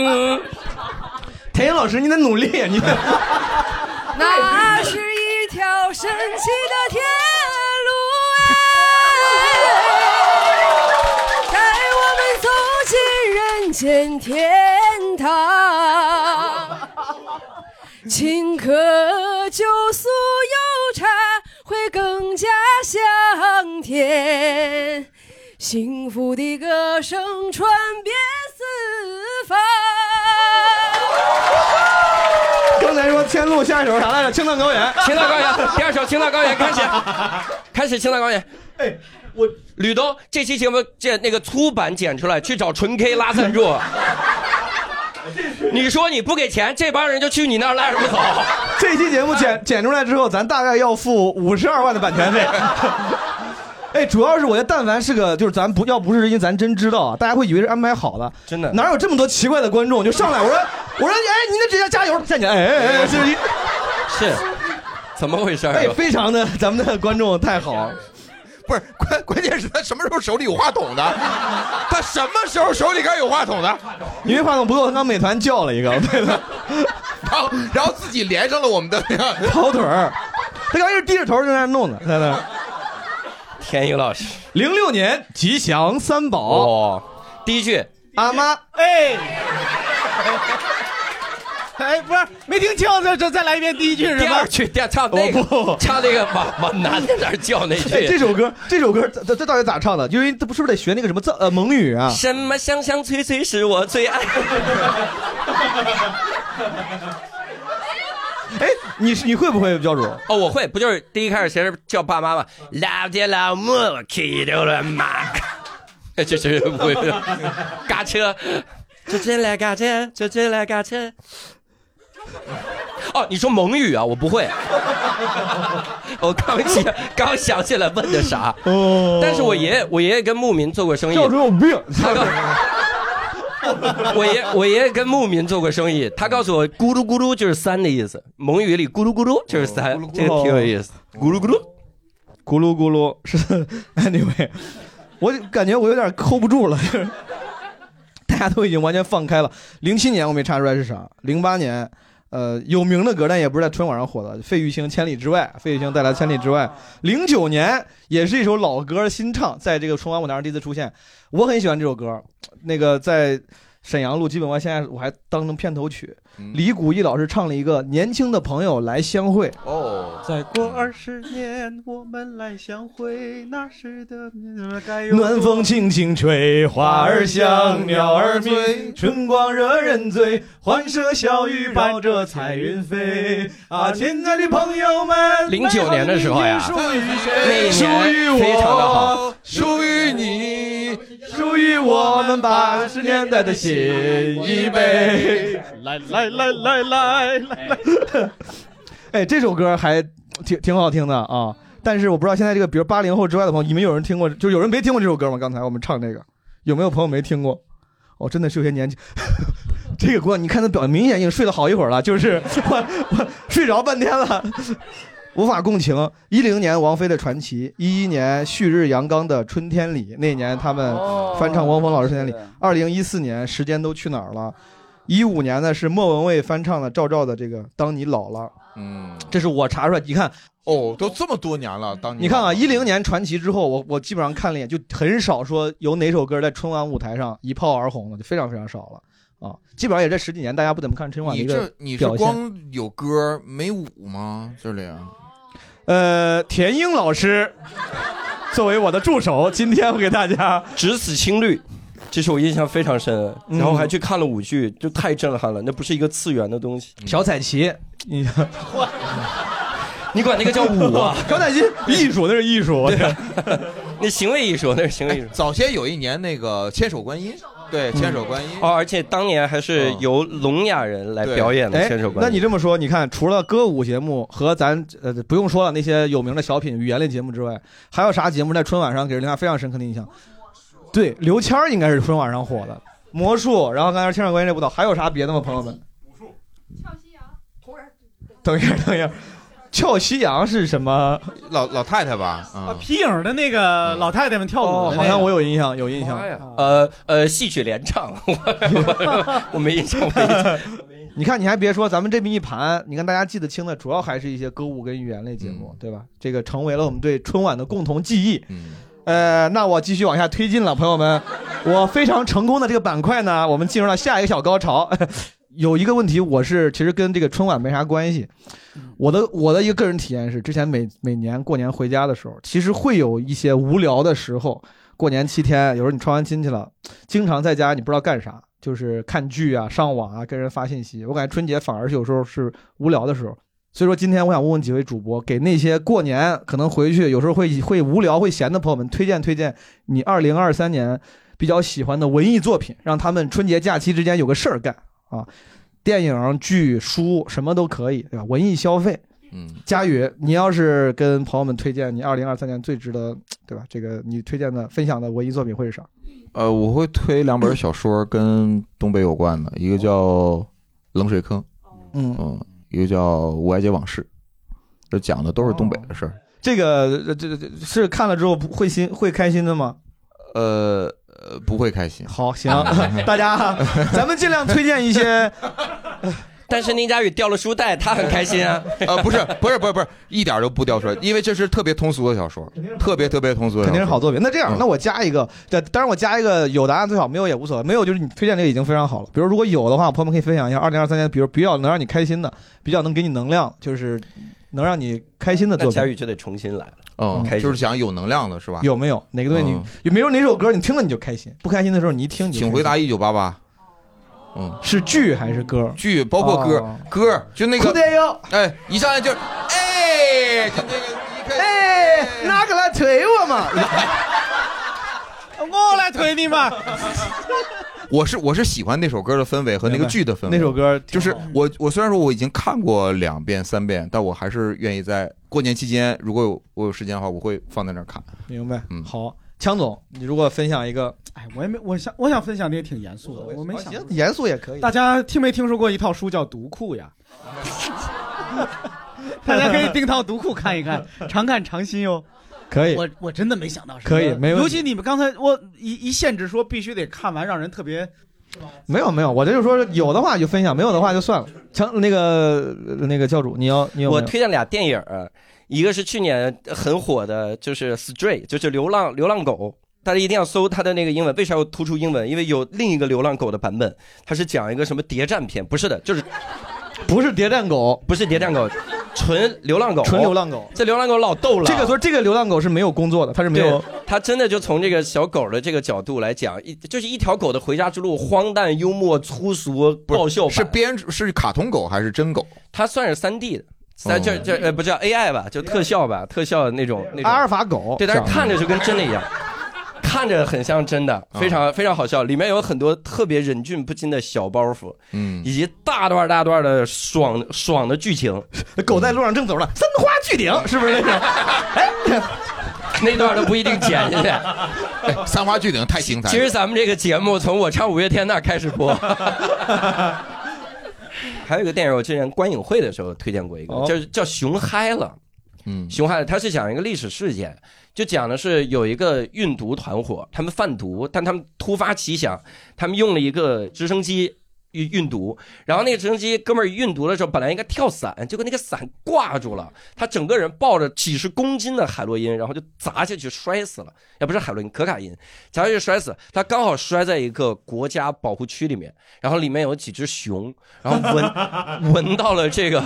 田英老师，你得努力，你得那是一条神奇的天带我们走进人间天堂。青稞酒酥油茶会更加香甜，幸福的歌声传遍四方。刚才说哎天路，下一首啥来着？青藏高原，青藏高原，第二首《青藏高原》开始，开始《青藏高原》。哎，我吕东这期节目这那个粗版剪出来，去找纯 (laughs) K 拉赞助。你说你不给钱，这帮人就去你那儿赖什么走？这期节目剪剪出来之后，咱大概要付五十二万的版权费。 (laughs) 哎，主要是我觉得，但凡是个，就是咱不要不是因为咱真知道啊，大家会以为是安排好的，真的哪有这么多奇怪的观众就上来？我说， (laughs) 我说，哎，您这直接加油，站起来，哎哎 (laughs) 哎， (laughs) 就是一，是，怎么回事儿？啊哎，非常的，咱们的观众太好，不是关关键是他什么时候手里有话筒的？ (laughs) 他什么时候手里该有话筒的？因为话筒不够，他刚美团叫了一个， (laughs) 对了，然后然后自己连上了我 (laughs) 们的那个跑腿儿，他刚才是低着头在那儿弄的，在那儿。田宇老师，零六年吉祥三宝哦，第一句阿妈，哎，哎，不是没听清，这这再来一遍，第一句是什么？第二句，第二唱那哦个，唱那个往往男的那儿叫那哎，句。这首歌，这首歌，这这这到底咋唱的？因为这不是不是得学那个什么藏呃蒙语啊？什么香香脆脆是我最爱。 (laughs) 哎，你是你会不会教主？哦，我会，不就是第一开始谁是叫爸妈吗？老爹老母，我骑着了 (laughs) 马。这这不会， (laughs) 嘎车，这真来嘎车，这真来嘎车。哦，你说蒙语啊？我不会， (laughs) 我刚想刚想起来问的啥。哦但是我爷爷，我爷爷跟牧民做过生意。教主有病！他告我爷我爷爷跟牧民做过生意，他告诉我咕噜咕噜就是三的意思，蒙语里咕哦噜咕噜就是三，这个挺有意思。咕噜咕噜，咕噜咕噜 (laughs) 是 anyway，我感觉我有点 hold 不住了， (laughs) 就是大家都已经完全放开了。零七年我没查出来是啥，零八年，呃，有名的歌，但也不是在春晚上火的，费玉清《千里之外》，费玉清带来《千里之外》。零九年也是一首老歌新唱，在这个春晚舞台上第一次出现，我很喜欢这首歌，那个在。沈阳路基本完，现在我还当成片头曲。嗯李谷一老师唱了一个《年轻的朋友来相会》， (laughs) 哦，再过二十年，我们来相会，那时的该有多暖风轻轻吹，花儿香，鸟儿醉，春光惹人醉，欢声笑语伴着彩云飞。啊，亲爱的朋友们， 09年的时候呀属于那一年谁？属于我，非常的好，属于你，属于我们八十年代的新一辈。来来来 (laughs) 来来来来，哎，这首歌还挺挺好听的啊。但是我不知道现在这个，比如八零后之外的朋友，你们有人听过，就是有人没听过这首歌吗？刚才我们唱这个，有没有朋友没听过？哦，真的是有些年纪。 (laughs) 这个锅，你看他表，明显已经睡了好一会儿了，就是我我睡着半天了， (laughs) 无法共情。一零年王菲的《传奇》，一一年旭日阳刚的《春天里》，那年他们翻唱汪峰老师《春天里》。二零一四年《时间都去哪儿了》，一五年呢是莫文蔚翻唱了赵照的这个《当你老了》。嗯，这是我查出来，你看，哦，都这么多年了，当年你看啊，一零年传奇之后，我我基本上看了一眼，就很少说有哪首歌在春晚舞台上一炮而红了，就非常非常少了啊。基本上也这十几年，大家不怎么看春晚的你一个这你是表现光有歌没舞吗？这里啊呃，田英老师作为我的助手，今天我给大家只此青绿，这是我印象非常深的，嗯然后还去看了舞剧，就太震撼了，那不是一个次元的东西。小彩旗， (laughs) 你你管那个叫舞啊？ (laughs) 小彩旗艺术，那是艺术。对啊， (laughs) 那行为艺术，那是行为艺术。哎早些有一年那个千手观音，对，千手观音。嗯哦，而且当年还是由聋哑人来表演的《哎千手观那音》。你这么说，你看，除了歌舞节目和咱呃不用说了那些有名的小品、语言类节目之外，还有啥节目在春晚上给人留下非常深刻的印象？对，刘谦儿应该是春晚上火的，魔术，然后刚才千手观音这舞蹈，还有哎啥别的吗，朋友们？等一下，等一下，俏夕阳是什么？老老太太吧，啊，皮影的那个老太太们跳舞的那个、哎好像我有印象，有印象。呃呃，戏曲联唱， (laughs) 我我我没印象，我没印象。你看，你还别说，咱们这么一盘，你看大家记得清的，主要还是一些歌舞跟语言类节目，对吧？这个成为了我们对春晚的共同记忆。嗯，呃，那我继续往下推进了，朋友们，我非常成功的这个板块呢，我们进入了下一个小高潮。 (laughs) 有一个问题，我是其实跟这个春晚没啥关系。我的我的一个个人体验是，之前每每年过年回家的时候，其实会有一些无聊的时候。过年七天，有时候你串完亲戚了，经常在家你不知道干啥，就是看剧啊、上网啊、跟人发信息。我感觉春节反而是有时候是无聊的时候。所以说，今天我想问问几位主播，给那些过年可能回去有时候会会无聊、会闲的朋友们，推荐推荐你二零二三年比较喜欢的文艺作品，让他们春节假期之间有个事儿干啊。电影、剧、书什么都可以，对吧？文艺消费。嗯，佳宇，你要是跟朋友们推荐你二零二三年最值得，对吧？这个你推荐的分享的文艺作品会是啥？呃，我会推两本小说跟东北有关的，一个叫《冷水坑》，嗯一个叫《无爱街往事》，这讲的都是东北的事儿。这个这这是看了之后不会心会开心的吗？呃，呃不会开心。好， (laughs) 行， (laughs) 大家咱们尽量推荐一些。 (laughs) 但是宁佳宇掉了书袋，他很开心 (laughs) 啊。呃，不是，不是，不是，不是，一点都不掉出来，因为这是特别通俗的 (laughs) 小说，特别特别通俗的小肯说，定是好作品。那这样嗯，那我加一个，对，当然我加一个有答案最好，没有也无所谓。没有就是你推荐这个已经非常好了。比如如果有的话，朋友们可以分享一下二零二三年，比如比较能让你开心的，比较能给你能量，就是能让你开心的那作佳品宇。就得重新来了。嗯，开心就是讲有能量的是吧？有没有哪个东西你嗯有没有哪首歌你听了你就开心，不开心的时候你一听你就请开心回答一九八八。嗯，是剧还是歌？剧包括歌、哦歌，就那个哭得哟，哎，一上来就哎，就那个哎，拿过来推我 (laughs) 嘛！我来推你们。我是我是喜欢那首歌的氛围和那个明白剧的氛围。那首歌就是我我虽然说我已经看过两遍三遍，但我还是愿意在过年期间，如果有我有时间的话，我会放在那儿看。明白，嗯好，强总，你如果分享一个哎，我也没，我想我想分享的也挺严肃的，我没想过。严肃也可以，大家听没听说过一套 (laughs) 书叫《读库》呀？大家可以订套《读库》看一看，常看常新哟。可以我我真的没想到是可以没问题尤其你们刚才我一一限制说必须得看完，让人特别没有没有，我这就说有的话就分享，没有的话就算了。强那个那个教主，你要你有没我有推荐俩电影儿，一个是去年呃很火的，就是《Stray》，就是流浪流浪狗。大家一定要搜它的那个英文，为啥要突出英文？因为有另一个流浪狗的版本，它是讲一个什么谍战片，不是的，就是不是谍战狗，不是谍战狗，纯流浪狗，纯流浪狗。这流浪狗老逗了，这个说这个流浪狗是没有工作的，它是没有对，他真的就从这个小狗的这个角度来讲，一就是一条狗的回家之路，荒诞、幽默、粗俗、爆笑是编是卡通狗还是真狗？它算是三 D 的，三这哦这呃不叫 AI 吧，就特效吧，特效那种那种阿尔法狗。对，但是看着就跟真的一样，看着很像真的，啊非常非常好笑。里面有很多特别忍俊不禁的小包袱，嗯，以及大段大段的爽爽的剧情。 (laughs) 狗在路上正走着，三花 (laughs) 聚顶，哎是不是那种？那段都不一定 (laughs) 剪进去。三花聚顶太精彩了其实咱们这个节目从我唱五月天那儿开始 (laughs) 播。还有一个电影，我之前观影会的时候推荐过一个，哦叫叫《熊嗨了》。嗯，熊孩子，他是讲一个历史事件，就讲的是有一个运毒团伙，他们贩毒，但他们突发奇想，他们用了一个直升机运运毒，然后那个直升机哥们儿运毒的时候，本来应该跳伞，结果那个伞挂住了，他整个人抱着几十公斤的海洛因，然后就砸下去摔死了，也不是海洛因，可卡因，砸下去摔死，他刚好摔在一个国家保护区里面，然后里面有几只熊，然后闻闻到了这个。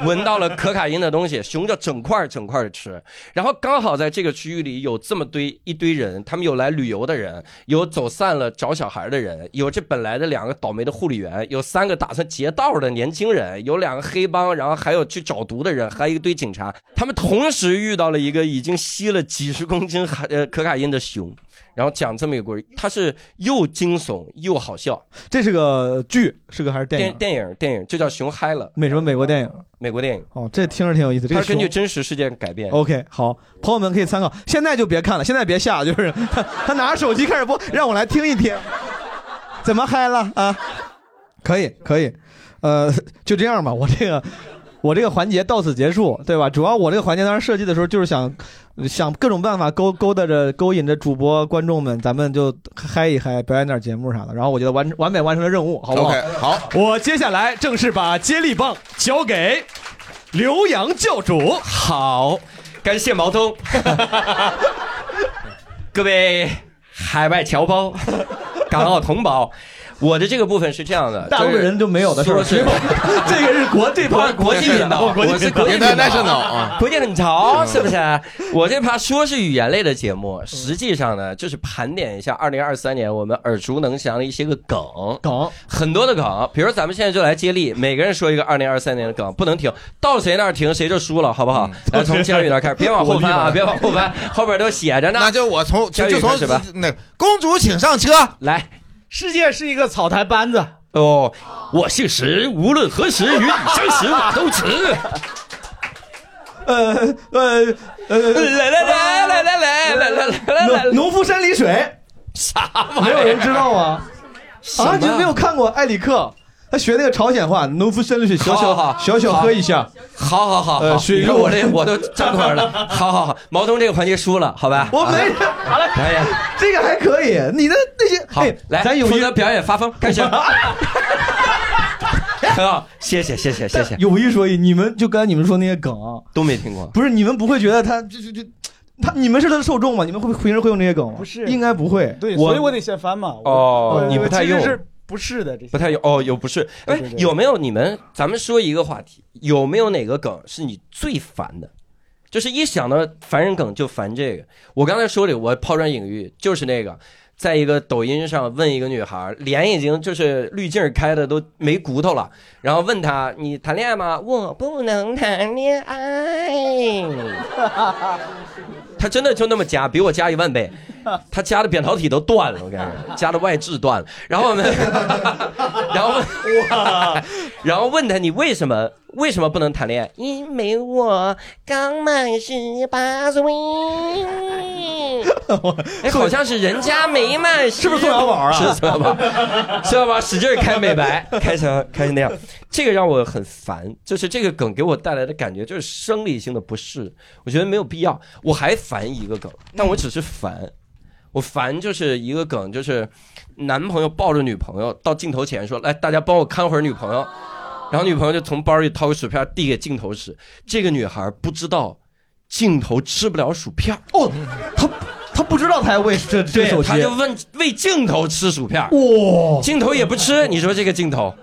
闻到了可卡因的东西，熊就整块儿整块的吃。然后刚好在这个区域里有这么堆一堆人，他们有来旅游的人，有走散了找小孩的人，有这本来的两个倒霉的护理员，有三个打算劫道的年轻人，有两个黑帮，然后还有去找毒的人，还有一堆警察。他们同时遇到了一个已经吸了几十公斤海呃可卡因的熊。然后讲这么一个故事，它是又惊悚又好笑。这是个剧，是个还是电电影？电影电影就叫《熊嗨了美什么美国电影？》，美国电影，哦，这听着挺有意思。这它个是根据熊真实事件改编。 OK，好，朋友们可以参考。现在就别看了，现在别下，就是 (laughs) 他他拿着手机开始播，让我来听一听，怎么嗨了啊？可以，可以，呃，就这样吧。我这个我这个环节到此结束，对吧？主要我这个环节当时设计的时候，就是想想各种办法勾勾搭着、勾引着主播、观众们，咱们就嗨一嗨，表演点节目啥的。然后我觉得完完美完成了任务，好不好 OK，好。我接下来正式把接力棒交给刘洋教主。好，感谢毛东， (laughs) 各位海外侨胞、港澳同胞，我的这个部分是这样的，大陆就是人就没有的事儿说是没有这个是国这趴我是啊国际频道，国际我是频 (laughs) 道国际频 International 道啊，国际很潮，是不是？我这趴说是语言类的节目，实际上呢，就是盘点一下二零二三年我们耳熟能详的一些个梗，梗很多的梗，比如咱们现在就来接力，每个人说一个二零二三年的梗，不能停，到谁那儿停谁就输了，好不好？来， (laughs) 从佳宇那儿开始，别往后翻啊，别往后翻，后边都写着呢。那就我从佳宇就从开始吧。那公主请上车，来，世界是一个草台班子，哦，我姓石，无论何时与你相识，我都值。呃呃呃，来来来来来来来来来来，农夫山里水，啥玩意儿？没有人知道吗？哎么啊，你没有看过艾里克？他学那个朝鲜话，农夫山里水，小好小好小小喝一下。好好好，呃好水你肉看我这我都站会 (laughs) 儿了。好好好，毛东这个环节输了，好吧？我没啊可以。这个还可以，你的那些好哎，来，咱有负一责表演发疯，开 (laughs) 始。 (laughs) 很好，谢谢谢谢谢谢，有一说一，你们就刚才你们说那些梗，都没听过。不是你们不会觉得他就就就他你们是他的受众吗？你们会平时会用这些梗吗？不是，应该不会。对，所以我得先翻嘛。我哦呃我你不太我其实用是不是的这些不太有哦，有不是？哎，有没有你们？咱们说一个话题，有没有哪个梗是你最烦的？就是一想到烦人梗就烦这个。我刚才说的，我抛砖引玉，就是那个，在一个抖音上问一个女孩，脸已经就是滤镜开的都没骨头了，然后问她你谈恋爱吗？我不能谈恋爱。她真的就那么加，比我加一万倍。她加的扁桃体都断了，我跟你说，加的外痔断了。然后我们。 (laughs) 然后哇， (laughs) 然后问他你为什么为什么不能谈恋爱？因为我刚满十八岁。哎，好像是人家没满 (laughs) 十，是不是宋小宝啊是宋小 (laughs) 宝，宋小宝使劲儿开美白， (laughs) 开成开成那样，这个让我很烦。就是这个梗给我带来的感觉就是生理性的不适，我觉得没有必要。我还烦一个梗，但我只是烦。我烦就是一个梗，就是男朋友抱着女朋友到镜头前说：“来，大家帮我看会儿女朋友。”然后女朋友就从包里掏个薯片递给镜头时，这个女孩不知道镜头吃不了薯片哦，他不知道他还喂这这手机，她就问为镜头吃薯片，哇镜头也不吃，你说这个镜 (laughs) 头，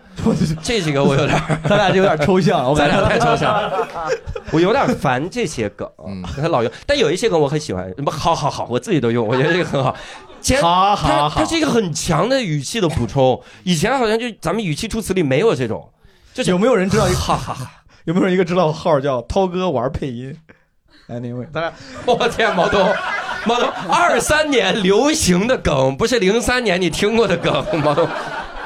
这几个我有点儿，咱俩这有点抽象我咱感觉俩太抽象了， (laughs) 我有点烦这些梗，嗯他老用，但有一些梗我很喜欢，什么好好好，我自己都用，我觉得这个很好。前它好好它好是一个很强的语气的补充，以前好像就咱们语气助词里没有这种，就是有没有人知道一个 (laughs) 哈哈哈。有没有一个知道号叫涛哥玩配音？Anyway，咱俩我天，毛东，毛东，二三年流行的梗，不是零三年你听过的梗。毛东，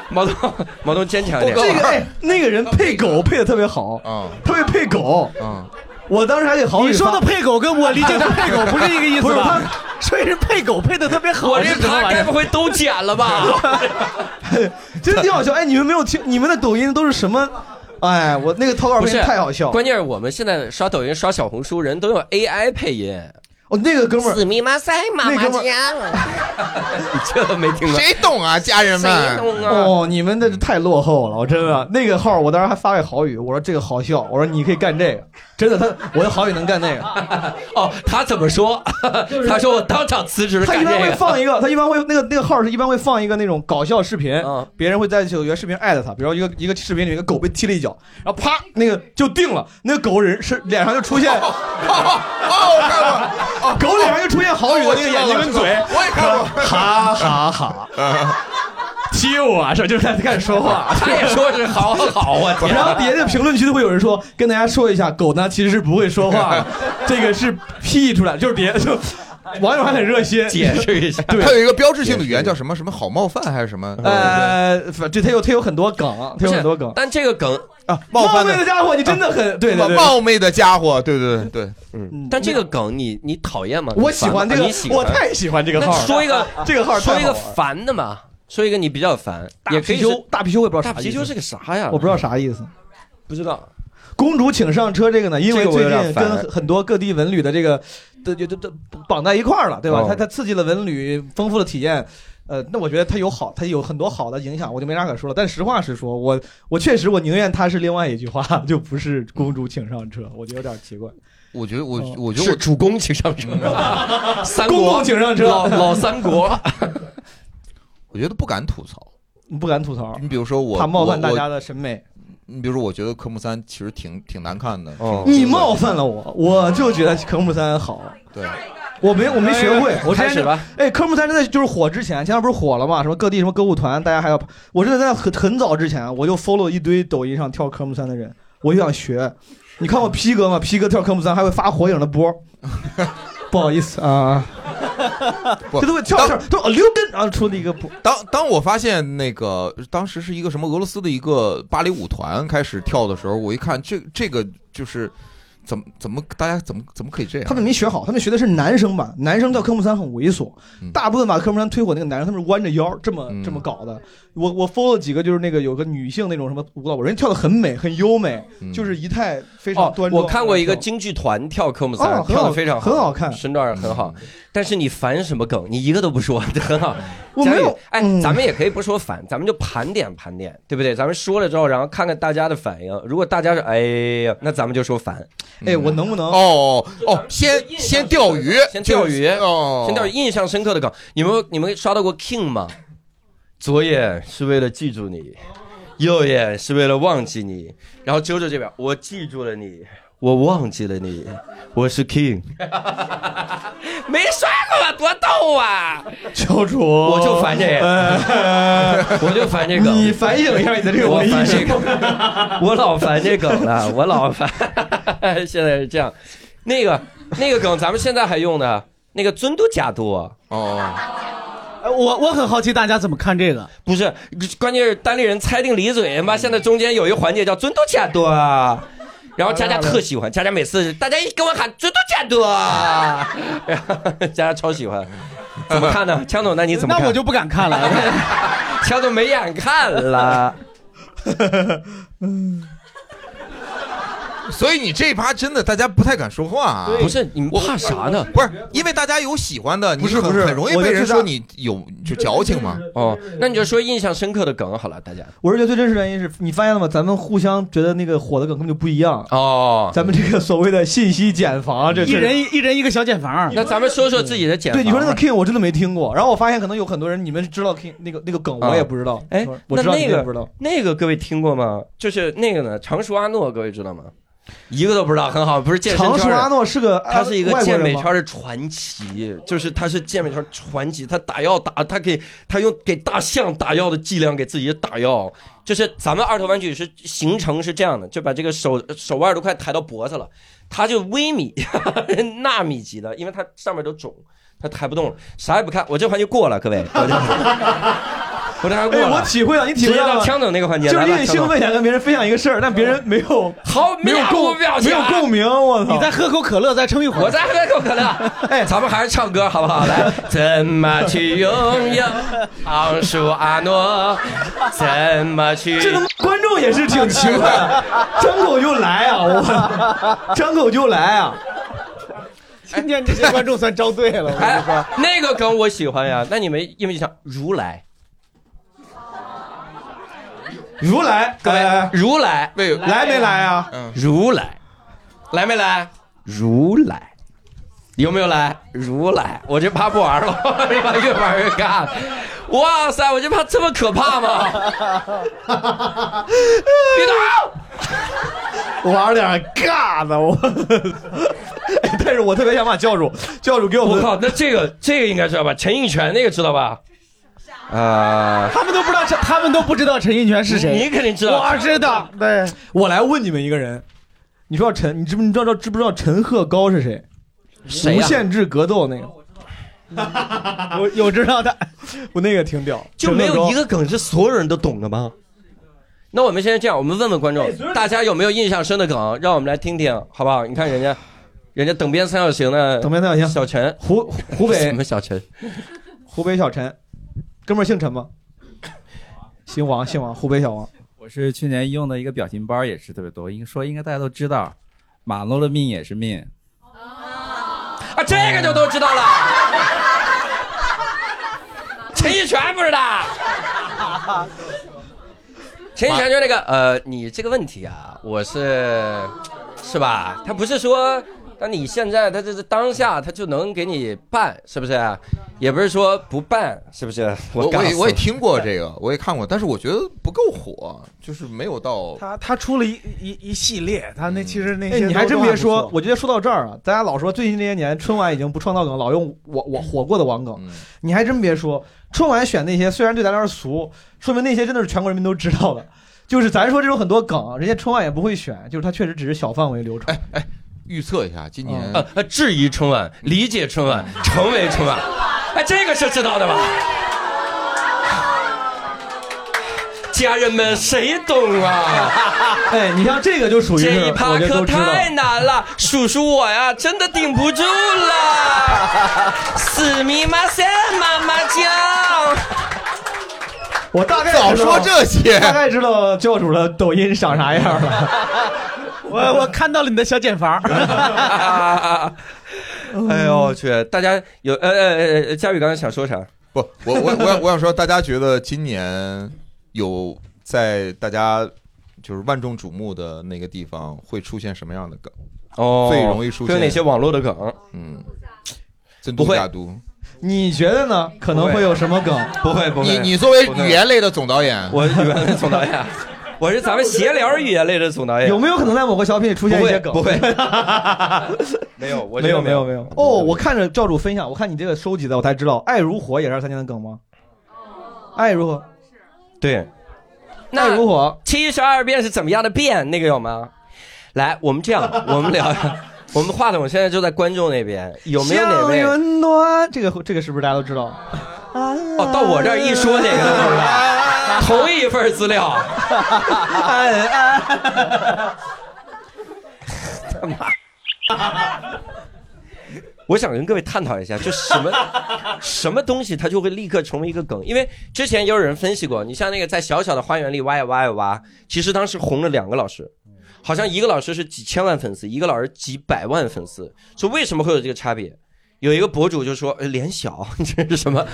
毛东，毛东坚强一这点。个哎，那个人配狗配的特别好，啊，特别配狗，啊，我当时还得好你说的配狗跟我理 (laughs) 解的配狗不是一个意思不是吧他？所以是配狗配的特别好，我这是什么盘玩意该儿不会都剪了吧？真的挺好笑。哎，你们没有听你们的抖音都是什么？哎，我那个投稿不片是太好笑。关键是我们现在刷抖音、刷小红书，人都用 AI 配音。 (laughs) 哦，那个哥们儿，死密马赛妈那哥们儿啊你这都没听过？谁懂啊，家人们谁懂啊哦，你们那是太落后了，我真的。那个号我当时还发给郝宇，我说这个好笑，我说你可以干这个，真的，他我的郝宇能干那个。哦，他怎么说？ (laughs) 他说我当场辞职他干一这般会个。放一个，他一般会那个那个号是一般会放一个那种搞笑视频，别人会在九原视频艾特他，比如一个一个视频里面一个狗被踢了一脚，然后啪那个就定了，那个狗人是脸上就出现，哦 (laughs) 狗脸上就出现郝宇的那个眼睛跟嘴，我也看过 (laughs) 哈哈哈，踢我是吧就是在开始说话， (laughs) 他也说是好好我 (laughs) 天然后底下那个评论区都会有人说，跟大家说一下，狗呢其实是不会说话的，这个是 P 出来，就是底下就网友还很热心解释一下 (laughs) 对，还有一个标志性的语言叫什么什么好冒犯还是什么？呃，反这他有他有很多梗，他有很多梗。但这个梗啊，冒冒犯的昧的家伙，你真的很对对对。冒昧的家伙，对对对对，嗯，但这个梗你你讨厌吗？我你烦吗喜欢这个啊你喜欢我太喜欢这个那号了说一个 (laughs) 这个号太好说玩一了个烦的嘛，说一个你比较烦，也可以貔貅是大貔貅我也不知道啥大貔意思貅是个啥呀？我不知道啥意思。不知道。公主请上车这个呢，因为这个我最有点近烦跟很很多各地文旅的这个，这这这绑在一块儿了，对吧哦？它它刺激了文旅，丰富了体验。呃，那我觉得它有好，它有很多好的影响，我就没啥可说了。但实话实说，我我确实我宁愿它是另外一句话，就不是公主请上车，我觉得有点奇怪。哦我觉得我我觉得是我主公请上车，三公国公请上车，老老三国， (laughs) 我觉得不敢吐槽，不敢吐槽。你比如说我，怕冒犯我大家的审美。你比如说，我觉得科目三其实挺挺难看的。挺 (laughs) 你冒犯了我，我就觉得科目三好。对，我没我没哎学会，我之前开始吧。哎，科目三真的就是火之前，前段不是火了嘛？什么各地什么歌舞团，大家还要，我真的在很很早之前，我就 follow 一堆抖音上跳科目三的人，我就想学。你看过 P 哥吗？P 哥跳科目三还会发火影的波， (laughs) 不好意思啊，不这都会跳跳，都溜哦根，然后出了一个波。当当我发现那个当时是一个什么俄罗斯的一个芭蕾舞团开始跳的时候，我一看这这个就是怎么怎么大家怎么怎么可以这样？他们没学好，他们学的是男生版，男生跳科目三很猥琐，大部分把科目三推火那个男生，他们是弯着腰这么这么搞的。我我 follow 几个就是那个有个女性那种什么舞蹈，人家跳的很美，很优美，就是仪态非常端庄。哦我看过一个京剧团跳科目哦三，很好跳的非常好，很好看身段很好。但是你烦什么梗，你一个都不说， (laughs) 很好。我没有佳宇，哎，嗯咱们也可以不说烦，咱们就盘点盘点，对不对？咱们说了之后，然后看看大家的反应。如果大家是哎呀，那咱们就说烦。哎，我能不能？哦哦，先先钓鱼，先钓鱼哦，先钓鱼。印象深刻的梗，你们你们刷到过 King 吗？左眼是为了记住你，右眼是为了忘记你。然后揪着这边，我记住了你，我忘记了你，我是 (laughs) King。没刷过吧？多逗啊！教主，我就烦这 (laughs) 个，我就烦这个。你反省一下你的这个我文艺烦生这个，我老烦这梗了，我老烦。现在是这样，那个那个梗咱们现在还用呢，那个尊嘟假嘟哦。我我 (laughs) 很好奇大家怎么看这个，不是，关键是单立人猜定离嘴嘛。现在中间有一个环节叫尊嘟假嘟啊，然后佳佳特喜欢，佳佳每次大家一跟我喊尊嘟假嘟啊，然后佳佳超喜欢，怎么看呢？枪总，那你怎么看？那我就不敢看了。 (laughs) 枪总没眼看了。所以你这一趴真的大家不太敢说话啊？不是你们怕啥呢？不是，因为大家有喜欢的，你不是很不是很容易我就被人知道说你有就矫情嘛。哦，那你就说印象深刻的梗好了，大家。我是觉得最真实的原因是你发现了吗？咱们互相觉得那个火的梗根本就不一样。哦，咱们这个所谓的信息茧房，啊这一是人一人一个小茧房。那咱们说说自己的茧啊对，你说那个 King 我真的没听过，然后我发现可能有很多人你们知道 King 那个那个梗，我也不知道。哎，我那知道那你们个也不知道。 (laughs) 那个各位听过吗？就是那个呢，常熟阿诺，各位知道吗？一个都不知道，很好，不是健身圈常的熟阿诺是个啊他是一个外国健人美吗圈的传奇，就是他是健美圈传奇，他打药打，他给他用给大象打药的剂量给自己打药，就是咱们二头弯曲是形成是这样的，就把这个手手腕都 (laughs) 快抬到脖子了，他就微米纳米级的，因为它上面都肿，他抬不动，啥也不看，我这环节过了，各位，我这我这还过 (laughs) 哎，了， (laughs) 我体会了，你体直会接到到了枪等那个环节，就是来你吧很兴奋，想跟别人分享一个事儿，但别人没有，好没有面无共表没情有啊共鸣，我操！你再喝口可乐，再撑一会儿我再喝口可 (laughs) 乐。哎，咱们还是唱歌好不好？来，怎么去 (laughs) 拥有昂舒阿诺？怎么去？这他妈观众也是挺勤奋， (laughs) 张口就来啊！我 (laughs) 张口就来啊！今天这些观众算招对了，我跟你说。哎那个梗我喜欢呀。那你们因为你想如来，如来，呃各位，如来，来没来啊？如来，嗯来没来？如来，有没有来？如来，我这怕不玩了， (laughs) 我这怕越玩越尬了。哇塞，我这怕这么可怕吗？玩点尬的，我。 (laughs) 哎但是我特别想把教主，教主给我我们，靠，那这个这个应该知道吧？陈印泉那个知道吧？呃啊、他们都不知道陈，他们都不知道陈印泉是谁。你肯定知道我知道。对，我来问你们一个人，你知道陈，你知不知道知不知道陈鹤高是谁？谁呀无限制格 (laughs) 斗那个。我有知道的， (laughs) 我那个挺屌，就没有一个梗是所有人都懂的吗？那我们现在这样，我们问问观众，大家有没有印象深的梗？让我们来听听，好不好？你看人家，人家等边三角形的等边三角形小陈，湖湖北什么小陈？湖北小陈，哥们儿姓陈吗？姓王，姓王，湖北小王。我是去年用的一个表情包，也是特别多，应该说应该大家都知道，马路的命也是命。啊，这个就 (laughs) 都知道了。陈奕全不知道，陈奕全就那个呃，你这个问题啊，我是是吧？他不是说，当你现在他这是当下他就能给你办，是不是？也不是说不办，是不是？我尬我也死我也了听过这个，我也看过，但是我觉得不够火，就是没有到他他出了一一一系列，他那其实那哎，些你还都真都别不说 (laughs) 错，我觉得说到这儿啊，大家老说最近这些年春晚已经不创造梗，老用我我火过的网梗。嗯你还真别说，春晚选那些虽然对咱来说俗，说明那些真的是全国人民都知道的。就是咱说这种很多梗，人家春晚也不会选，就是它确实只是小范围流哎传。预测一下今年嗯呃呃，质疑春晚，理解春晚，成为春 (laughs) 晚，哎，这个是知道的吧？家人们，谁懂啊？哎，你像这个就属于是这一趴我觉得可都知道太难了，叔叔我呀真的顶不住了，死密马塞妈妈叫。我大概早知说道这些大概知道教主的抖音长啥样了。 (laughs) 我 (laughs) (laughs) 我看到了你的小茧房。 (laughs) 哎呦我去！大家有呃呃呃，佳宇刚才想说啥？不，我我我想我想说，大家觉得今年有在大家就是万众瞩目的那个地方会出现什么样的梗？哦最容易出会现有哪些网络的梗？嗯，真不毒会假 (laughs) 毒。你觉得呢？可能会有什么梗？不会不会你你作为不会语言类的总导演，我语言类总导演，我是咱们闲聊语言类的总导演。有没有可能在某个小品里出现一些哎梗？不会，不会 (laughs) 没有，我没觉得有没有没有。哦，我看着教主分享，我看你这个收集的，我才知道“爱如火”也是二三年的梗吗？爱如火，对，那如何？七十二变是怎么样的变？那个有吗？来，我们这样，我们聊，我们话筒现在就在观众那边，有没有哪位？向云端？这个这个是不是大家都知道？哦，到我这儿一说这个都不知道，同一份资料。哎他妈！我想跟各位探讨一下，就什么什么东西它就会立刻成为一个梗，因为之前也有人分析过，你像那个在小小的花园里挖呀挖呀挖，其实当时红了两个老师，好像一个老师是几千万粉丝，一个老师几百万粉丝，说为什么会有这个差别？有一个博主就说，呃，脸小， (laughs) 这是什么？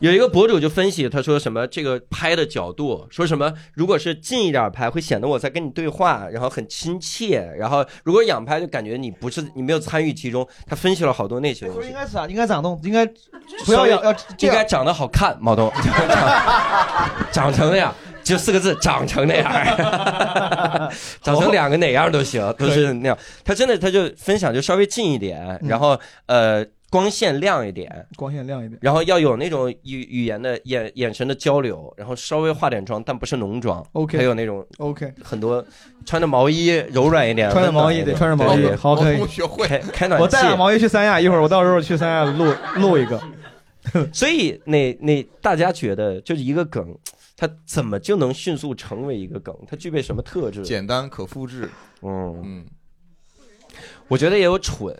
有一个博主就分析，他说什么这个拍的角度，说什么如果是近一点拍，会显得我在跟你对话，然后很亲切；然后如果仰拍，就感觉你不是你没有参与其中。他分析了好多那些东西应，该咋应该咋弄？应该不要要要这应该样。长得好看，毛东，长成那样，就四个字，长成那样，长成两个哪样都行，都是那样。他真的他就分享就稍微近一点，然后呃。光线亮一点，光线亮一点。然后要有那种语语言的眼眼神的交流，然后稍微化点妆，但不是浓妆。 OK 还有那种 OK 很多穿着毛衣柔软一点，穿着毛温暖一衣点对穿着毛衣对对好可以开开暖气。我带俩毛衣去三亚，一会儿我到时候去三亚 (laughs) 录录一个。所以那那大家觉得就是一个梗，它怎么就能迅速成为一个梗？它具备什么特质？简单可复制。嗯嗯，我觉得也有蠢，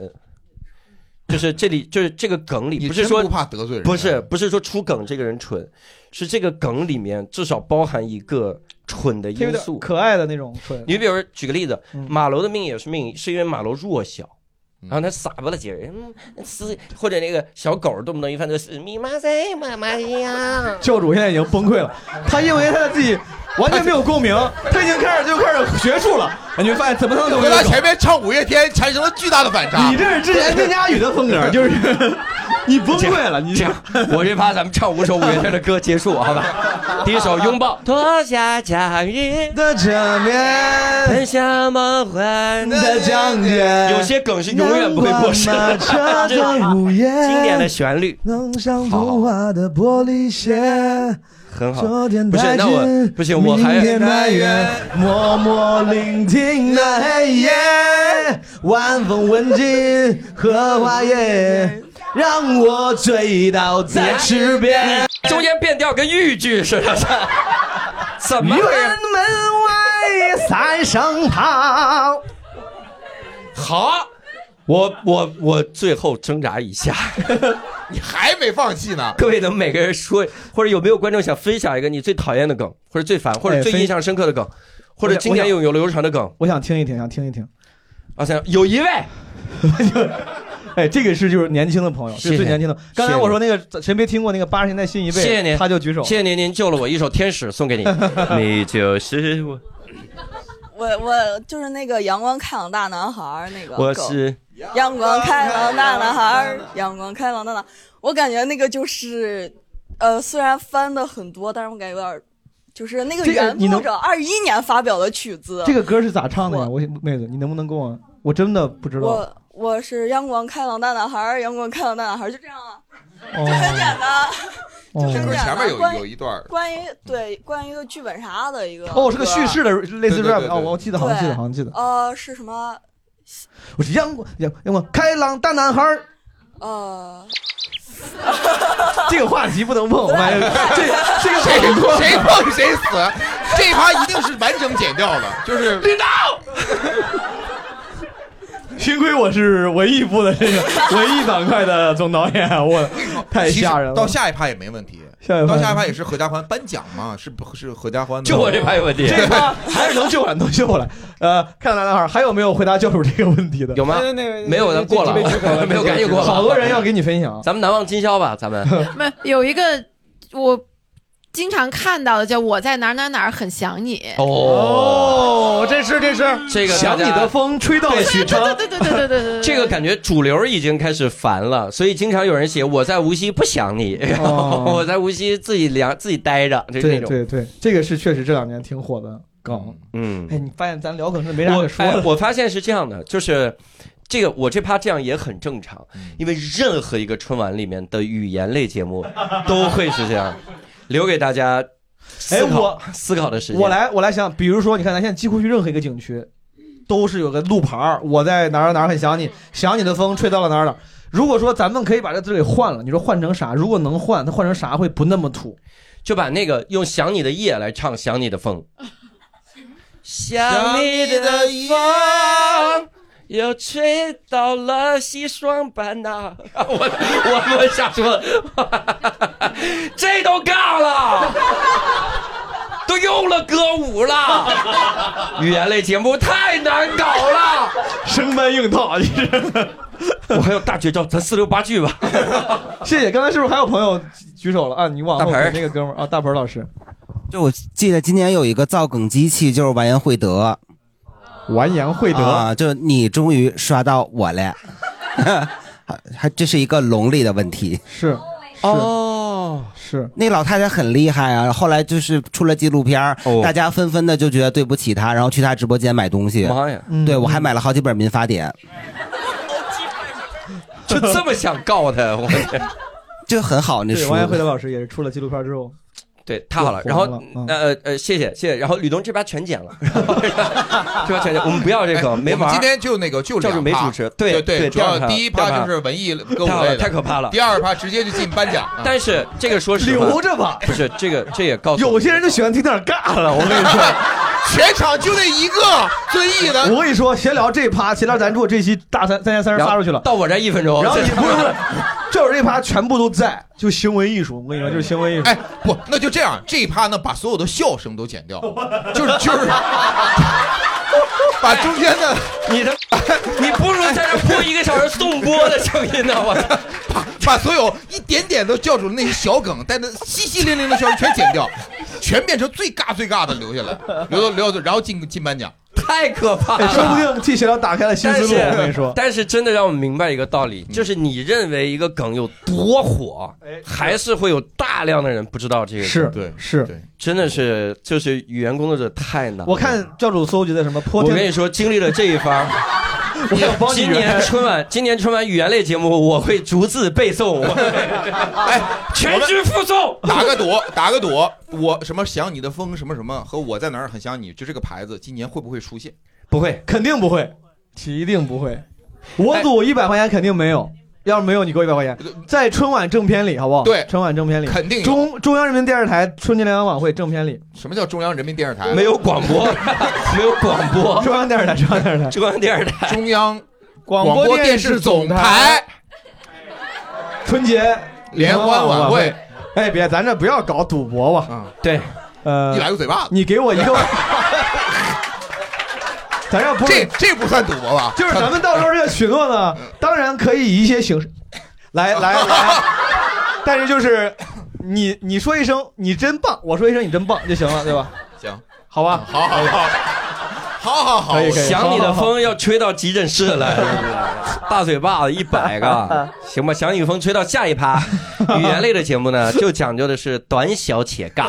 就是这 (laughs) 里就是这个梗里你不是说真不怕得罪人啊不是不是说出梗这个人蠢，是这个梗里面至少包含一个蠢的有因点素。可爱的那种唇，哎你比如举个例子，嗯马楼的命也是命，是因为马楼弱小。然后他傻不了唧，嗯，是或者那个小狗动不动一翻就是咪妈塞妈妈呀，教主现在已经崩溃了，他因为他自己完全没有共鸣，他已经开始就开始学术了。你会发现怎么能和他前面唱五月天产生了巨大的反差。你这是之前丁佳宇的风格，就是 (laughs) 你崩溃了，你这样，我这趴咱们唱五首五月天的歌结束，好吧？第一首《拥抱》，脱下假日的侧面，奔向梦幻的疆界有些梗是永远不会过时的南瓜马车，在午夜经典的旋律。弄上童话的玻璃鞋，很好昨天不是太那我近，不行我还明天太远， (laughs) 默默聆听那黑夜，晚风吻尽荷花叶，让我醉倒在池边。中间变调跟豫剧似 (laughs) 的，怎么院回事？门外三声炮，好，我我我最后挣扎一下， (laughs) 你还没放弃呢。各位能每个人说，或者有没有观众想分享一个你最讨厌的梗，或者最烦，或者最哎分印象深刻的梗，或者经典永流传的梗？我想听一听，想听一听。啊，想有一位， (laughs) 哎，这个是就是年轻的朋友，这谢谢是最年轻的。刚才谢谢我说那个谁没听过那个八十年代新一辈，谢谢您，他就举手。谢谢您，您救了我一首《天使》，送给 (laughs) 你，你就是我，我我就是那个阳光开朗大男孩儿那个我梗是阳光开朗大男孩儿，阳光开朗大男，我感觉那个就是，呃，虽然翻的很多，但是我感觉有点儿，就是那个这个原你作能者二一年发表的曲子。这个歌是咋唱的呀？我妹子，你能不能跟我？我真的不知道。我我是阳光开朗大男孩儿，阳光开朗大男孩儿，就这样啊，哦就很简单，哦就很简单。前面有关于有一段儿关于对关于一个剧本杀的一个哦，是个叙事的歌类似对对 rap 对啊，对我我记得好像记得好像记得。呃，是什么？我是阳光阳阳光开朗大男孩儿，呃，这个话题不能碰，我感觉这这个谁谁碰哦谁死，这一趴一定是完整剪掉的，就是领导。幸亏我是文艺部的这个文艺板块的总导演，我太吓人了。其实到下一趴也没问题，下一趴到下一趴也是合家欢颁奖嘛，是不是合家欢的？就我这趴有问题这趴还是能救完，能救过来。呃，看来男孩儿还有没有回答教主这个问题的？有吗那那个没有的过了啊这这这这 (laughs) 这没有赶紧过了啊好多人要给你分享。咱们难忘今宵吧， (laughs) 咱们 (laughs) 没有一个我经常看到的叫“我在哪儿哪儿哪儿很想你”。哦，这是这是这个想你的风吹到了许昌，对对对对对对对。这个感觉主流已经开始烦了，所以经常有人写我在无锡不想你，哦 (laughs) 我在无锡自己凉自己待着，就是那对种。对对，这个是确实这两年挺火的梗。嗯，哎，你发现咱聊梗是没啥我可说哎的。我发现是这样的，就是这个我这趴这样也很正常，因为任何一个春晚里面的语言类节目都会是这样，留给大家思考、思考的时间。我来，我来想，比如说，你看，咱现在几乎去任何一个景区，都是有个路牌儿我在哪儿哪儿很想你，想你的风吹到了哪儿哪儿。如果说咱们可以把这字给换了，你说换成啥？如果能换，它换成啥会不那么土？就把那个用“想你的夜”来唱《想你的风想你的风又吹到了西双版纳》啊，我我我瞎说， (laughs) 这都尬了，都用了歌舞 (laughs) 了，语言类节目太难搞了，生搬硬套，你是。我还有大绝招，咱四六八句吧。 (laughs) 谢谢，刚才是不是还有朋友举举手了啊？你往后给那个哥们儿啊，大盆儿老师，就我记得今年有一个造梗机器，就是完颜慧德。完颜慧德啊，就你终于刷到我了， (laughs) 还还这是一个笼里的问题。是哦，是那老太太很厉害啊，后来就是出了纪录片儿，哦大家纷纷的就觉得对不起她，然后去她直播间买东西。妈呀！对我还买了好几本《民法典》。就这么想告他， (laughs) 我这很好，那对，书王彦辉的老师也是出了纪录片之后，对，太好了。然后嗯呃呃，谢谢谢谢。然后吕东这把全剪了，这把全剪，我们不要这个，没我们玩。今天就那个就教两主没趴主持，对啊对，主要第二第一趴就是文艺歌舞太好类了，的，太可怕了。第二趴直接就进颁奖，啊但是这个说实话，留着吧，不是这个，这也告诉有些人就喜欢听点尬的，我跟你说。全场就那一个 (laughs) 遵义的，我跟你说，闲聊这趴，闲聊咱如果这期大三三千三十发出去了，到我这一分钟，然后你不是不是，就是这趴全部都在，就行为艺术。我跟你说，就是行为艺术。哎，不，那就这样，这一趴呢，把所有的笑声都剪掉，就是就是，把中间的 (laughs) 你 (laughs) 的，你不如在这播一个小时送播的声音呢，我操，把所有一点点的教主的那些小梗，带的稀稀零零的笑声全剪掉，全变成最尬最尬的留下来，留到留到，然后进进颁奖。 (laughs) 太可怕哎了。说不定替闲聊打开了新思路。我跟你说，嗯但是真的让我们明白一个道理，就是你认为一个梗有多火，还是会有大量的人不知道这个梗。是对是对，真的是就是语言工作者太难了。我看教主搜集的什么我泼天，跟你说，经历了这一番。 (laughs) 我想帮你今 (laughs) 年春晚，今年春晚语言类节目我会逐字背诵，哎，全军覆宋。打个赌，打个赌，我什么想你的风什么什么和我在哪儿很想你，就这个牌子今年会不会出现？不会，肯定不会，一定不会。我赌一百块钱肯定没有，要是没有你给我一百块钱，在春晚正片里好不好？对春晚正片里肯定有中中央人民电视台春节联欢晚会正片里什么叫中央人民电视台？没有广播，没有广播。 (laughs) 中央电视台，中央电视台，中央电视台，中央广播播电视视总台春节联欢晚会嗯会。哎，别，咱这不要搞赌博吧？对，呃，一来个嘴巴子你给我一 (laughs) 个。咱要不这这不算赌博嗯吧？就是咱们到时候这个许诺呢，当然可以以一些形式，来来来，但是就是你你说一声你真棒，我说一声你真棒就行了，对吧？行，好吧，好好好，好好好，可以可以想你的好好风要吹到急诊室来， (laughs) 大嘴巴子一百个，行吧？想你的风吹到下一趴。语言类的节目呢，就讲究的是短小且尬。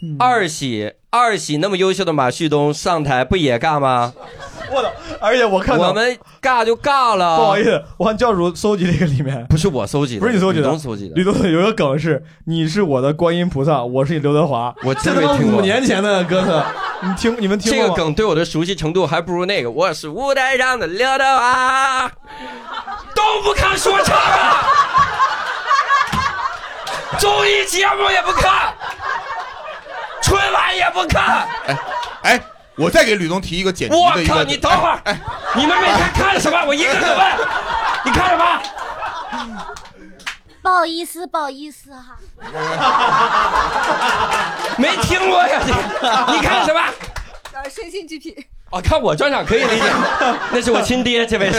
嗯二喜，二喜那么优秀的马旭东上台不也尬吗？我操！而且我看到我们尬就尬了，不好意思，我看教主搜集了一个里面，不是我搜集的，不是你搜集的，吕东搜集的吕东有一个梗是“你是我的观音菩萨，我是你刘德华”，我真这他妈没听过五年前的歌词，你听你们听这过个吗？梗对我的熟悉程度还不如那个。我是舞台上的刘德华，都不看 (laughs) 说唱啊，综艺节目也不看，春晚也不看。哎，我再给吕东提一个剪辑我的一个。哎靠，你等会儿，你们每天看什么？我一个个问，你看什么？不好意思，不好意思哈、没听过呀，你你看什么？啊，身心俱疲。哦，看我专场可以理解，那是我亲爹，这 (laughs) 位是。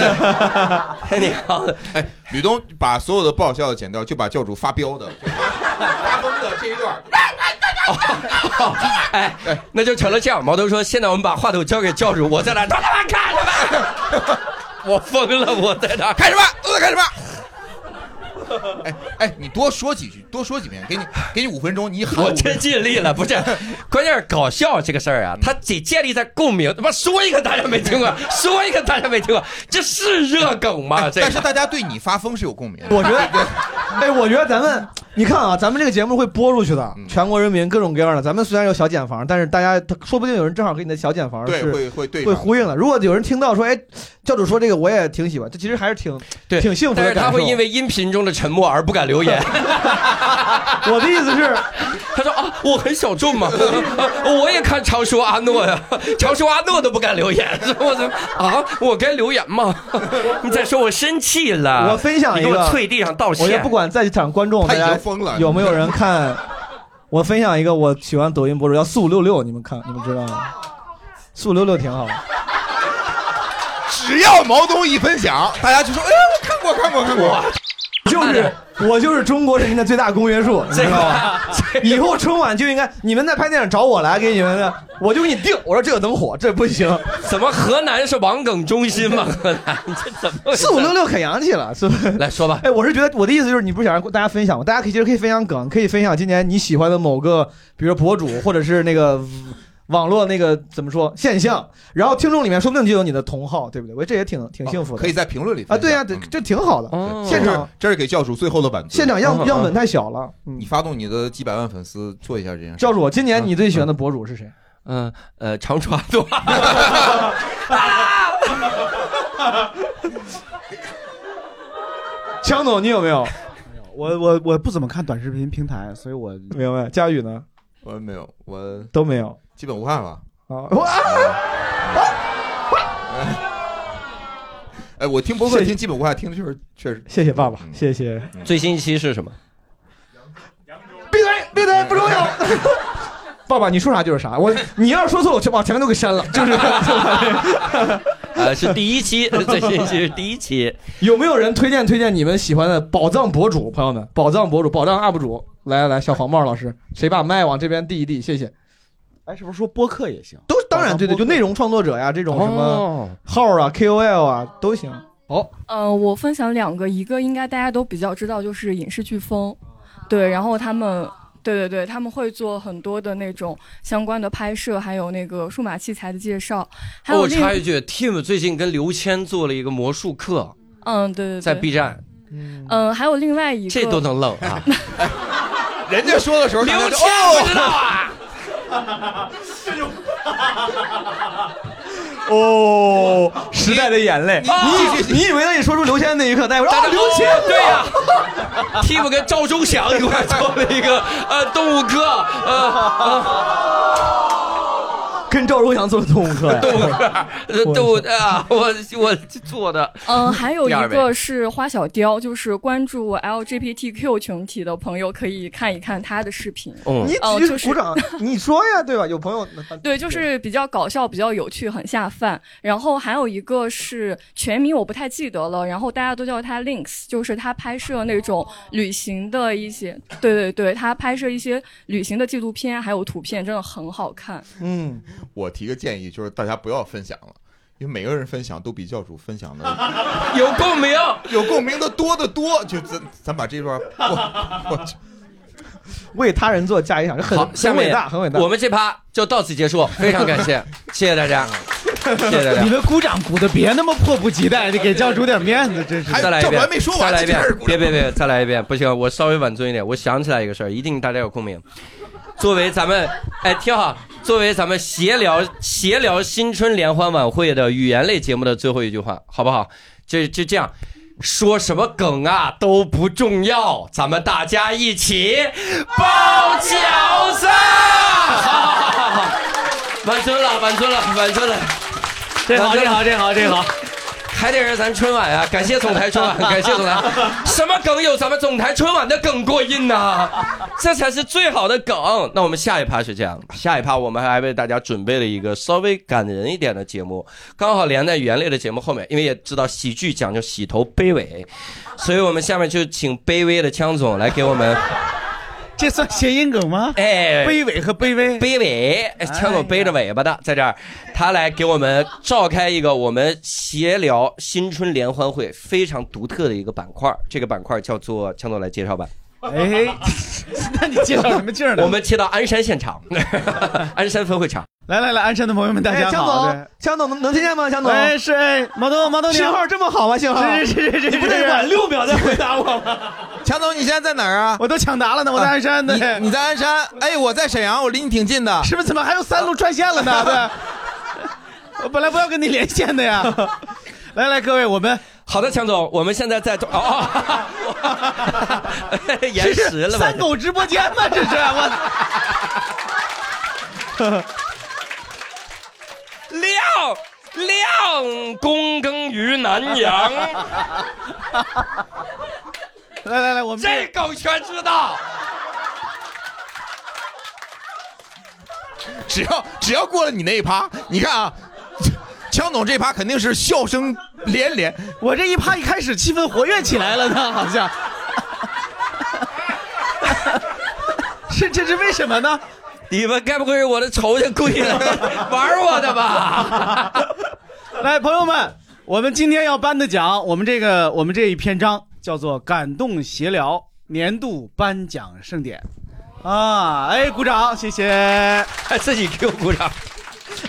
你好，哎，吕东把所有的不好笑的剪掉，就把教主发飙的、发疯的这一段。哎，那就成了这样。毛头说：“现在我们把话筒交给教主，我在那儿他他妈看什么？我疯了，我在那儿看什么？都在看什么？哎哎，你多说几句，多说几遍，给你给你五分钟，你喊我五分真钟尽力了，不 (laughs) 是，关键是搞笑这个事儿啊，它得建立在共鸣。他妈说一个大家没听过，说一个大家没听过，这是热梗吗？这但是大家对你发疯是有共鸣的。 (laughs) 我觉 (laughs) 得，哎，我觉得咱们，你看啊，咱们这个节目会播出去的，嗯全国人民各种各样的。咱们虽然有小茧房，但是大家他说不定有人正好跟你的小茧房对是会会对会上呼应的。如果有人听到说，哎，教主说这个我也挺喜欢，这其实还是挺对挺幸福但的是感他受。会因为音频中的沉默而不敢留言。 (laughs) 我的意思是， (laughs) 他说啊，我很小众嘛，啊我也看常说阿诺呀，常说阿诺都不敢留言， (laughs) 我怎么啊？我该留言吗？ (laughs) 你再说我生气了，我分享啊你一给个，我跪地上道我觉得歉，不管在场观众他大已经家疯了有没有人 (laughs) 看，我分享一个我喜欢抖音博主叫四五六六，你们看你们知道吗？四五六六挺好的。只要毛东一分享，大家就说：“哎，我看过，看过，看过。”就是我就是中国人民的最大公约数，你知道吗？ (laughs) 以后春晚就应该你们在拍电影找我来给你们的，我就给你定。我说这个能火，这不行。怎么河南是网梗中心吗？河南这怎么回事 (laughs) 四五六六很洋气了，是不是？来说吧。 (laughs) 哎，我是觉得我的意思就是，你不是想让大家分享吗？大家可以其实可以分享梗，可以分享今年你喜欢的某个，比如说博主或者是那个网络那个怎么说现象，然后听众里面说不定就有你的同好，对不对？我这也挺挺幸福的。哦可以在评论里嗯啊，对呀、这这挺好的。哦现这是场这是给教主最后的版嗯权。嗯现场嗯样样本太小了，你发动你的几百万粉丝做一下这件事。嗯教主，今年你最喜欢的博主是谁？嗯呃，长爪短。强总，你有没有？我我我不怎么看短视频平台，所以我明白。佳宇呢？ (laughs) 我没有，我都没有，基本无害吧。呃啊， (laughs) 哎，我听博客听基本无害，听的确实确实。谢谢爸爸，谢谢。嗯最新一期是什么？闭嘴，闭嘴，不重要。爸爸，你说啥就是啥。我你要是说错，我就把前面都给删 (laughs) 了。就是呃，是第一期， (laughs) 最新一期是第一期。有没有人推荐推荐你们喜欢的宝藏博主？朋友们，宝藏博主，宝藏 UP 主，来来来，小黄帽老师，谁把麦往这边递一递？谢谢。哎，是不是说播客也行？都当然对对，就内容创作者呀，这种什么哦号啊、KOL 啊都行。好，呃，我分享两个，一个应该大家都比较知道，就是影视飓哦风，对，然后他们。对对对，他们会做很多的那种相关的拍摄，还有那个数码器材的介绍，还有我另哦插一句，Tim 最近跟刘谦做了一个魔术课，嗯，对对对，在 B 站，嗯，还有另外一个，这都能愣啊！人家说的时候大家刘就谦哦不知道啊。这就哦，时代的眼泪。啊你你以为当你说出刘谦那一刻，大家说啊，刘谦，对呀、，Tim 跟赵忠祥一块儿做了一个呃动物课，呃跟赵忠祥做的动物课呃呀。动物课，呃动物啊，我我做的， (laughs) 嗯，还有第一二个位是花小雕，就是关注 LGBTQ 群体的朋友可以看一看他的视频。嗯你呃举就是鼓掌，你说呀，对吧？有朋友 (laughs) 对，就是比较搞笑，比较有趣，很下饭。然后还有一个是全名我不太记得了，然后大家都叫他 Links，就是他拍摄那种旅行的一些，对对对，他拍摄一些旅行的纪录片还有图片，真的很好看。嗯，我提个建议，就是大家不要分享了，因为每个人分享都比教主 (laughs) 分享的有共鸣， (laughs) 有共鸣的多得多。就咱咱把这段，我我去 (laughs) 为他人做嫁衣裳，这很好，下很面伟大，很伟大。我们这趴就到此结束，非常感谢，谢谢大家，谢 (laughs) 谢大家你。们鼓掌鼓的别那么迫不及待，你给教主点面子，真是。再来一遍，再来一遍，别别别，再来一遍，不行，我稍微晚尊一点。我想起来一个事儿，一定大家有共鸣。作为咱们，哎，听好，作为咱们闲聊闲聊新春联欢晚会的语言类节目的最后一句话，好不好？就就这样，说什么梗啊都不重要，咱们大家一起包饺子。好好好好好，晚尊了，晚尊了，晚尊了。这好这好这好这好。还得是咱春晚啊！感谢总台春晚，感谢总 (laughs) 台，什么梗有咱们总台春晚的梗过硬呢、 (laughs) 这才是最好的梗。那我们下一趴是这样，下一趴我们还为大家准备了一个稍微感人一点的节目，刚好连在原类的节目后面，因为也知道喜剧讲究洗头卑微，所以我们下面就请卑微的枪总来给我们。这算谐音梗吗？ (laughs) 哎，卑微和卑微，卑微，哎枪总背着尾巴的在这儿，他来给我们召开一个我们闲聊新春联欢会非常独特的一个板块儿，这个板块儿叫做枪总来介绍吧。 (laughs) 哎，那 (laughs) 你介绍什么劲儿呢？我们接到鞍山 (laughs) 现场，鞍山分会场。来来来，鞍山的朋友们，大家江好。总，江总能能听见吗？江总，哎是哎毛东毛东你好信号这么好吗？信号是是是是你不得是晚六秒再 (laughs) 回答我吗？强总，你现在在哪儿啊？我都抢答了呢，我在鞍山呢。你你在鞍山？哎，我在沈阳，我离你挺近的。是不是？怎么还有三路串线了 (laughs) 呢？对，我本来不要跟你连线的呀。来来，各位，我们好的，强总，我们现在在哦哦， (laughs) 延这时是了吧？三狗直播间吗？这 (laughs) 是我哦亮亮躬耕于南阳， (laughs) 来来来，我们这狗全知道。只要只要过了你那一趴，你看啊，强总这趴肯定是笑声连连。我这一趴一开始气氛活跃起来了呢，好像。是这是为什么呢？你们该不会是我的仇家故意来玩我的吧？来，朋友们，我们今天要颁的奖，我们这个我们这一篇章叫做《感动闲聊年度颁奖盛典》。啊！哎，鼓掌，谢谢。哎自己 Q 鼓掌。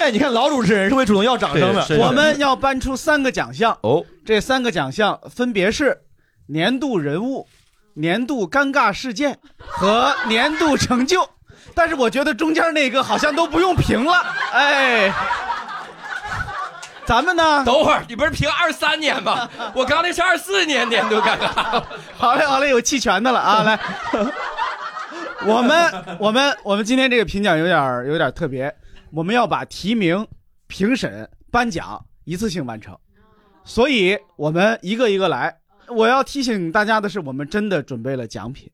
哎，你看老主持人是会主动要掌声对是的的。我们要颁出三个奖项哦，这三个奖项分别是年度人物、年度尴尬事件和年度成就。但是我觉得中间那个好像都不用评了，哎。咱们呢？等会儿， (laughs) 你不是评二三年吗？我刚那是二四年年度尴尬。好嘞，好嘞，有弃权的了啊！来，我们我们我们今天这个评奖有点儿有点儿特别，我们要把提名、评审、颁奖一次性完成，所以我们一个一个来。我要提醒大家的是，我们真的准备了奖品，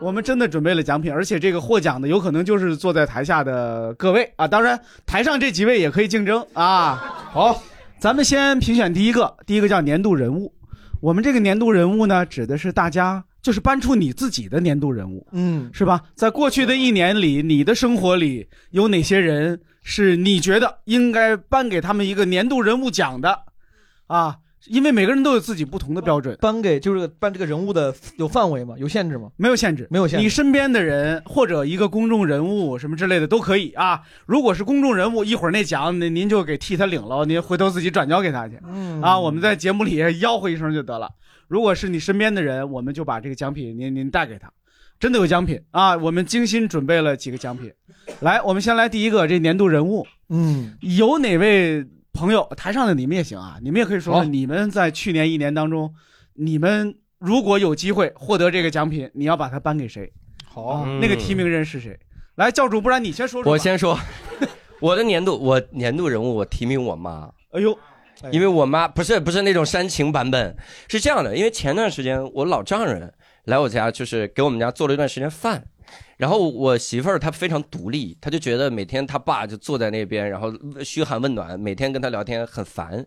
我们真的准备了奖品，而且这个获奖的有可能就是坐在台下的各位啊，当然台上这几位也可以竞争啊。好，咱们先评选第一个，第一个叫年度人物。我们这个年度人物呢，指的是大家就是搬出你自己的年度人物，嗯，是吧？在过去的一年里，你的生活里有哪些人是你觉得应该颁给他们一个年度人物奖的啊？因为每个人都有自己不同的标准，哦颁给就是颁这个人物的有范围吗？有限制吗？没有限制，没有限制。你身边的人或者一个公众人物什么之类的都可以啊。如果是公众人物，一会儿那奖您您就给替他领了，您回头自己转交给他去。嗯啊，我们在节目里吆喝一声就得了。如果是你身边的人，我们就把这个奖品您您带给他，真的有奖品啊！我们精心准备了几个奖品，来，我们先来第一个这年度人物，嗯，有哪位朋友台上的你们也行啊，你们也可以说说好你们在去年一年当中，你们如果有机会获得这个奖品，你要把它颁给谁？啊好嗯那个提名人是谁？来，教主，不然你先说说吧。我先说，我的年度我年度人物，我提名我妈。哎呦，因为我妈不是不是那种煽情版本，是这样的，因为前段时间我老丈人来我家，就是给我们家做了一段时间饭。然后我媳妇儿她非常独立，她就觉得每天她爸就坐在那边，然后呃嘘寒问暖，每天跟他聊天很烦。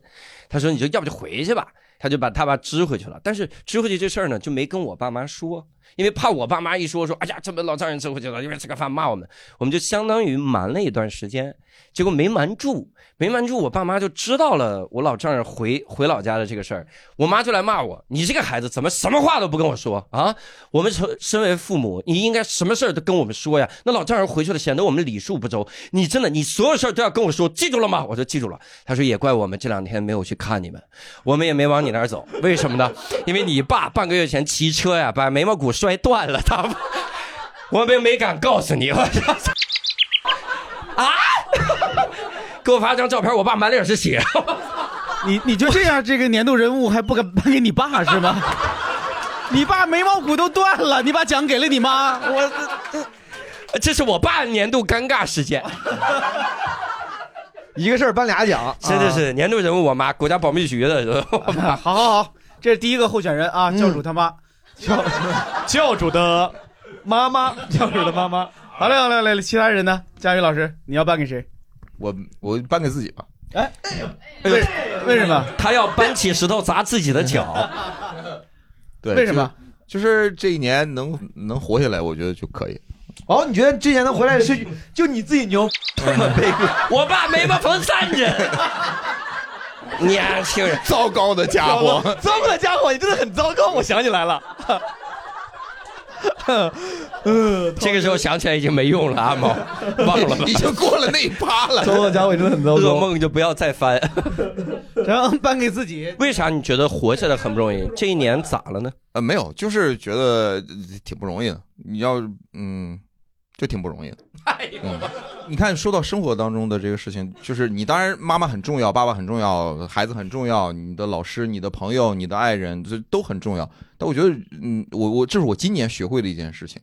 她说：“你就要不就回去吧。”她就把他爸支回去了。但是支回去这事儿呢，就没跟我爸妈说，因为怕我爸妈一说说，哎呀，这么老丈人支回去了，因为吃个饭骂我们，我们就相当于瞒了一段时间，结果没瞒住，没瞒住，我爸妈就知道了我老丈人回 (laughs) 回老家的这个事儿，我妈就来骂我，你这个孩子怎么什么话都不跟我说啊？我们成身为父母，你应该什么事儿都跟我们说呀。那老丈人回去了，显得我们礼数不周。你真的，你所有事儿都要跟我说，记住了吗？我说记住了。他说也怪我们这两天没有去看你们，我们也没往你那儿走，为什么呢？因为你爸半个月前骑车呀，把眉毛骨摔断了，他 (laughs) 我们没敢告诉你。我 (laughs) 啊操！给我发张照片，我爸满脸是血。你你就这样，这个年度人物还不敢颁给你爸是 (laughs) 吗？你爸眉毛骨都断了，你把奖给了你妈，我这是我爸年度尴尬事件，一个事儿颁俩啊奖，真的是年度人物，我妈，国家保密局的。 (laughs) 我妈啊好好好，这是第一个候选人啊，教主他妈， (laughs) 教教主的妈妈，教主的妈妈。 (laughs) 好嘞，好嘞，好嘞，其他人呢？佳宇老师，你要颁给谁？我我颁给自己吧。哎，为为什么？他要搬起石头砸自己的脚。对，为什么就？就是这一年能能活下来，我觉得就可以。哦，你觉得之前能回来是就你自己 (laughs) 牛，哎这 (laughs) 么悲观？我爸眉毛缝三针，年轻人，糟糕的家伙，糟糕的家伙，你真的很糟糕。我想起来了，嗯， (laughs) 这个时候想起来已经没用了，阿 (laughs) 毛，忘了吧，已经过了那一趴了糟糕的家伙，你真的很糟噩糕。梦就不要再翻。 (laughs) 然后颁给自己，为啥你觉得活下来很不容易？这一年咋了呢？呃，没有，就是觉得呃挺不容易的。你要嗯，就挺不容易的。嗯，你看，说到生活当中的这个事情，就是你当然妈妈很重要，爸爸很重要，孩子很重要，你的老师、你的朋友、你的爱人，这都很重要。但我觉得，嗯，我我这是我今年学会的一件事情，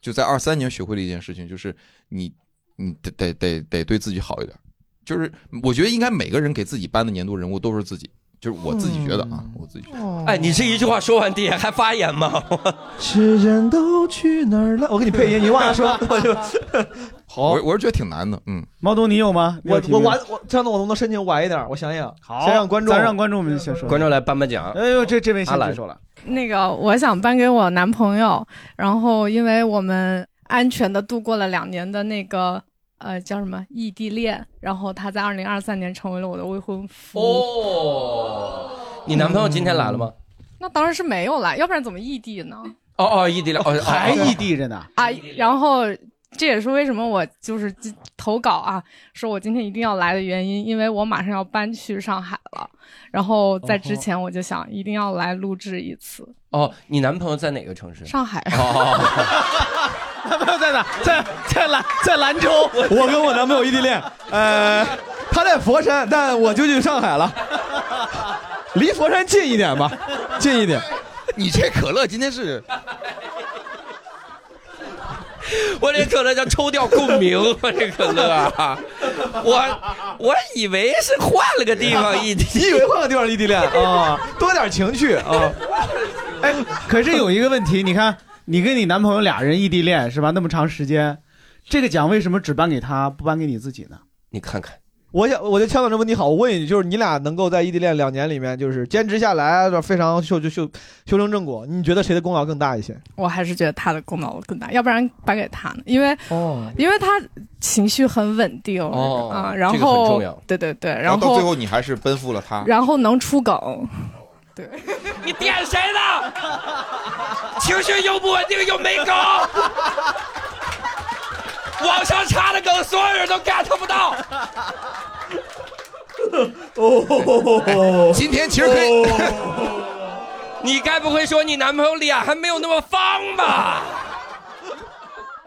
就在二三年学会的一件事情，就是你你得得得得对自己好一点。就是我觉得应该每个人给自己颁的年度人物都是自己，就是我自己觉得啊，我自己觉得。哦哎，你这一句话说完地还发言 (laughs) 吗？是人都去哪儿了？我给你配音，你往下 (laughs) 说，我就好，我我是觉得挺难的，嗯。毛东，你有吗？啊我提名我晚我这样的我能不能申请晚一点？我想想，好先让观众，啊咱让观众们先说观众来颁颁奖。哎呦，这这位先阿兰举手 (laughs) 了。那个，我想颁给我男朋友，然后因为我们安全的度过了两年的那个呃叫什么异地恋，然后他在二零二三年成为了我的未婚夫。哦哦，你男朋友今天来了吗？那当然是没有啦，要不然怎么异地呢？哦哦，异地恋，哦嗯还异地着呢。啊，然后这也是为什么我就是今投稿啊，说我今天一定要来的原因，因为我马上要搬去上海了，然后在之前我就想一定要来录制一次。哦，你男朋友在哪个城市？上海哦， (laughs) 男朋友在哪？在在兰在兰 (laughs) 州。我跟我男朋友异地恋，呃，他在佛山，但我就去上 (laughs) 海了，离佛山近一点吧，近一点。，你这可乐今天是我这可乐叫抽掉共鸣，我这可乐啊，我我以为是换了个地方 (laughs) 异地你以为换个地方异地恋啊？多点情趣啊！ (laughs) 哎，可是有一个问题，你看，你跟你男朋友俩人异地恋是吧？那么长时间，这个奖为什么只颁给他，不颁给你自己呢？你看看，我想，我觉得枪总这问题好，我问一句，就是你俩能够在异地恋两年里面，就是坚持下来，非常修就修修成正果，你觉得谁的功劳更大一些？我还是觉得他的功劳更大，要不然颁给他呢，因为、哦因为他情绪很稳定哦啊，这然个很后重要对对对，然然到最后你还是奔赴了他。然后能出梗，你点谁呢？情绪又不稳定又没梗，网上插的梗所有人都 get 不到。哦，今天其实可以，哦你该不会说你男朋友脸还没有那么方吧？ (laughs)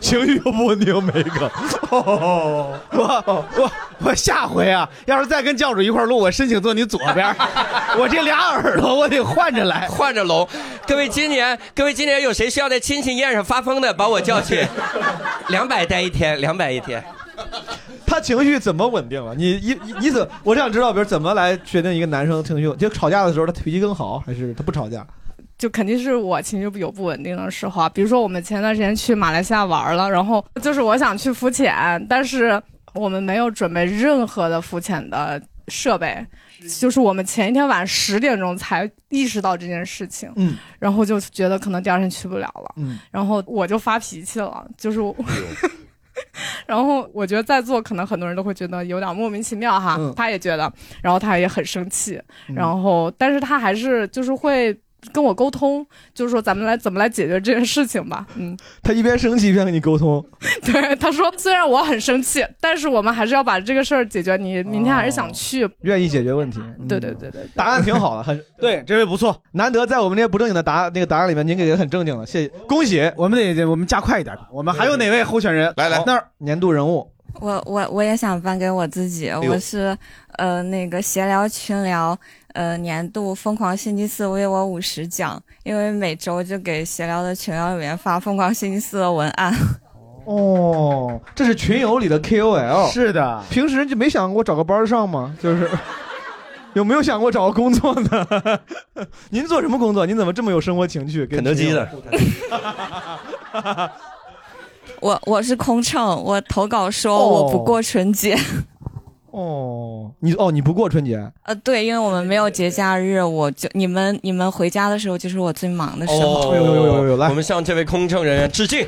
情绪又哎不稳定，没梗。哦， (laughs) 我我我下回啊，要是再跟教主一块儿录，我申请坐你左 (laughs) 边儿，我这俩 (laughs) 耳朵我得换着来，换着聋。各位今年，各位今年有谁需要在亲戚宴上发疯的，把我叫去，两百待一天，两百一天。他情绪怎么稳定了？你一你你怎？我想知道，比如怎么来决定一个男生情绪？就吵架的时候，他脾气更好，还是他不吵架？就肯定是我情绪有不稳定的时候啊。比如说我们前段时间去马来西亚玩了，然后就是我想去浮潜，但是我们没有准备任何的浮潜的设备，就是我们前一天晚上十点钟才意识到这件事情，嗯，然后就觉得可能第二天去不了了，嗯，然后我就发脾气了，就是我。哎 (laughs) 然后我觉得在座可能很多人都会觉得有点莫名其妙哈，嗯他也觉得，然后他也很生气，嗯然后但是他还是就是会跟我沟通，就是说咱们来怎么来解决这件事情吧。嗯，他一边生气一边跟你沟通。对，他说虽然我很生气，但是我们还是要把这个事儿解决。你明天还是哦想去？愿意解决问题。嗯对对对对，答案挺好的， (laughs) 很对，这位不错，难得在我们这些不正经的答那个答案里面，您给的很正经了，谢谢，恭喜！我们得我们加快一点，我们还有哪位候选人？来来，那儿年度人物，我我我也想颁给我自己，哎呦我是呃那个闲聊群聊呃年度疯狂星期四为我五十奖，因为每周就给闲聊的群聊里面发疯狂星期四的文案。 (laughs) 哦，这是群友里的 KOL，是的， (laughs) 平时就没想过找个班儿上吗？就是。有没有想过找个工作呢？ (laughs) 您做什么工作？您怎么这么有生活情趣？跟肯德基的群友，我我是空乘，我投稿说我不过春节。哦，你哦，你不过春节， (laughs) 呃，对，因为我们没有节假日，我就你们你们回家的时候就是我最忙哎的时候。呦呦呦呦来我们向这位空乘人员致敬。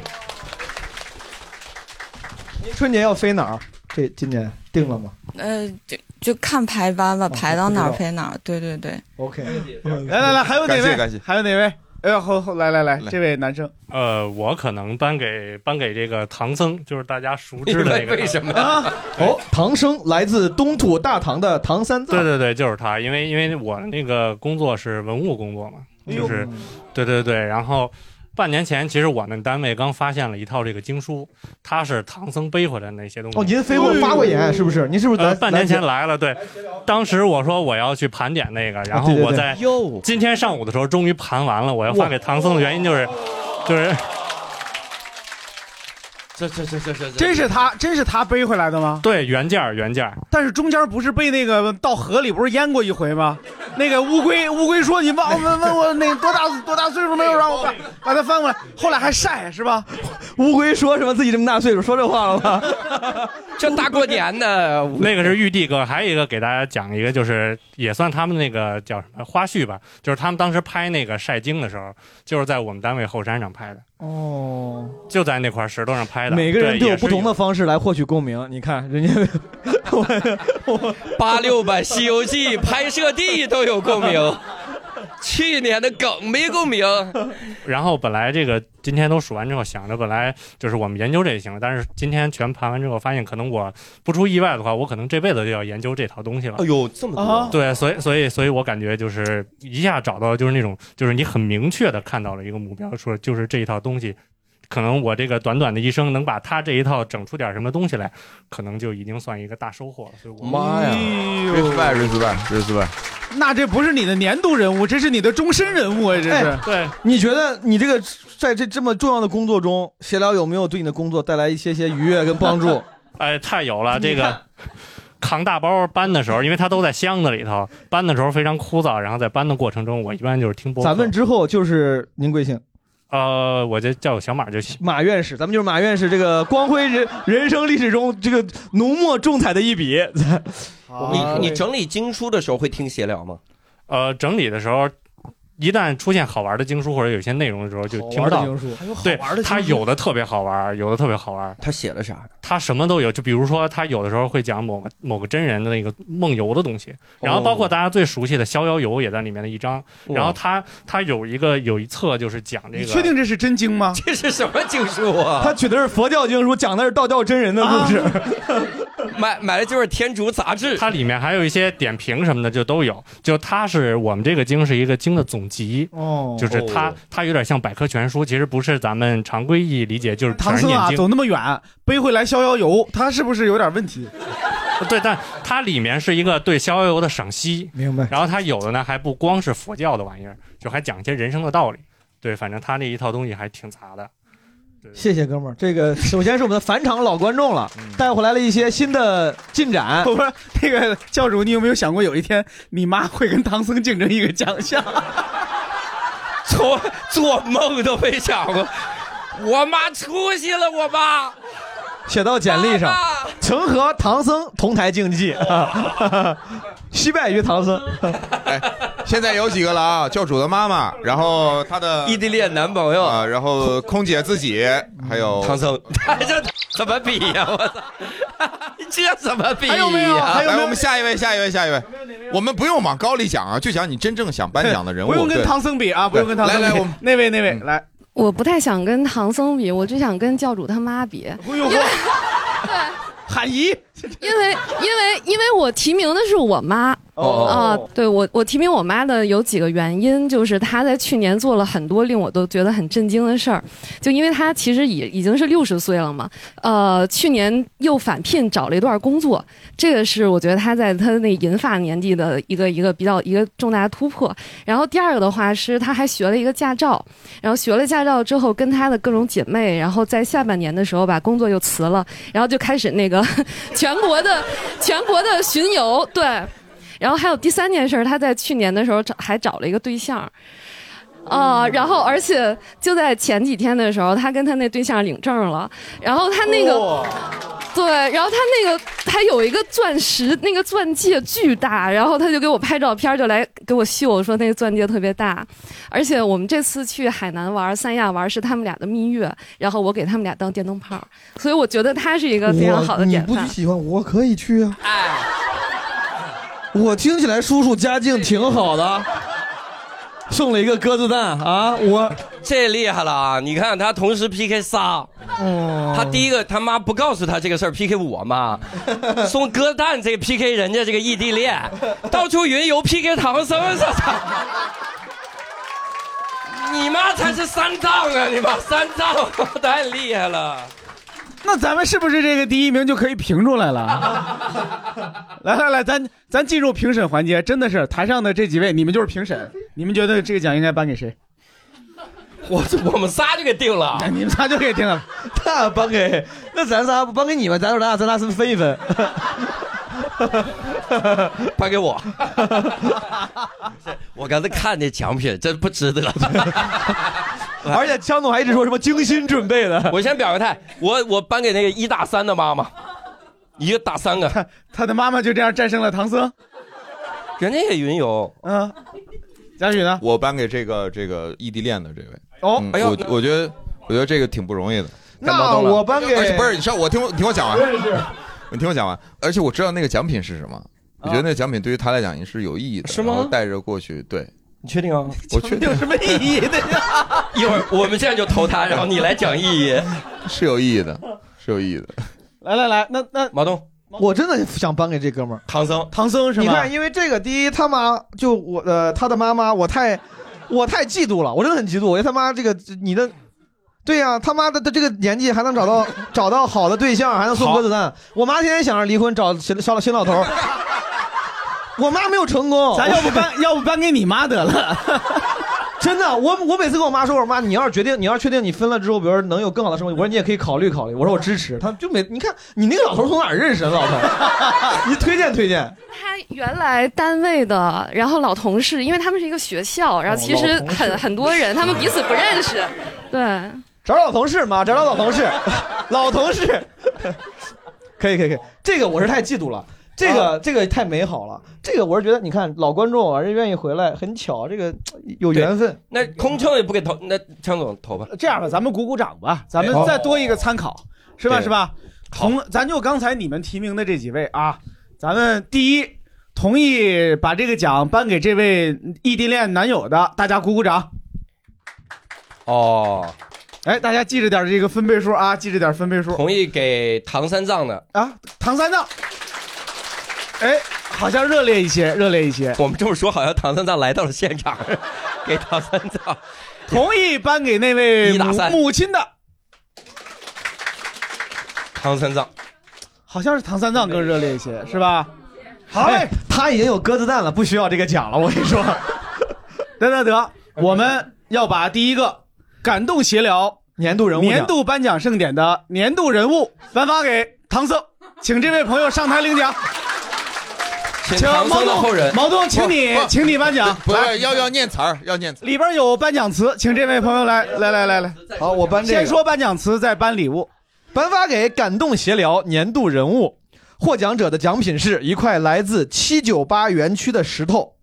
您春节要飞哪儿？这今年定了吗呃，就就看排班吧，排到哪儿哦不知道飞哪儿。对对对。 ？OK，来来来，还有哪位？嗯感谢还有哪位？哎呦，后后来来来，来这位男生，呃，我可能颁给颁给这个唐僧，就是大家熟知的那个。为什么啊？哎哦，唐僧来自东土大唐的唐三藏。对对对，就是他，因为因为我那个工作是文物工作嘛，哎就是，对对对，然后。半年前，其实我们单位刚发现了一套这个经书，它是唐僧背回来的那些东西。哦，您飞过发过言是不是？您是不是来呃，半年前来？来了，对。当时我说我要去盘点那个，然后啊对对我对在今天上午的时候终于盘完了。我要发给唐僧的原因就是，就是这这这这这真是他，真是他背回来的吗？对原件儿原件儿。但是中间不是被那个到河里不是淹过一回吗？那个乌龟，乌龟说你忘问问我那多大多大岁数没有让我 (laughs) 把把它翻过来，后来还晒是吧？乌龟说什么自己这么大岁数说这话了吗？ (laughs) 这大过年的，那个是玉帝哥，还有一个给大家讲一个，就是也算他们那个叫什么花絮吧，就是他们当时拍那个晒经的时候，就是在我们单位后山上拍的，哦，就在那块石头上拍的。每个人对都有也是不同的方式来获取共鸣。你看人家，八六版《西游记》拍摄地都有共鸣。去年的梗没共鸣。然后本来这个今天都数完之后，想着本来就是我们研究这也行了，但是今天全盘完之后，发现可能我不出意外的话，我可能这辈子就要研究这套东西了。哎呦这么多啊对，所以所以所以我感觉就是一下找到就是那种就是你很明确的看到了一个目标，说就是这一套东西。可能我这个短短的一生能把他这一套整出点什么东西来，可能就已经算一个大收获了。所以我哎妈哎呀！respect，respect，respect。那这不是你的年度人物，这是你的终身人物啊！这是、哎，你觉得你这个在这这么重要的工作中，闲聊有没有对你的工作带来一些些愉悦跟帮 (laughs) 助？哎，太有了！这你个看扛大包搬的时候，因为它都在箱子里头，搬的时候非常枯燥。然后在搬的过程中，我一般就是听播客。咱们之后就是您贵姓？呃，我就叫我小马就行。马院士，咱们就是马院士这个光辉人人生历史中这个浓墨重彩的一笔。 (laughs) 你你整理经书的时候会听闲聊吗？呃，整理的时候，一旦出现好玩的经书或者有些内容的时候，就听不到。哎 (laughs) 对，它有的特别好玩，有的特别好玩。他写了啥？它什么都有，就比如说，它有的时候会讲某个某个真人的那个梦游的哦东西，然后包括大家最熟悉的《逍遥游》也在里面的一章。哇然后它它有一个有一册就是讲这你个。确定这是真经吗？这是什么经书啊？他取的是佛教经书，讲的是道教真人的故事。 (laughs) 买买了就是《天竺》杂志，它里面还有一些点评什么的就都有。就它是我们这个经是一个经的总集，哦就是它哦它有点像百科全书，其实不是咱们常规意义理解，就是全唐是僧念啊，经。走那么远背回来逍遥游，他是不是有点问题？呃对，但它里面是一个对逍遥游的赏析，明白。然后它有的呢还不光是佛教的玩意儿，就还讲一些人生的道理。对，反正它那一套东西还挺杂的。 (laughs) 谢谢哥们儿，这个首先是我们的返场老观众了，带回来了一些新的进展。 (laughs) 我不是那个教主，你有没有想过有一天你妈会跟唐僧竞争一个奖 (laughs) 项？做做梦都没想过。我妈出息了，我妈。写到简历上，曾和唐僧同台竞 (laughs) 技，惜败于唐 (laughs) 僧。哎现在有几个了啊？教主的妈妈，然后他的异地恋男朋友，啊，然后空姐自己，还有唐僧，这怎么比呀、我操， (laughs) 这怎么哎比呀、来，我们下一位，下一位，下一位。我们不用往高里讲啊，就讲你真正想颁奖的人物。不用跟对唐僧比啊，不用跟唐僧比。来来，我们嗯那位那位来，我不太想跟唐僧比，我就想跟教主他妈比，不哎用说，喊 (laughs) 姨，因为因为因为我提名的是我妈。哦啊、对我我提名我妈的有几个原因，就是她在去年做了很多令我都觉得很震惊的事儿，就因为她其实已已经是六十岁了嘛，呃，去年又返聘找了一段工作，这个是我觉得她在她那银发年纪的一个一个比较一个重大的突破。然后第二个的话是她还学了一个驾照，然后学了驾照之后跟她的各种姐妹，然后在下半年的时候把工作又辞了，然后就开始那个 (laughs) 全国的全国的巡游，对。然后还有第三件事儿，他在去年的时候找还找了一个对象儿，啊、然后而且就在前几天的时候，他跟他那对象领证了，然哦后他那个。对，然后他那个他有一个钻石，那个钻戒巨大，然后他就给我拍照片儿，就来给我秀，说那个钻戒特别大。而且我们这次去海南玩、三亚玩是他们俩的蜜月，然后我给他们俩当电灯泡儿，所以我觉得他是一个非常好的典我范。你不喜欢我可以去啊。我听起来叔叔家境挺好的，送了一个鸽子蛋啊，我这厉害了啊！你看他同时 PK 仨，哦他第一个他妈不告诉他这个事儿 PK 我 (laughs) 妈，送鸽蛋这个 PK 人家这个异地恋，到处云游 PK 唐僧，这操！ (laughs) 你妈才是三藏啊！你妈三藏 (laughs) 太厉害了！那咱们是不是这个第一名就可以评出来 (laughs) 了？来来来，咱咱进入评审环节，真的是台上的这几位，你们就是评审，你们觉得这个奖应该颁给谁？哎我我们仨就给定了，你们仨就给定了， (laughs) 那颁给那咱仨不颁给你们，咱俩咱俩咱俩是分一分。 (laughs) 颁给我。我刚才看那奖品真不值得， (laughs) 而且江总还一直说什么精心准备的。我先表个态，我我颁给那个一大三的妈妈，一个大三啊 (laughs) 个，他的妈妈就这样战胜了唐僧。人家也云游，嗯，佳宇呢？我颁给这个这个异地恋的这位。哦嗯哎呦我我觉得我觉得这个挺不容易的。那干毛豆了我颁给而且哎不是，你知道我听我听我讲啊完我也是，你听我讲完，而啊且我知道那个奖品是什么。我觉得那个奖品对于他来讲也是有意义的，是吗？带着过去，对，你确定 (laughs) 啊？我确定有什么意义的呀？一会儿我们现在就投他，然后你来讲意义。 (laughs) 是有意义的，是有意义的。来来来，那那毛东，我真的想颁给这哥们儿唐僧，唐僧是吧？你看，因为这个，第一，他妈就我呃，他的妈妈，我太 (laughs) 我太嫉妒了，我真的很嫉妒，我觉得他妈这个你的。对呀、他妈的，他这个年纪还能找到 (laughs) 找到好的对象，还能送核子弹。 (laughs) 我妈天天想着离婚，找新小新老头儿。我妈没有成功，咱要不颁， (laughs) 要不颁给你妈得了。 (laughs) 真的，我我每次跟我妈说，我说妈，你要是决定，你要是确定你分了之后，比如说能有更好的生活，我说你也可以考虑考虑，我说我支持。她就每你看你那个老头儿从哪儿认识的老头儿？ (laughs) 你推荐推荐。他原来单位的，然后老同事，因为他们是一个学校，然后其实哦老同事很很多人，他们彼此不认识。对，找找老同事嘛，找找老同事，老同事， (laughs) 可以可以可以，这个我是太嫉妒了，这个、啊这个太美好了，这个我是觉得你看老观众啊，人愿意回来，很巧，这个有缘分。 (laughs) 那空乘也不给投，那枪总投吧。这样吧，咱们鼓鼓掌吧，咱们好再多一个参考，是吧？对是吧？同咱就刚才你们提名的这几位啊，咱们第一同意把这个奖颁给这位异地恋男友的，大家鼓鼓掌。哦，哎，大家记着点这个分贝数啊，记着点分贝数。同意给唐三藏的，啊，唐三藏。哎，好像热烈一些，热烈一些。我们这么说好像唐三藏来到了现场， (laughs) 给唐三藏。 (laughs) 同意颁给那位一打三母母亲的，唐三藏，好像是唐三藏更热烈一些，是吧？好嘞，哎他已经有鸽子蛋了，不需要这个奖了。我跟你 (laughs) 说，得得得，我们要把第一个感动协聊年度人物年度颁奖盛典的年度人物颁发给唐僧，请这位朋友上台领奖。请唐僧的后人毛东，毛东请你不，不请你颁奖，不来是要要念词儿，要念词儿。里边有颁奖词，请这位朋友来，来来来来，好，我颁这个先说颁奖词，再颁礼物。颁发给感动协聊年度人物，获奖者的奖品是一块来自七九八园区的石头。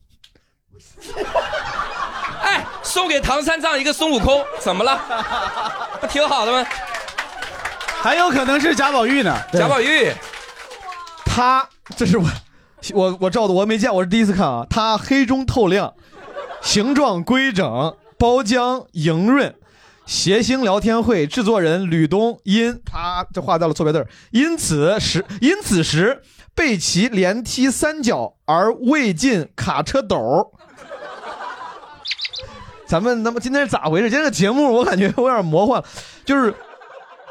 哎，送给唐三藏一个孙悟空，怎么 (laughs) 了？不挺好的吗？还有可能是贾宝玉呢，贾宝玉，他这是我 (laughs) 我我照的，我没见，我是第一次看啊。它黑中透亮，形状规整，包浆莹润。谐星聊天会制作人吕东因他这画到了错别字儿，因此时因此时被其连踢三脚而未进卡车斗儿。咱们他妈今天是咋回事？今天这节目我感觉我有点魔幻了，就是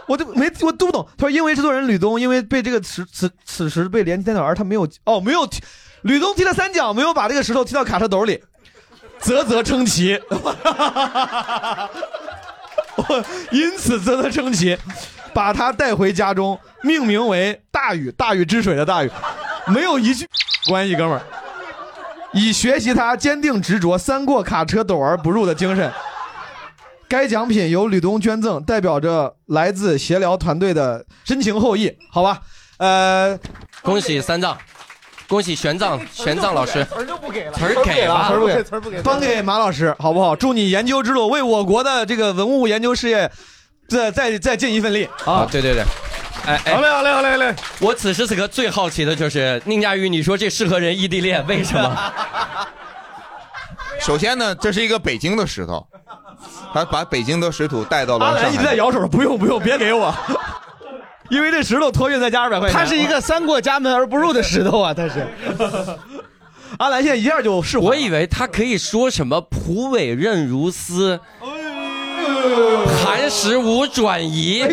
我都没我都不懂。他说因为制作人吕东因为被这个此此此时被连踢三脚，而他没有哦没有踢，吕东踢了三脚，没有把这个石头踢到卡车斗里，啧啧称奇。 (laughs) 我因此啧啧称奇，把他带回家中，命名为大禹，大禹治水的大禹，没有一句关系，哥们儿。以学习他坚定执着、三过卡车斗而不入的精神。该奖品由吕东捐赠，代表着来自协聊团队的深情厚谊，好吧？呃，恭喜三藏，恭喜玄奘，玄奘老师。儿就不给了，词儿给吧词儿不给，词儿不给，颁给马老师，好不好？祝你研究之路为我国的这个文物研究事业再再再尽一份力啊！对对对，哎哎，好嘞好嘞好嘞好嘞。我此时此刻最好奇的就是宁佳宇，你说这适合人异地恋，为什么？首先呢，这是一个北京的石头，他把北京的水土带到阿了上兰一直海。啊在摇手，不用不用，别给 (laughs) 我，因为这石头托运再加二百块钱。他是一个三过家门而不入的石头啊，他是。 (laughs) 阿兰现在一下就是我以为他可以说什么蒲苇韧如丝，哎磐石无转移。哎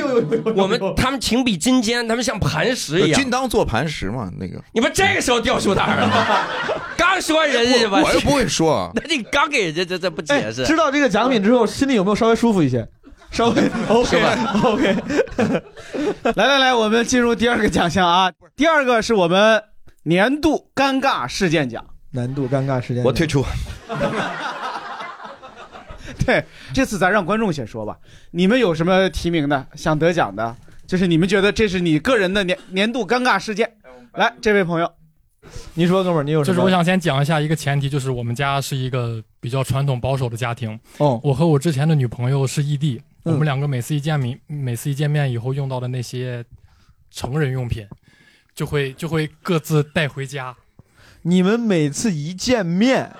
我们他们情比金坚，他们像磐石一样。均当做磐石嘛，那个。你们这个时候掉书袋儿了， (laughs) 刚说人家吧，我我又不会说啊 (laughs) 那你刚给人家这这不解释，哎知道这个奖品之后，心里有没有稍微舒服一些？稍微 OK OK。来来来，我们进入第二个奖项啊，第二个是我们年度尴尬事件奖。难度尴尬时间，我退出。对，这次咱让观众先说吧，你们有什么提名的，想得奖的，就是你们觉得这是你个人的年年度尴尬事件。来，这位朋友，你说，哥们儿，你有就是我想先讲一下一个前提，就是我们家是一个比较传统保守的家庭。哦我和我之前的女朋友是异地，嗯我嗯们两个每次一见面，每次一见面以后用到的那些成人用品，就会就会各自带回家。你们每次一见面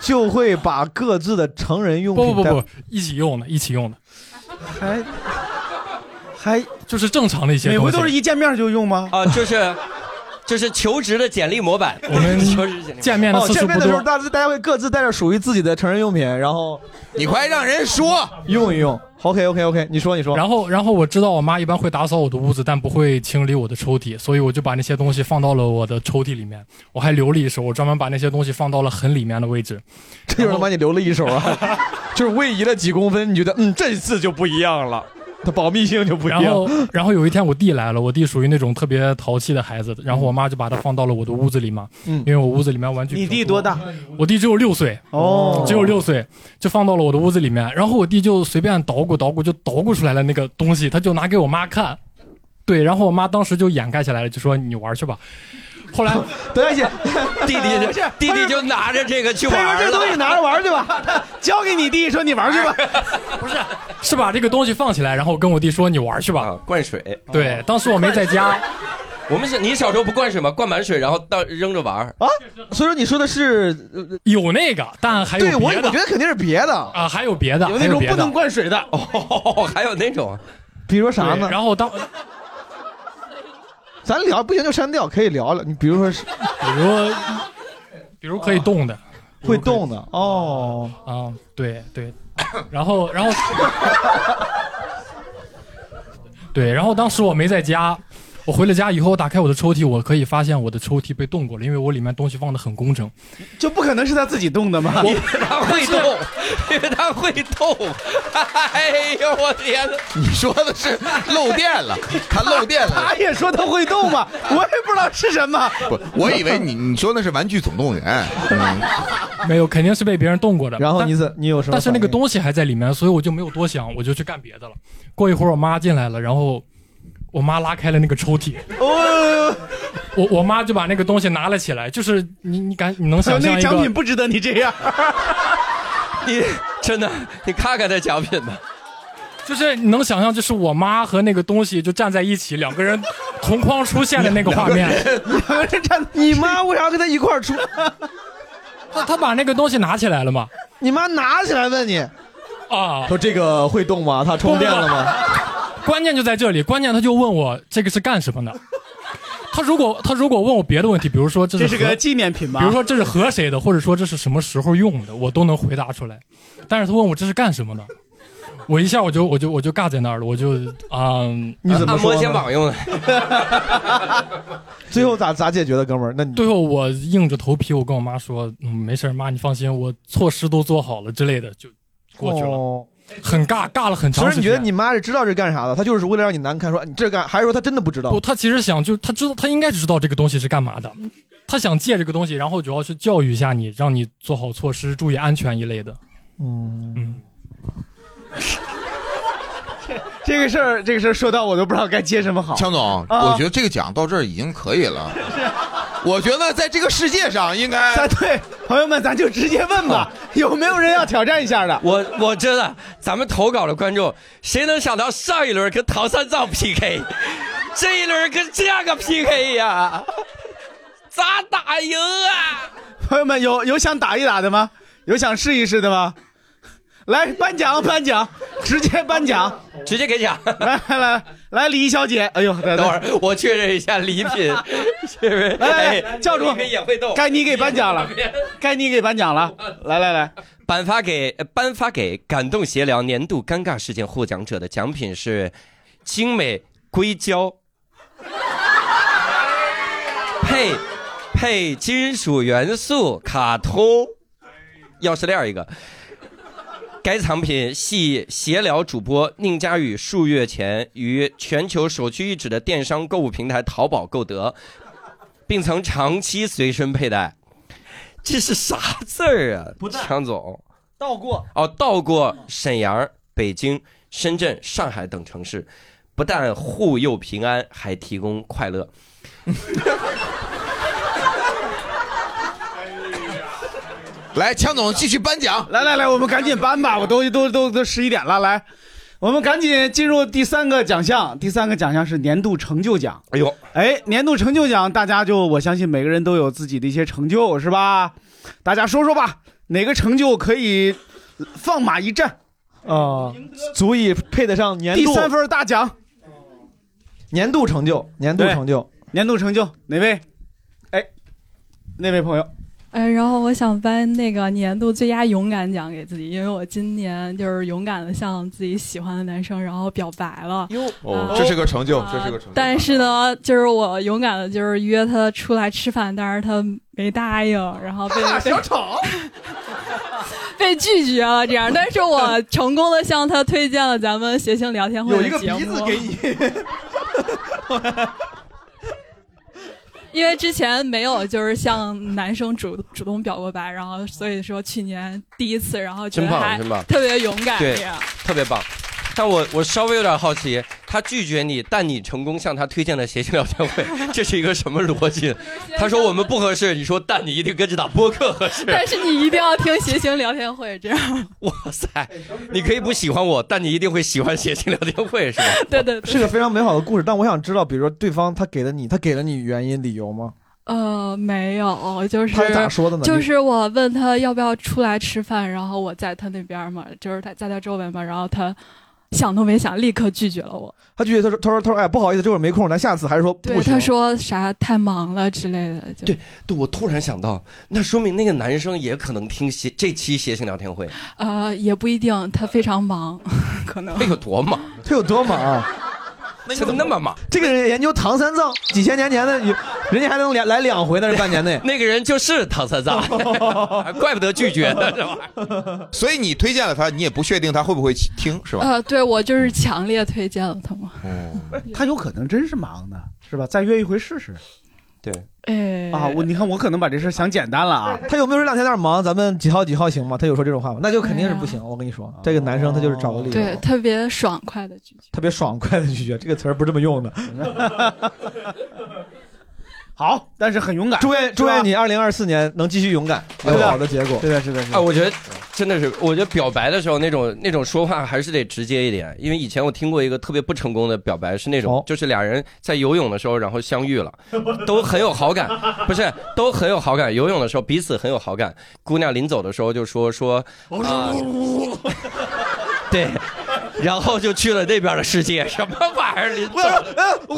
就会把各自的成人用不品不带不，一起用的，一起用的，还还就是正常的哎一些每东回西都是一见面就用吗？啊，就是就是求职的简历模 (laughs) 板，我们求职简历模板哦见面的时候，大家大家会各自带着属于自己的成人用品，然 (laughs) 后你快让人说用一用。OK OK OK，你说你说。然后然后我知道我妈一般会打扫我的屋子，但不会清理我的抽屉，所以我就把那些东西放到了我的抽屉里面。我还留了一手，我专门把那些东西放到了很里面的位置。 (laughs) 这就是他妈你留了一手啊， (laughs) 就是位移了几公分，你觉得嗯这次就不一样了，它保密性就不一然后样。，然后有一天我弟来了，我弟属于那种特别淘气的孩子，然后我妈就把他放到了我的屋子里嘛，嗯因为我屋子里面玩具。你弟多大？我弟只有六岁，哦只有六岁，就放到了我的屋子里面。然后我弟就随便捣鼓捣鼓，就捣鼓出来了那个东西，他就拿给我妈看。对，然后我妈当时就掩盖起来了，就说你玩去吧。后来，等一下， (laughs) 弟弟就弟弟就拿着这个去玩他说了，这东西拿着玩 (laughs) 去吧，他交给你弟，说你玩去吧。是把这个东西放起来，然后跟我弟说你玩去吧。啊灌水。哦对，当时我没在家。我们小你小时候不灌水吗？灌满水然后到扔着玩儿啊？所以说你说的是呃有那个，但还有对我别我的觉得肯定是别的，啊，还有别的，还别的灌水的。哦，还有那种，比如说啥呢？对然后当 (laughs) 咱聊不行就删掉，可以聊聊。你比如 (laughs) 说是，比如比如可以动的， (laughs) 会动的哦啊，对对，然后然后 (laughs) 对，然后当时我没在家，我回了家以后打开我的抽屉，我可以发现我的抽屉被动过了，因为我里面东西放的很工整，就不可能是他自己动的嘛。他会动，因为他会动。哎呦我天哪！你说的是漏电了，他漏电了。他也说他会动嘛，我也不知道是什么。不，我以为你你说 (laughs) 那是《玩具总动员》嗯 (laughs) 没有，肯定是被别人动过的。然后但你怎你有什么反应？但是那个东西还在里面，所以我就没有多想，我就去干别的了。过一会儿我妈进来了，然后我妈拉开了那个抽屉，哦，我我妈就把那个东西拿了起来，就是你你敢你能那想象个一奖品个不值得你这 (laughs) 样。你真的，你看看这奖品吧。就是你能想象，就是我妈和那个东西就站在一起，两个人同框出现的那个画面。两个人 (laughs) 站，你妈为啥跟他一块儿出？他他把那个东西拿起来了嘛？你妈拿起来问你啊， (laughs) 说这个会动吗？它充电了吗？关键就在这里，关键他就问我这个是干什么的。他如果他如果问我别的问题，比如说这是这是个和纪念品吧比如说这是和谁的，或者说这是什么时候用的，我都能回答出来。但是他问我这是干什么的，我一下我就我就我就尬在那儿了，我就啊、你怎么 (laughs) 按摩说呢肩膀用的？最后咋咋解决的，哥们儿？那你最后我硬着头皮，我跟我妈说，嗯，没事儿，妈你放心，我措施都做好了之类的，就过去了，哦很尬，尬了很所长以时你觉得间。你妈是知道这是干啥的？她就是为了让你难堪，说你这干，还是说她真的不知道不，？他其实想就他知道，他应该知道这个东西是干嘛的，他想借这个东西，然后主要是教育一下你，让你做好措施，注意安全一类的。嗯， (laughs) 这个事儿，这个事儿说到我都不知道该接什么好。强总，啊我觉得这个奖到这儿已经可以了。我觉得在这个世界上应该，咱对朋友们，咱就直接问吧，有没有人要挑战一下的？我我真的，咱们投稿的观众，谁能想到上一轮跟唐三藏 PK，这一轮跟这个 PK 呀、啊咋打赢啊？朋友们，有有想打一打的吗？有想试一试的吗？来颁奖，颁奖，直接颁奖，直接给奖。来来来，来礼仪小姐，哎呦，等等会儿我确认一下礼 (laughs) 品是不是？来来，教主你们也会动，该你给颁奖 (laughs) 了，该你给颁奖了，来来来，颁发给呃颁发给感动协聊年度尴尬事件获奖者的奖品是精美硅胶，配配金属元素卡通钥匙链一个。该藏品系协聊主播宁佳宇数月前于全球首屈一指的电商购物平台淘宝购得，并曾长期随身佩戴。这是啥字儿啊？强总，到过。哦，到过沈阳、北京、深圳、上海等城市，不但护佑平安，还提供快乐。来，强总继续颁奖。来来来，我们赶紧颁吧，我都都都都十一点了，来，我们赶紧进入第三个奖项，第三个奖项是年度成就奖。哎呦，哎，年度成就奖，大家就我相信每个人都有自己的一些成就，是吧？大家说说吧，哪个成就可以放马一战啊，足以配得上年第度三份大奖，年度成就，年度对成就，哎年度成就哪位？哎，那位朋友，嗯，然后我想颁那个年度最佳勇敢奖给自己，因为我今年就是勇敢的向自己喜欢的男生然后表白了。 (laughs) 呃哦，这是个成就，这是个成就。但是呢，就是我勇敢的，就是约他出来吃饭，但是他没答应，然后被被小丑 (laughs) 被拒绝了。这样，但是 (laughs) 我成功的向他推荐了咱们谐星聊天会有的一个节目鼻子给你，因为之前没有就是向男生主主动表过白，然后所以说去年第一次，然后觉得真棒还真棒特别勇敢对这样。，特别棒。但我我稍微有点好奇，他拒绝你，但你成功向他推荐了谐星聊天 (laughs) 会，这是一个什么逻辑？他说我们不合适，你说但你一定跟这档播客合适。 (laughs) 但是你一定要听谐星聊天会，这样哇塞，你可以不喜欢我，但你一定会喜欢谐星聊天会是吧？ (laughs) 对对对是个非常美好的故事。但我想知道，比如说对方他给了你，他给了你原因理由吗？呃，没有，就是他是咋说的呢就是我问他要不要出来吃饭，然后我在他那边嘛，就是他在他周围嘛，然后他想都没想，立刻拒绝了我。他拒绝，他说他说他说哎不好意思，这会儿没空，咱下次还是说不对，行。他说啥太忙了之类的，就对对，我突然想到，那说明那个男生也可能听谐这期谐星聊天会，呃也不一定，他非常忙，可能那有多 (laughs) 忙？他有多忙啊？怎么那么忙？。这个人研究唐三藏几千年前的，有人家还能来来两回呢，这半年 (laughs) 内那个人就是唐三 (laughs) 藏，啊怪不得拒绝呢，是吧？所以你推荐了他，你也不确定他会不会听，是吧？哦呃，对我就是强烈推荐了他嘛。呃他有可能真是 (laughs) 忙呢，是吧？再约一回试试。对哎啊，我你看我可能把这事儿想简单了啊。他有没有说两天有点忙，咱们几号几号行吗？他有说这种话吗？那就肯定是不行。我跟你说，这个男生他就是找个理由，哦对，特别爽快的拒特别爽快的拒绝，这个词儿不是这么用的。 (laughs) 好，但是很勇敢。祝愿祝愿你二零二四年能继续勇敢，有好的结果。对的，是的，是啊，的。我觉得真的是，我觉得表白的时候那种那种说话还是得直接一点，因为以前我听过一个特别不成功的表白，是那种就是俩人在游泳的时候，然后相遇了， (laughs) 都很有好感，不是都很有好感，游泳的时候彼此很有好感，姑娘临走的时候就说说啊，对，然后就去了那边的世界，什么玩意儿？临走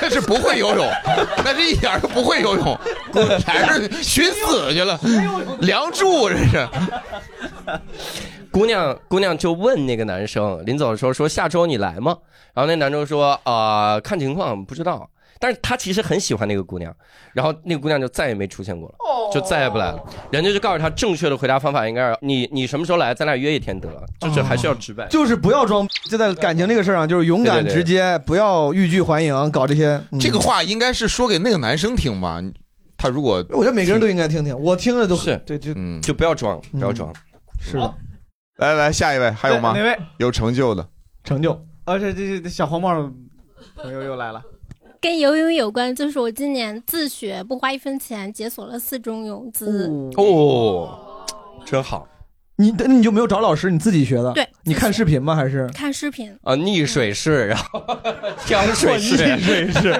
但是不会游泳，但是一点儿都不会游泳，还是寻死去了，梁祝这是。姑娘，姑娘就问那个男生，临走的时候说：“下周你来吗？”然后那男生说：“啊、看情况，不知道。”但是他其实很喜欢那个姑娘，然后那个姑娘就再也没出现过了，就再也不来了。人家就告诉他，正确的回答方法应该是你你什么时候来，咱俩约一天得了，哦就是还是要直白。就是不要装，就在感情这个事儿上，就是勇敢对对对直接，不要欲拒还迎，搞这些。嗯这个话应该是说给那个男生听吧，他如果我觉得每个人都应该听听，我听了都是对对，嗯，就不要装，不要装。是的，来来，下一位还有吗？嗯哪位有成就的？成就而且啊这这小黄帽朋友又来了。跟游泳有关，就是我今年自学不花一分钱解锁了四种泳姿。哦，真好你那你就没有找老师，你自己学的？对你看视频吗？还是看视频，啊！溺水式，然 (laughs) 后挑 (laughs) 水式，溺水式。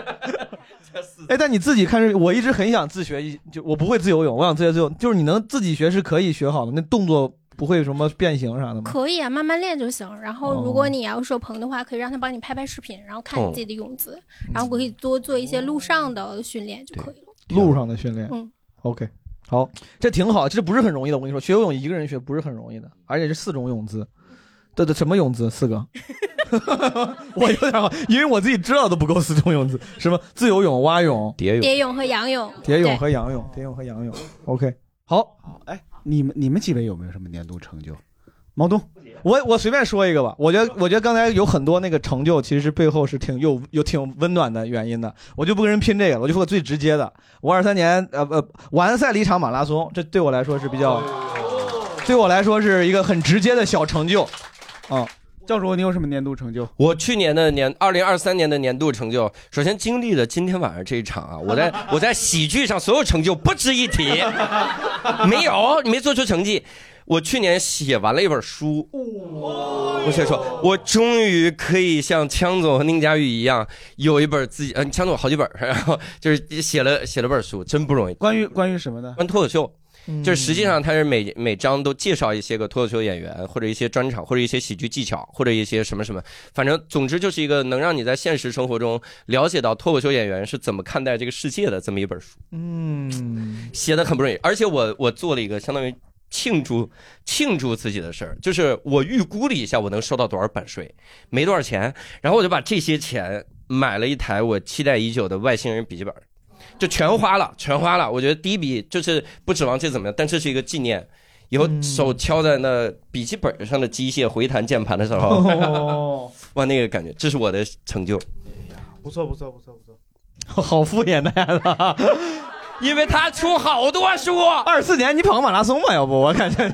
(laughs) 哎，但你自己看视频，我一直很想自学一，就我不会自由泳，我想自学自由，就是你能自己学是可以学好的，那动作不会什么变形啥的吗？可以啊，慢慢练就行。然后，如果你要是有朋友的话，可以让他帮你拍拍视频，然后看你自己的泳姿，然后可以多做一些路上的训练就可以了。路上的训练。嗯， OK，好，这挺好，这不是很容易的。我跟你说，学游泳一个人学不是很容易的，而且是四种泳姿。对对，什么泳 (laughs) 姿？四个，我有点好，因为我自己知道都不够四种泳姿，什么自由泳、蛙泳、蝶蝶泳和仰泳，哎蝶泳对和仰泳，蝶泳和仰泳。OK，好，哎，你们你们几位有没有什么年度成就？毛东，我我随便说一个吧，我觉得我觉得刚才有很多那个成就，其实背后是挺有有挺温暖的原因的，我就不跟人拼这个了，我就说个最直接的，我二三年呃呃完赛了一场马拉松，这对我来说是比较，哦对我来说是一个很直接的小成就，啊，教主你有什么年度成就？我去年的年，二零二三年的年度成就，首先经历了今天晚上这一场啊，我在我在喜剧上所有成就不值一提，没有，你没做出成绩。我去年写完了一本书，我写说，我终于可以像枪总和宁佳宇一样，有一本自己，呃，枪总好几本，然后就是写了写了本书，真不容易。关于关于什么呢？关于脱口秀，嗯嗯就实际上它是每每章都介绍一些个脱口秀演员，或者一些专场，或者一些喜剧技巧，或者一些什么什么，反正总之就是一个能让你在现实生活中了解到脱口秀演员是怎么看待这个世界的这么一本书，嗯，写的很不容易。而且我我做了一个相当于庆祝庆祝自己的事儿，就是我预估了一下我能收到多少版税，没多少钱，然后我就把这些钱买了一台我期待已久的外星人笔记本。就全花嗯了，全花了。我觉得第一笔就是不指望这怎么样，但这是一个纪念。以后手敲在那笔记本上的机械回弹键盘的时候，嗯哦 (laughs) 哇，那个感觉，这是我的成就。不错不错不错不错， (laughs) 好敷衍的孩子。因为他出好多书，二四年你跑个马拉松吧，要不我感觉。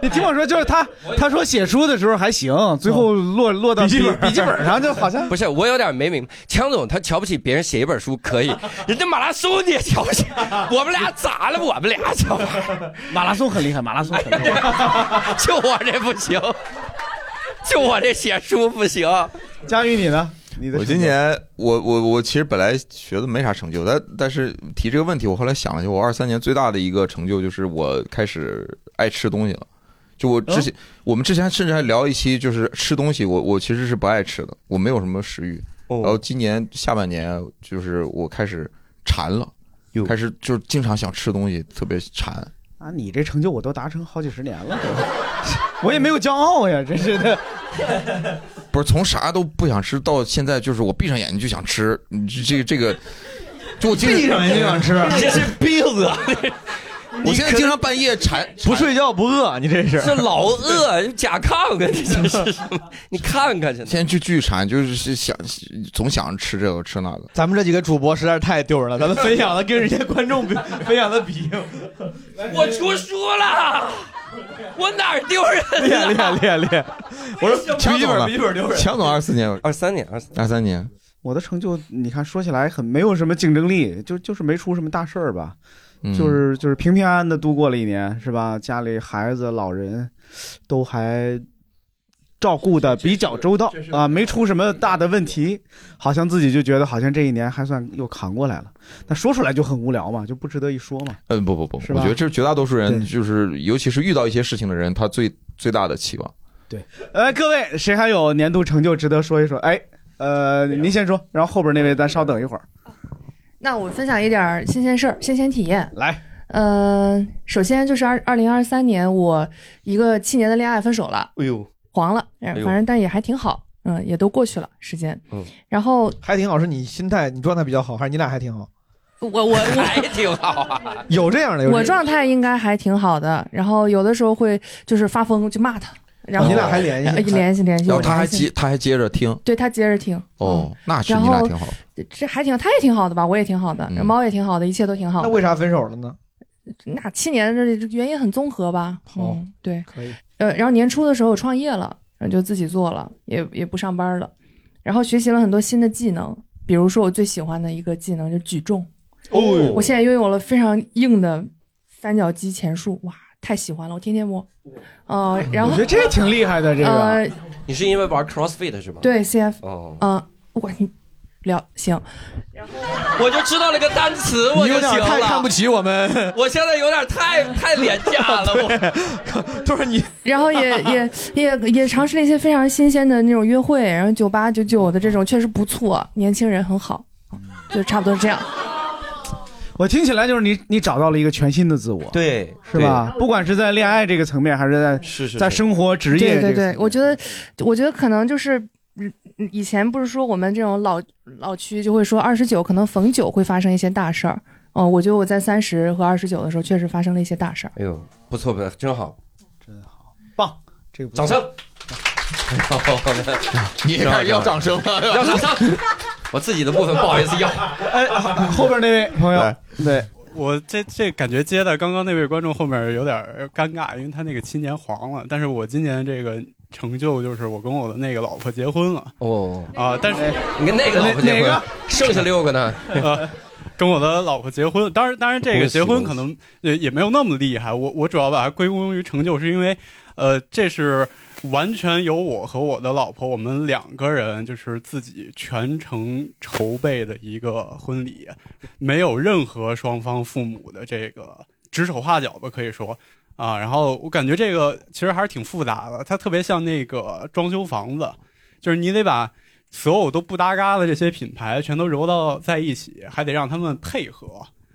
你听我说，就是他，他说写书的时候还行，最后嗯落落到笔记本笔记本上，就好像不是，我有点没明白，强总他瞧不起别人写一本书可以，人家马拉松你也瞧不起，我们俩咋了？我们俩瞧不起，马拉松很厉害，马拉松很厉害。 (laughs) 就我这不行，就我这写书不行。佳宇，你呢？你的我今年我我我其实本来学的没啥成就，但但是提这个问题，我后来想了一下，我二三年最大的一个成就就是我开始爱吃东西了。就我之前，哦我们之前甚至还聊一期，就是吃东西，我我其实是不爱吃的，我没有什么食欲。哦然后今年下半年，就是我开始馋了，开始就是经常想吃东西，特别馋。啊，你这成就我都达成好几十年了，我也没有骄傲呀，真是的。不是从啥都不想吃到现在，就是我闭上眼睛就想吃，你这这 (laughs) 个这个，就我经常闭上眼睛就想 (laughs) 吃你这是病啊！我现在经常半夜馋，不睡觉不饿，你这是这老 (laughs) 饿，甲亢啊！你这是什么？你看看去。现在就巨馋，就是想总想吃这个吃那个。咱们这几个主播实在是太丢人了，咱们分享的跟人家 (laughs) 观众比分享的比，我出书了，我哪儿丢人了？厉害厉害厉害厉害！我说笔记本笔记本丢人。啊强总二四年，二三年，二三二三年，我的成就，你看说起来很没有什么竞争力，就就是没出什么大事儿吧，就是就是平平安安的度过了一年，是吧？家里孩子、老人都还照顾的比较周到啊，没出什么大的问题，好像自己就觉得好像这一年还算又扛过来了。但说出来就很无聊嘛，就不值得一说嘛。嗯，不不不，是我吧觉得这是绝大多数人，对就是尤其是遇到一些事情的人，他最最大的期望。呃，各位谁还有年度成就值得说一说？哎，呃，您先说，然后后边那位咱稍等一会儿。那我分享一点儿新鲜事儿、新鲜体验。来，呃，首先就是二二零二三年，我一个七年的恋爱分手了，哎呦，黄了，哎反呦正但也还挺好，嗯，也都过去了时间。嗯，然后还挺好，是你心态你状态比较好，还是你俩还挺好？我我我还挺好啊。有这样的，有这我状态应该还挺好的，然后有的时候会就是发疯就骂他，然后、哦你俩还联系呃联系联系，然我后他还联系接，他还接着听。对他接着听，嗯哦，那是然你俩后挺好。这还挺，他也挺好的吧，我也挺好的，猫也挺好的，一切都挺好的。嗯那为啥分手了呢？那七年这原因很综合吧？好嗯，对，可以。呃，然后年初的时候我创业了，然后就自己做了，也也不上班了，然后学习了很多新的技能，比如说我最喜欢的一个技能就是举重，哦哟我现在拥有了非常硬的三角肌前束，哇，太喜欢了，我天天摸， (laughs) 呃，然后我觉得这挺厉害的，这呃个。你是因为玩 CrossFit 是吗？对 CF，哦嗯、，我你聊行，我就知道了个单词，我就行了。起我们，我现在有点太太廉价 (laughs) 了，我就是你然后也也也也尝试了一些非常新鲜的那种约会，然后九八九九的这种确实不错，年轻人很好，就差不多是这样。我听起来就是你，你找到了一个全新的自我，对，是吧？不管是在恋爱这个层面，还是在是在生活、职业对对这个对，我觉得我觉得可能就是。嗯以前不是说我们这种老老区就会说二十九可能逢九会发生一些大事儿，哦、我觉得我在三十和二十九的时候确实发生了一些大事儿。哎呦，不错不错，真好，这个不掌 (laughs) 声。你也开始要掌声了， (laughs) 要掌声。 (laughs) 我自己的部分不好意思要。哎，后边那位朋友，对我这这感觉接的刚刚那位观众后面有点儿尴尬，因为他那个七年黄了，但是我今年这个成就就是我跟我的那个老婆结婚了。哦啊，但是你跟那个老婆结婚，剩下六个呢？ (laughs) 呃，跟我的老婆结婚，当然，当然，这个结婚可能呃也也没有那么厉害。我我主要把它归功于成就，是因为，呃，这是完全由我和我的老婆我们两个人就是自己全程筹备的一个婚礼，没有任何双方父母的这个指手画脚吧，可以说啊。然后我感觉这个其实还是挺复杂的，它特别像那个装修房子，就是你得把所有都不搭嘎的这些品牌全都揉到在一起，还得让他们配合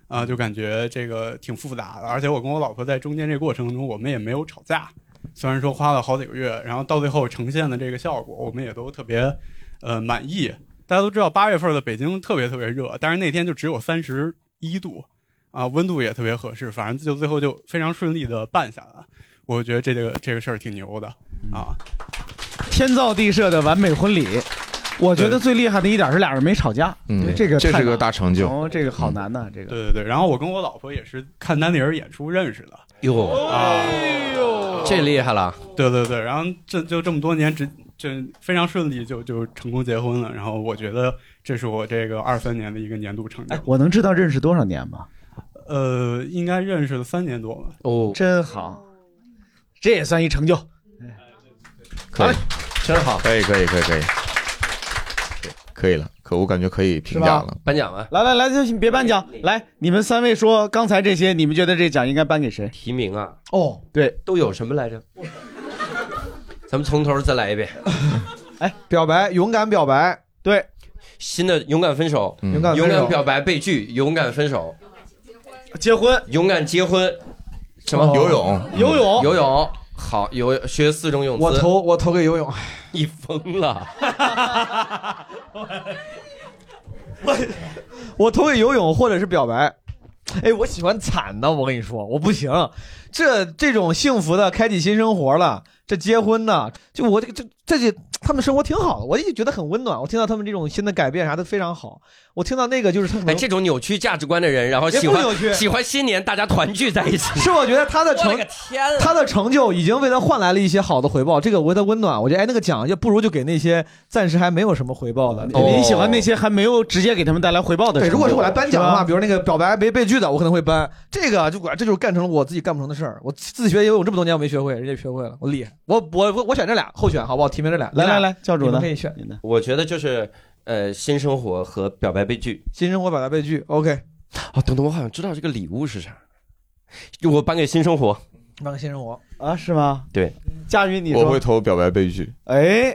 啊，就感觉这个挺复杂的。而且我跟我老婆在中间这过程中，我们也没有吵架，虽然说花了好几个月，然后到最后呈现的这个效果，我们也都特别呃满意。大家都知道，八月份的北京特别特别热，但是那天就只有三十一度，啊，温度也特别合适，反正就最后就非常顺利的办下来。我觉得这个这个事儿挺牛的啊。天造地设的完美婚礼。我觉得最厉害的一点是俩人没吵架，嗯这个这太是个难大成就哦，这个好难呐，这个对对对，然后我跟我老婆也是看丹尼尔演出认识的。哟啊，哎这厉害了。对对对，然后这就这么多年，直这非常顺利就就成功结婚了。然后我觉得这是我这个二三年的一个年度成就。我能知道认识多少年吗？呃，应该认识了三年多了。哦，真好，这也算一成就。哎可以，真好，可以，可以，可以，可以，可以了，可我感觉可以评是吧价了。颁奖啊吧，来来来，就别颁奖，来，你们三位说刚才这些，你们觉得这奖应该颁给谁？提名啊，哦，对，都有什么来着？咱们从头再来一遍。哎，表白，勇敢表白，对，新的勇敢分手，勇敢分手表白被拒，勇敢分手，结婚，勇敢结婚，什么哦？游泳游泳游泳，好，游学四种泳姿。我投我投给游泳， (laughs) 你疯了，我投给游泳或者是表白。哎，我喜欢惨的，我跟你说，我不行，这这种幸福的开启新生活了，这结婚呢，就我这个这这这他们生活挺好的，我也觉得很温暖。我听到他们这种新的改变啥的非常好，我听到那个就是他可哎，能这种扭曲价值观的人，然后也不喜欢扭曲喜欢新年大家团聚在一起，是我觉得他的成我勒个天啊他的成就已经为他换来了一些好的回报，这个为他温暖。我觉得哎，那个奖也不如就给那些暂时还没有什么回报的。哦你喜欢那些还没有直接给他们带来回报的？对，如果是我来颁奖的话，是吧比如那个表白没被拒的，我可能会颁这个，就管这就是干成了我自己干不成的事儿。我自学游泳这么多年我没学会，人家学会了，我厉害。我我我我选这俩候选好不好？提名这俩，来你来俩来教主呢你们可以选。我觉得就是呃，新生活和表白被拒。新生活表白被拒，OK，哦，等等，我好像知道这个礼物是啥，就我颁给新生活。颁个新生活啊，是吗？对，佳宇，你我说，会投表白被拒。哎，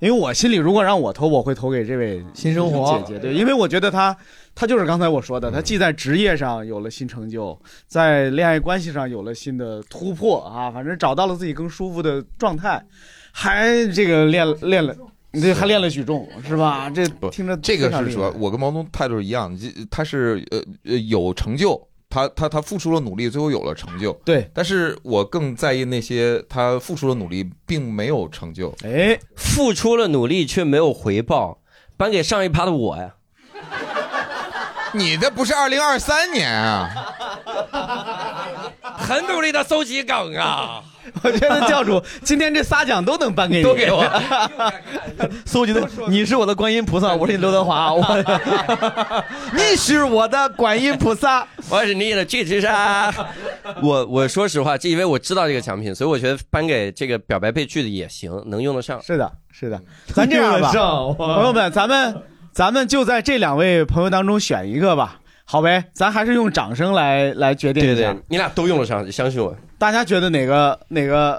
因为我心里如果让我投，我会投给这位新生活姐姐，对，因为我觉得她，她就是刚才我说的，她既在职业上有了新成就，在恋爱关系上有了新的突破啊，反正找到了自己更舒服的状态，还这个练了练了，这还练了举重是吧？这不，听着这个非常是厉说害，我跟毛东态度是一样，这他是呃呃有成就，他他他付出了努力，最后有了成就。对，但是我更在意那些他付出了努力并没有成就。哎，付出了努力却没有回报，颁给上一趴的我呀。你这不是二零二三年啊？很努力的搜集梗啊，我觉得教主今天这仨奖都能颁给你，都 (laughs) 给我搜集的，你是我的观音菩萨，我是你刘德华， (laughs) 我你是我的观音菩萨。我是你的巨齿鲨。 (laughs) 我我说实话，这因为我知道这个奖品，所以我觉得颁给这个表白被拒的也行，能用得上。嗯是的，是的， (laughs) 咱这 (laughs) 样吧，朋友们，咱们咱们就在这两位朋友当中选一个吧，好呗，咱还是用掌声来来决定一对下。对，你俩都用得上，相信我。大家觉得哪个哪个？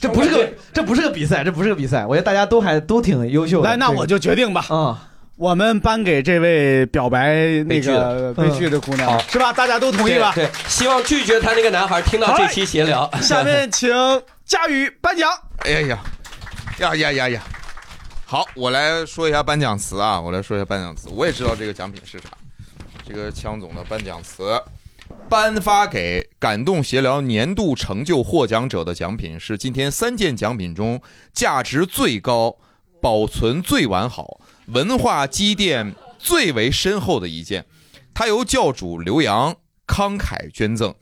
这不是个这不是个比赛，这不是个比赛，我觉得大家都还都挺优秀的。来，那对我就决定吧。啊，我们颁给这位表白那被拒个的嗯被拒的姑娘好，是吧？大家都同意吧？对，对希望拒绝他那个男孩听到这期闲聊。下面请佳宇颁奖。哎呀呀，呀呀呀呀！好，我来说一下颁奖词啊，我来说一下颁奖词。我也知道这个奖品是啥，这个枪总的颁奖词，颁发给感动协聊年度成就获奖者的奖品是今天三件奖品中价值最高、保存最完好、文化积淀最为深厚的一件，它由教主刘洋慷慨捐赠，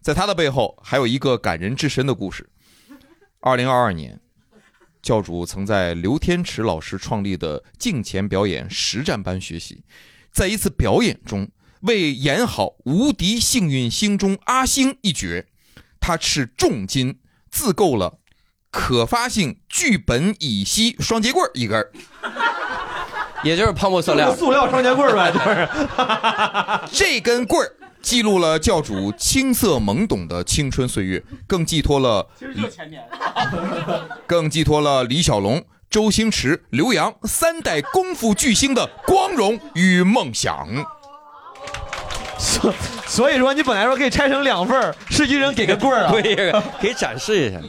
在他的背后还有一个感人至深的故事。二零二二年，教主曾在刘天池老师创立的镜前表演实战班学习，在一次表演中，为演好无敌幸运星中阿星一角，他斥重金自购了可发性聚苯乙烯双节棍儿一根儿。 (laughs) 也就是泡沫塑料就是塑料双节棍儿呗，就是这根棍儿记录了教主青涩懵懂的青春岁月，更寄托了前年。 (laughs) 更寄托了李小龙、周星驰、刘洋三代功夫巨星的光荣与梦想。所所以说，你本来说可以拆成两份儿，是一人给个棍儿啊。 (laughs) 对，可以展示一下，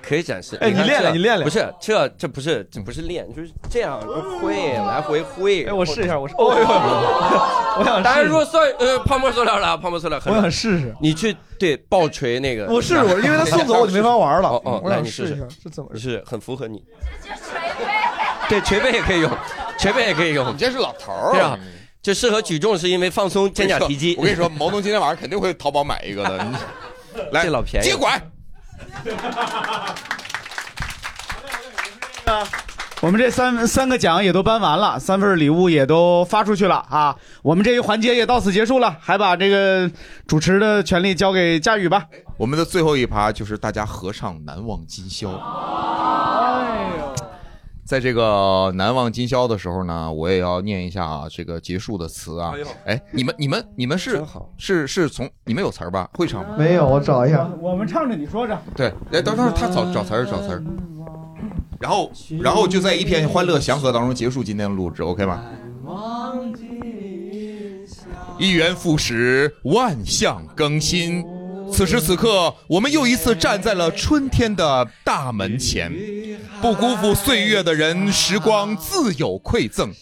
可以展示。哎你看练这练你练练不是，这这不是这不是练，就是这样挥来回挥。哎，我试一下，我试。哦我想试当然，如果塑呃泡沫塑料了，泡沫塑料很。我想试试。你去对爆锤那个。 (laughs) 我试试，我因为他送走我就没法玩了。哦哦，我来想你试试一下试，这怎么？是很符合你。对，捶背也可以用，捶背也可以用。你这是老头儿啊对啊，就适合举重是因为放松肩胛提肌。我跟你说，毛东今天晚上肯定会淘宝买一个 (laughs) 的。你来，这老便宜。接管。我们这三三个奖也都颁完了，三份礼物也都发出去了啊！我们这一环节也到此结束了，还把这个主持的权利交给佳宇吧。我们的最后一趴就是大家合唱《难忘今宵》。在这个难忘今宵的时候呢，我也要念一下啊，这个结束的词啊哎呦。哎，你们你们你们是是是从你们有词儿吧？会唱吗？没有，我找一下。我们唱着你说着，对，哎，等等，他找找词儿找词儿，然后然后就在一片欢乐祥和当中结束今天的录制，OK 吗？ (laughs) 一元复始，万象更新。此时此刻，我们又一次站在了春天的大门前。不辜负岁月的人，时光自有馈赠。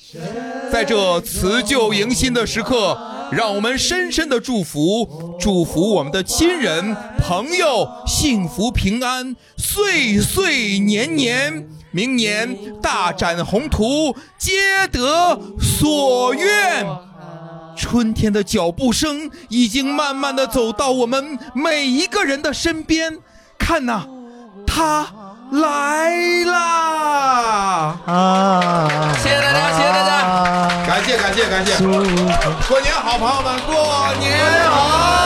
在这辞旧迎新的时刻，让我们深深的祝福，祝福我们的亲人、朋友幸福平安，岁岁年年。明年大展宏图，皆得所愿。春天的脚步声已经慢慢的走到我们每一个人的身边，看呐、他来啦！啊！谢谢大家，谢谢大家，感谢感谢感谢！过年好，朋友们，过年好！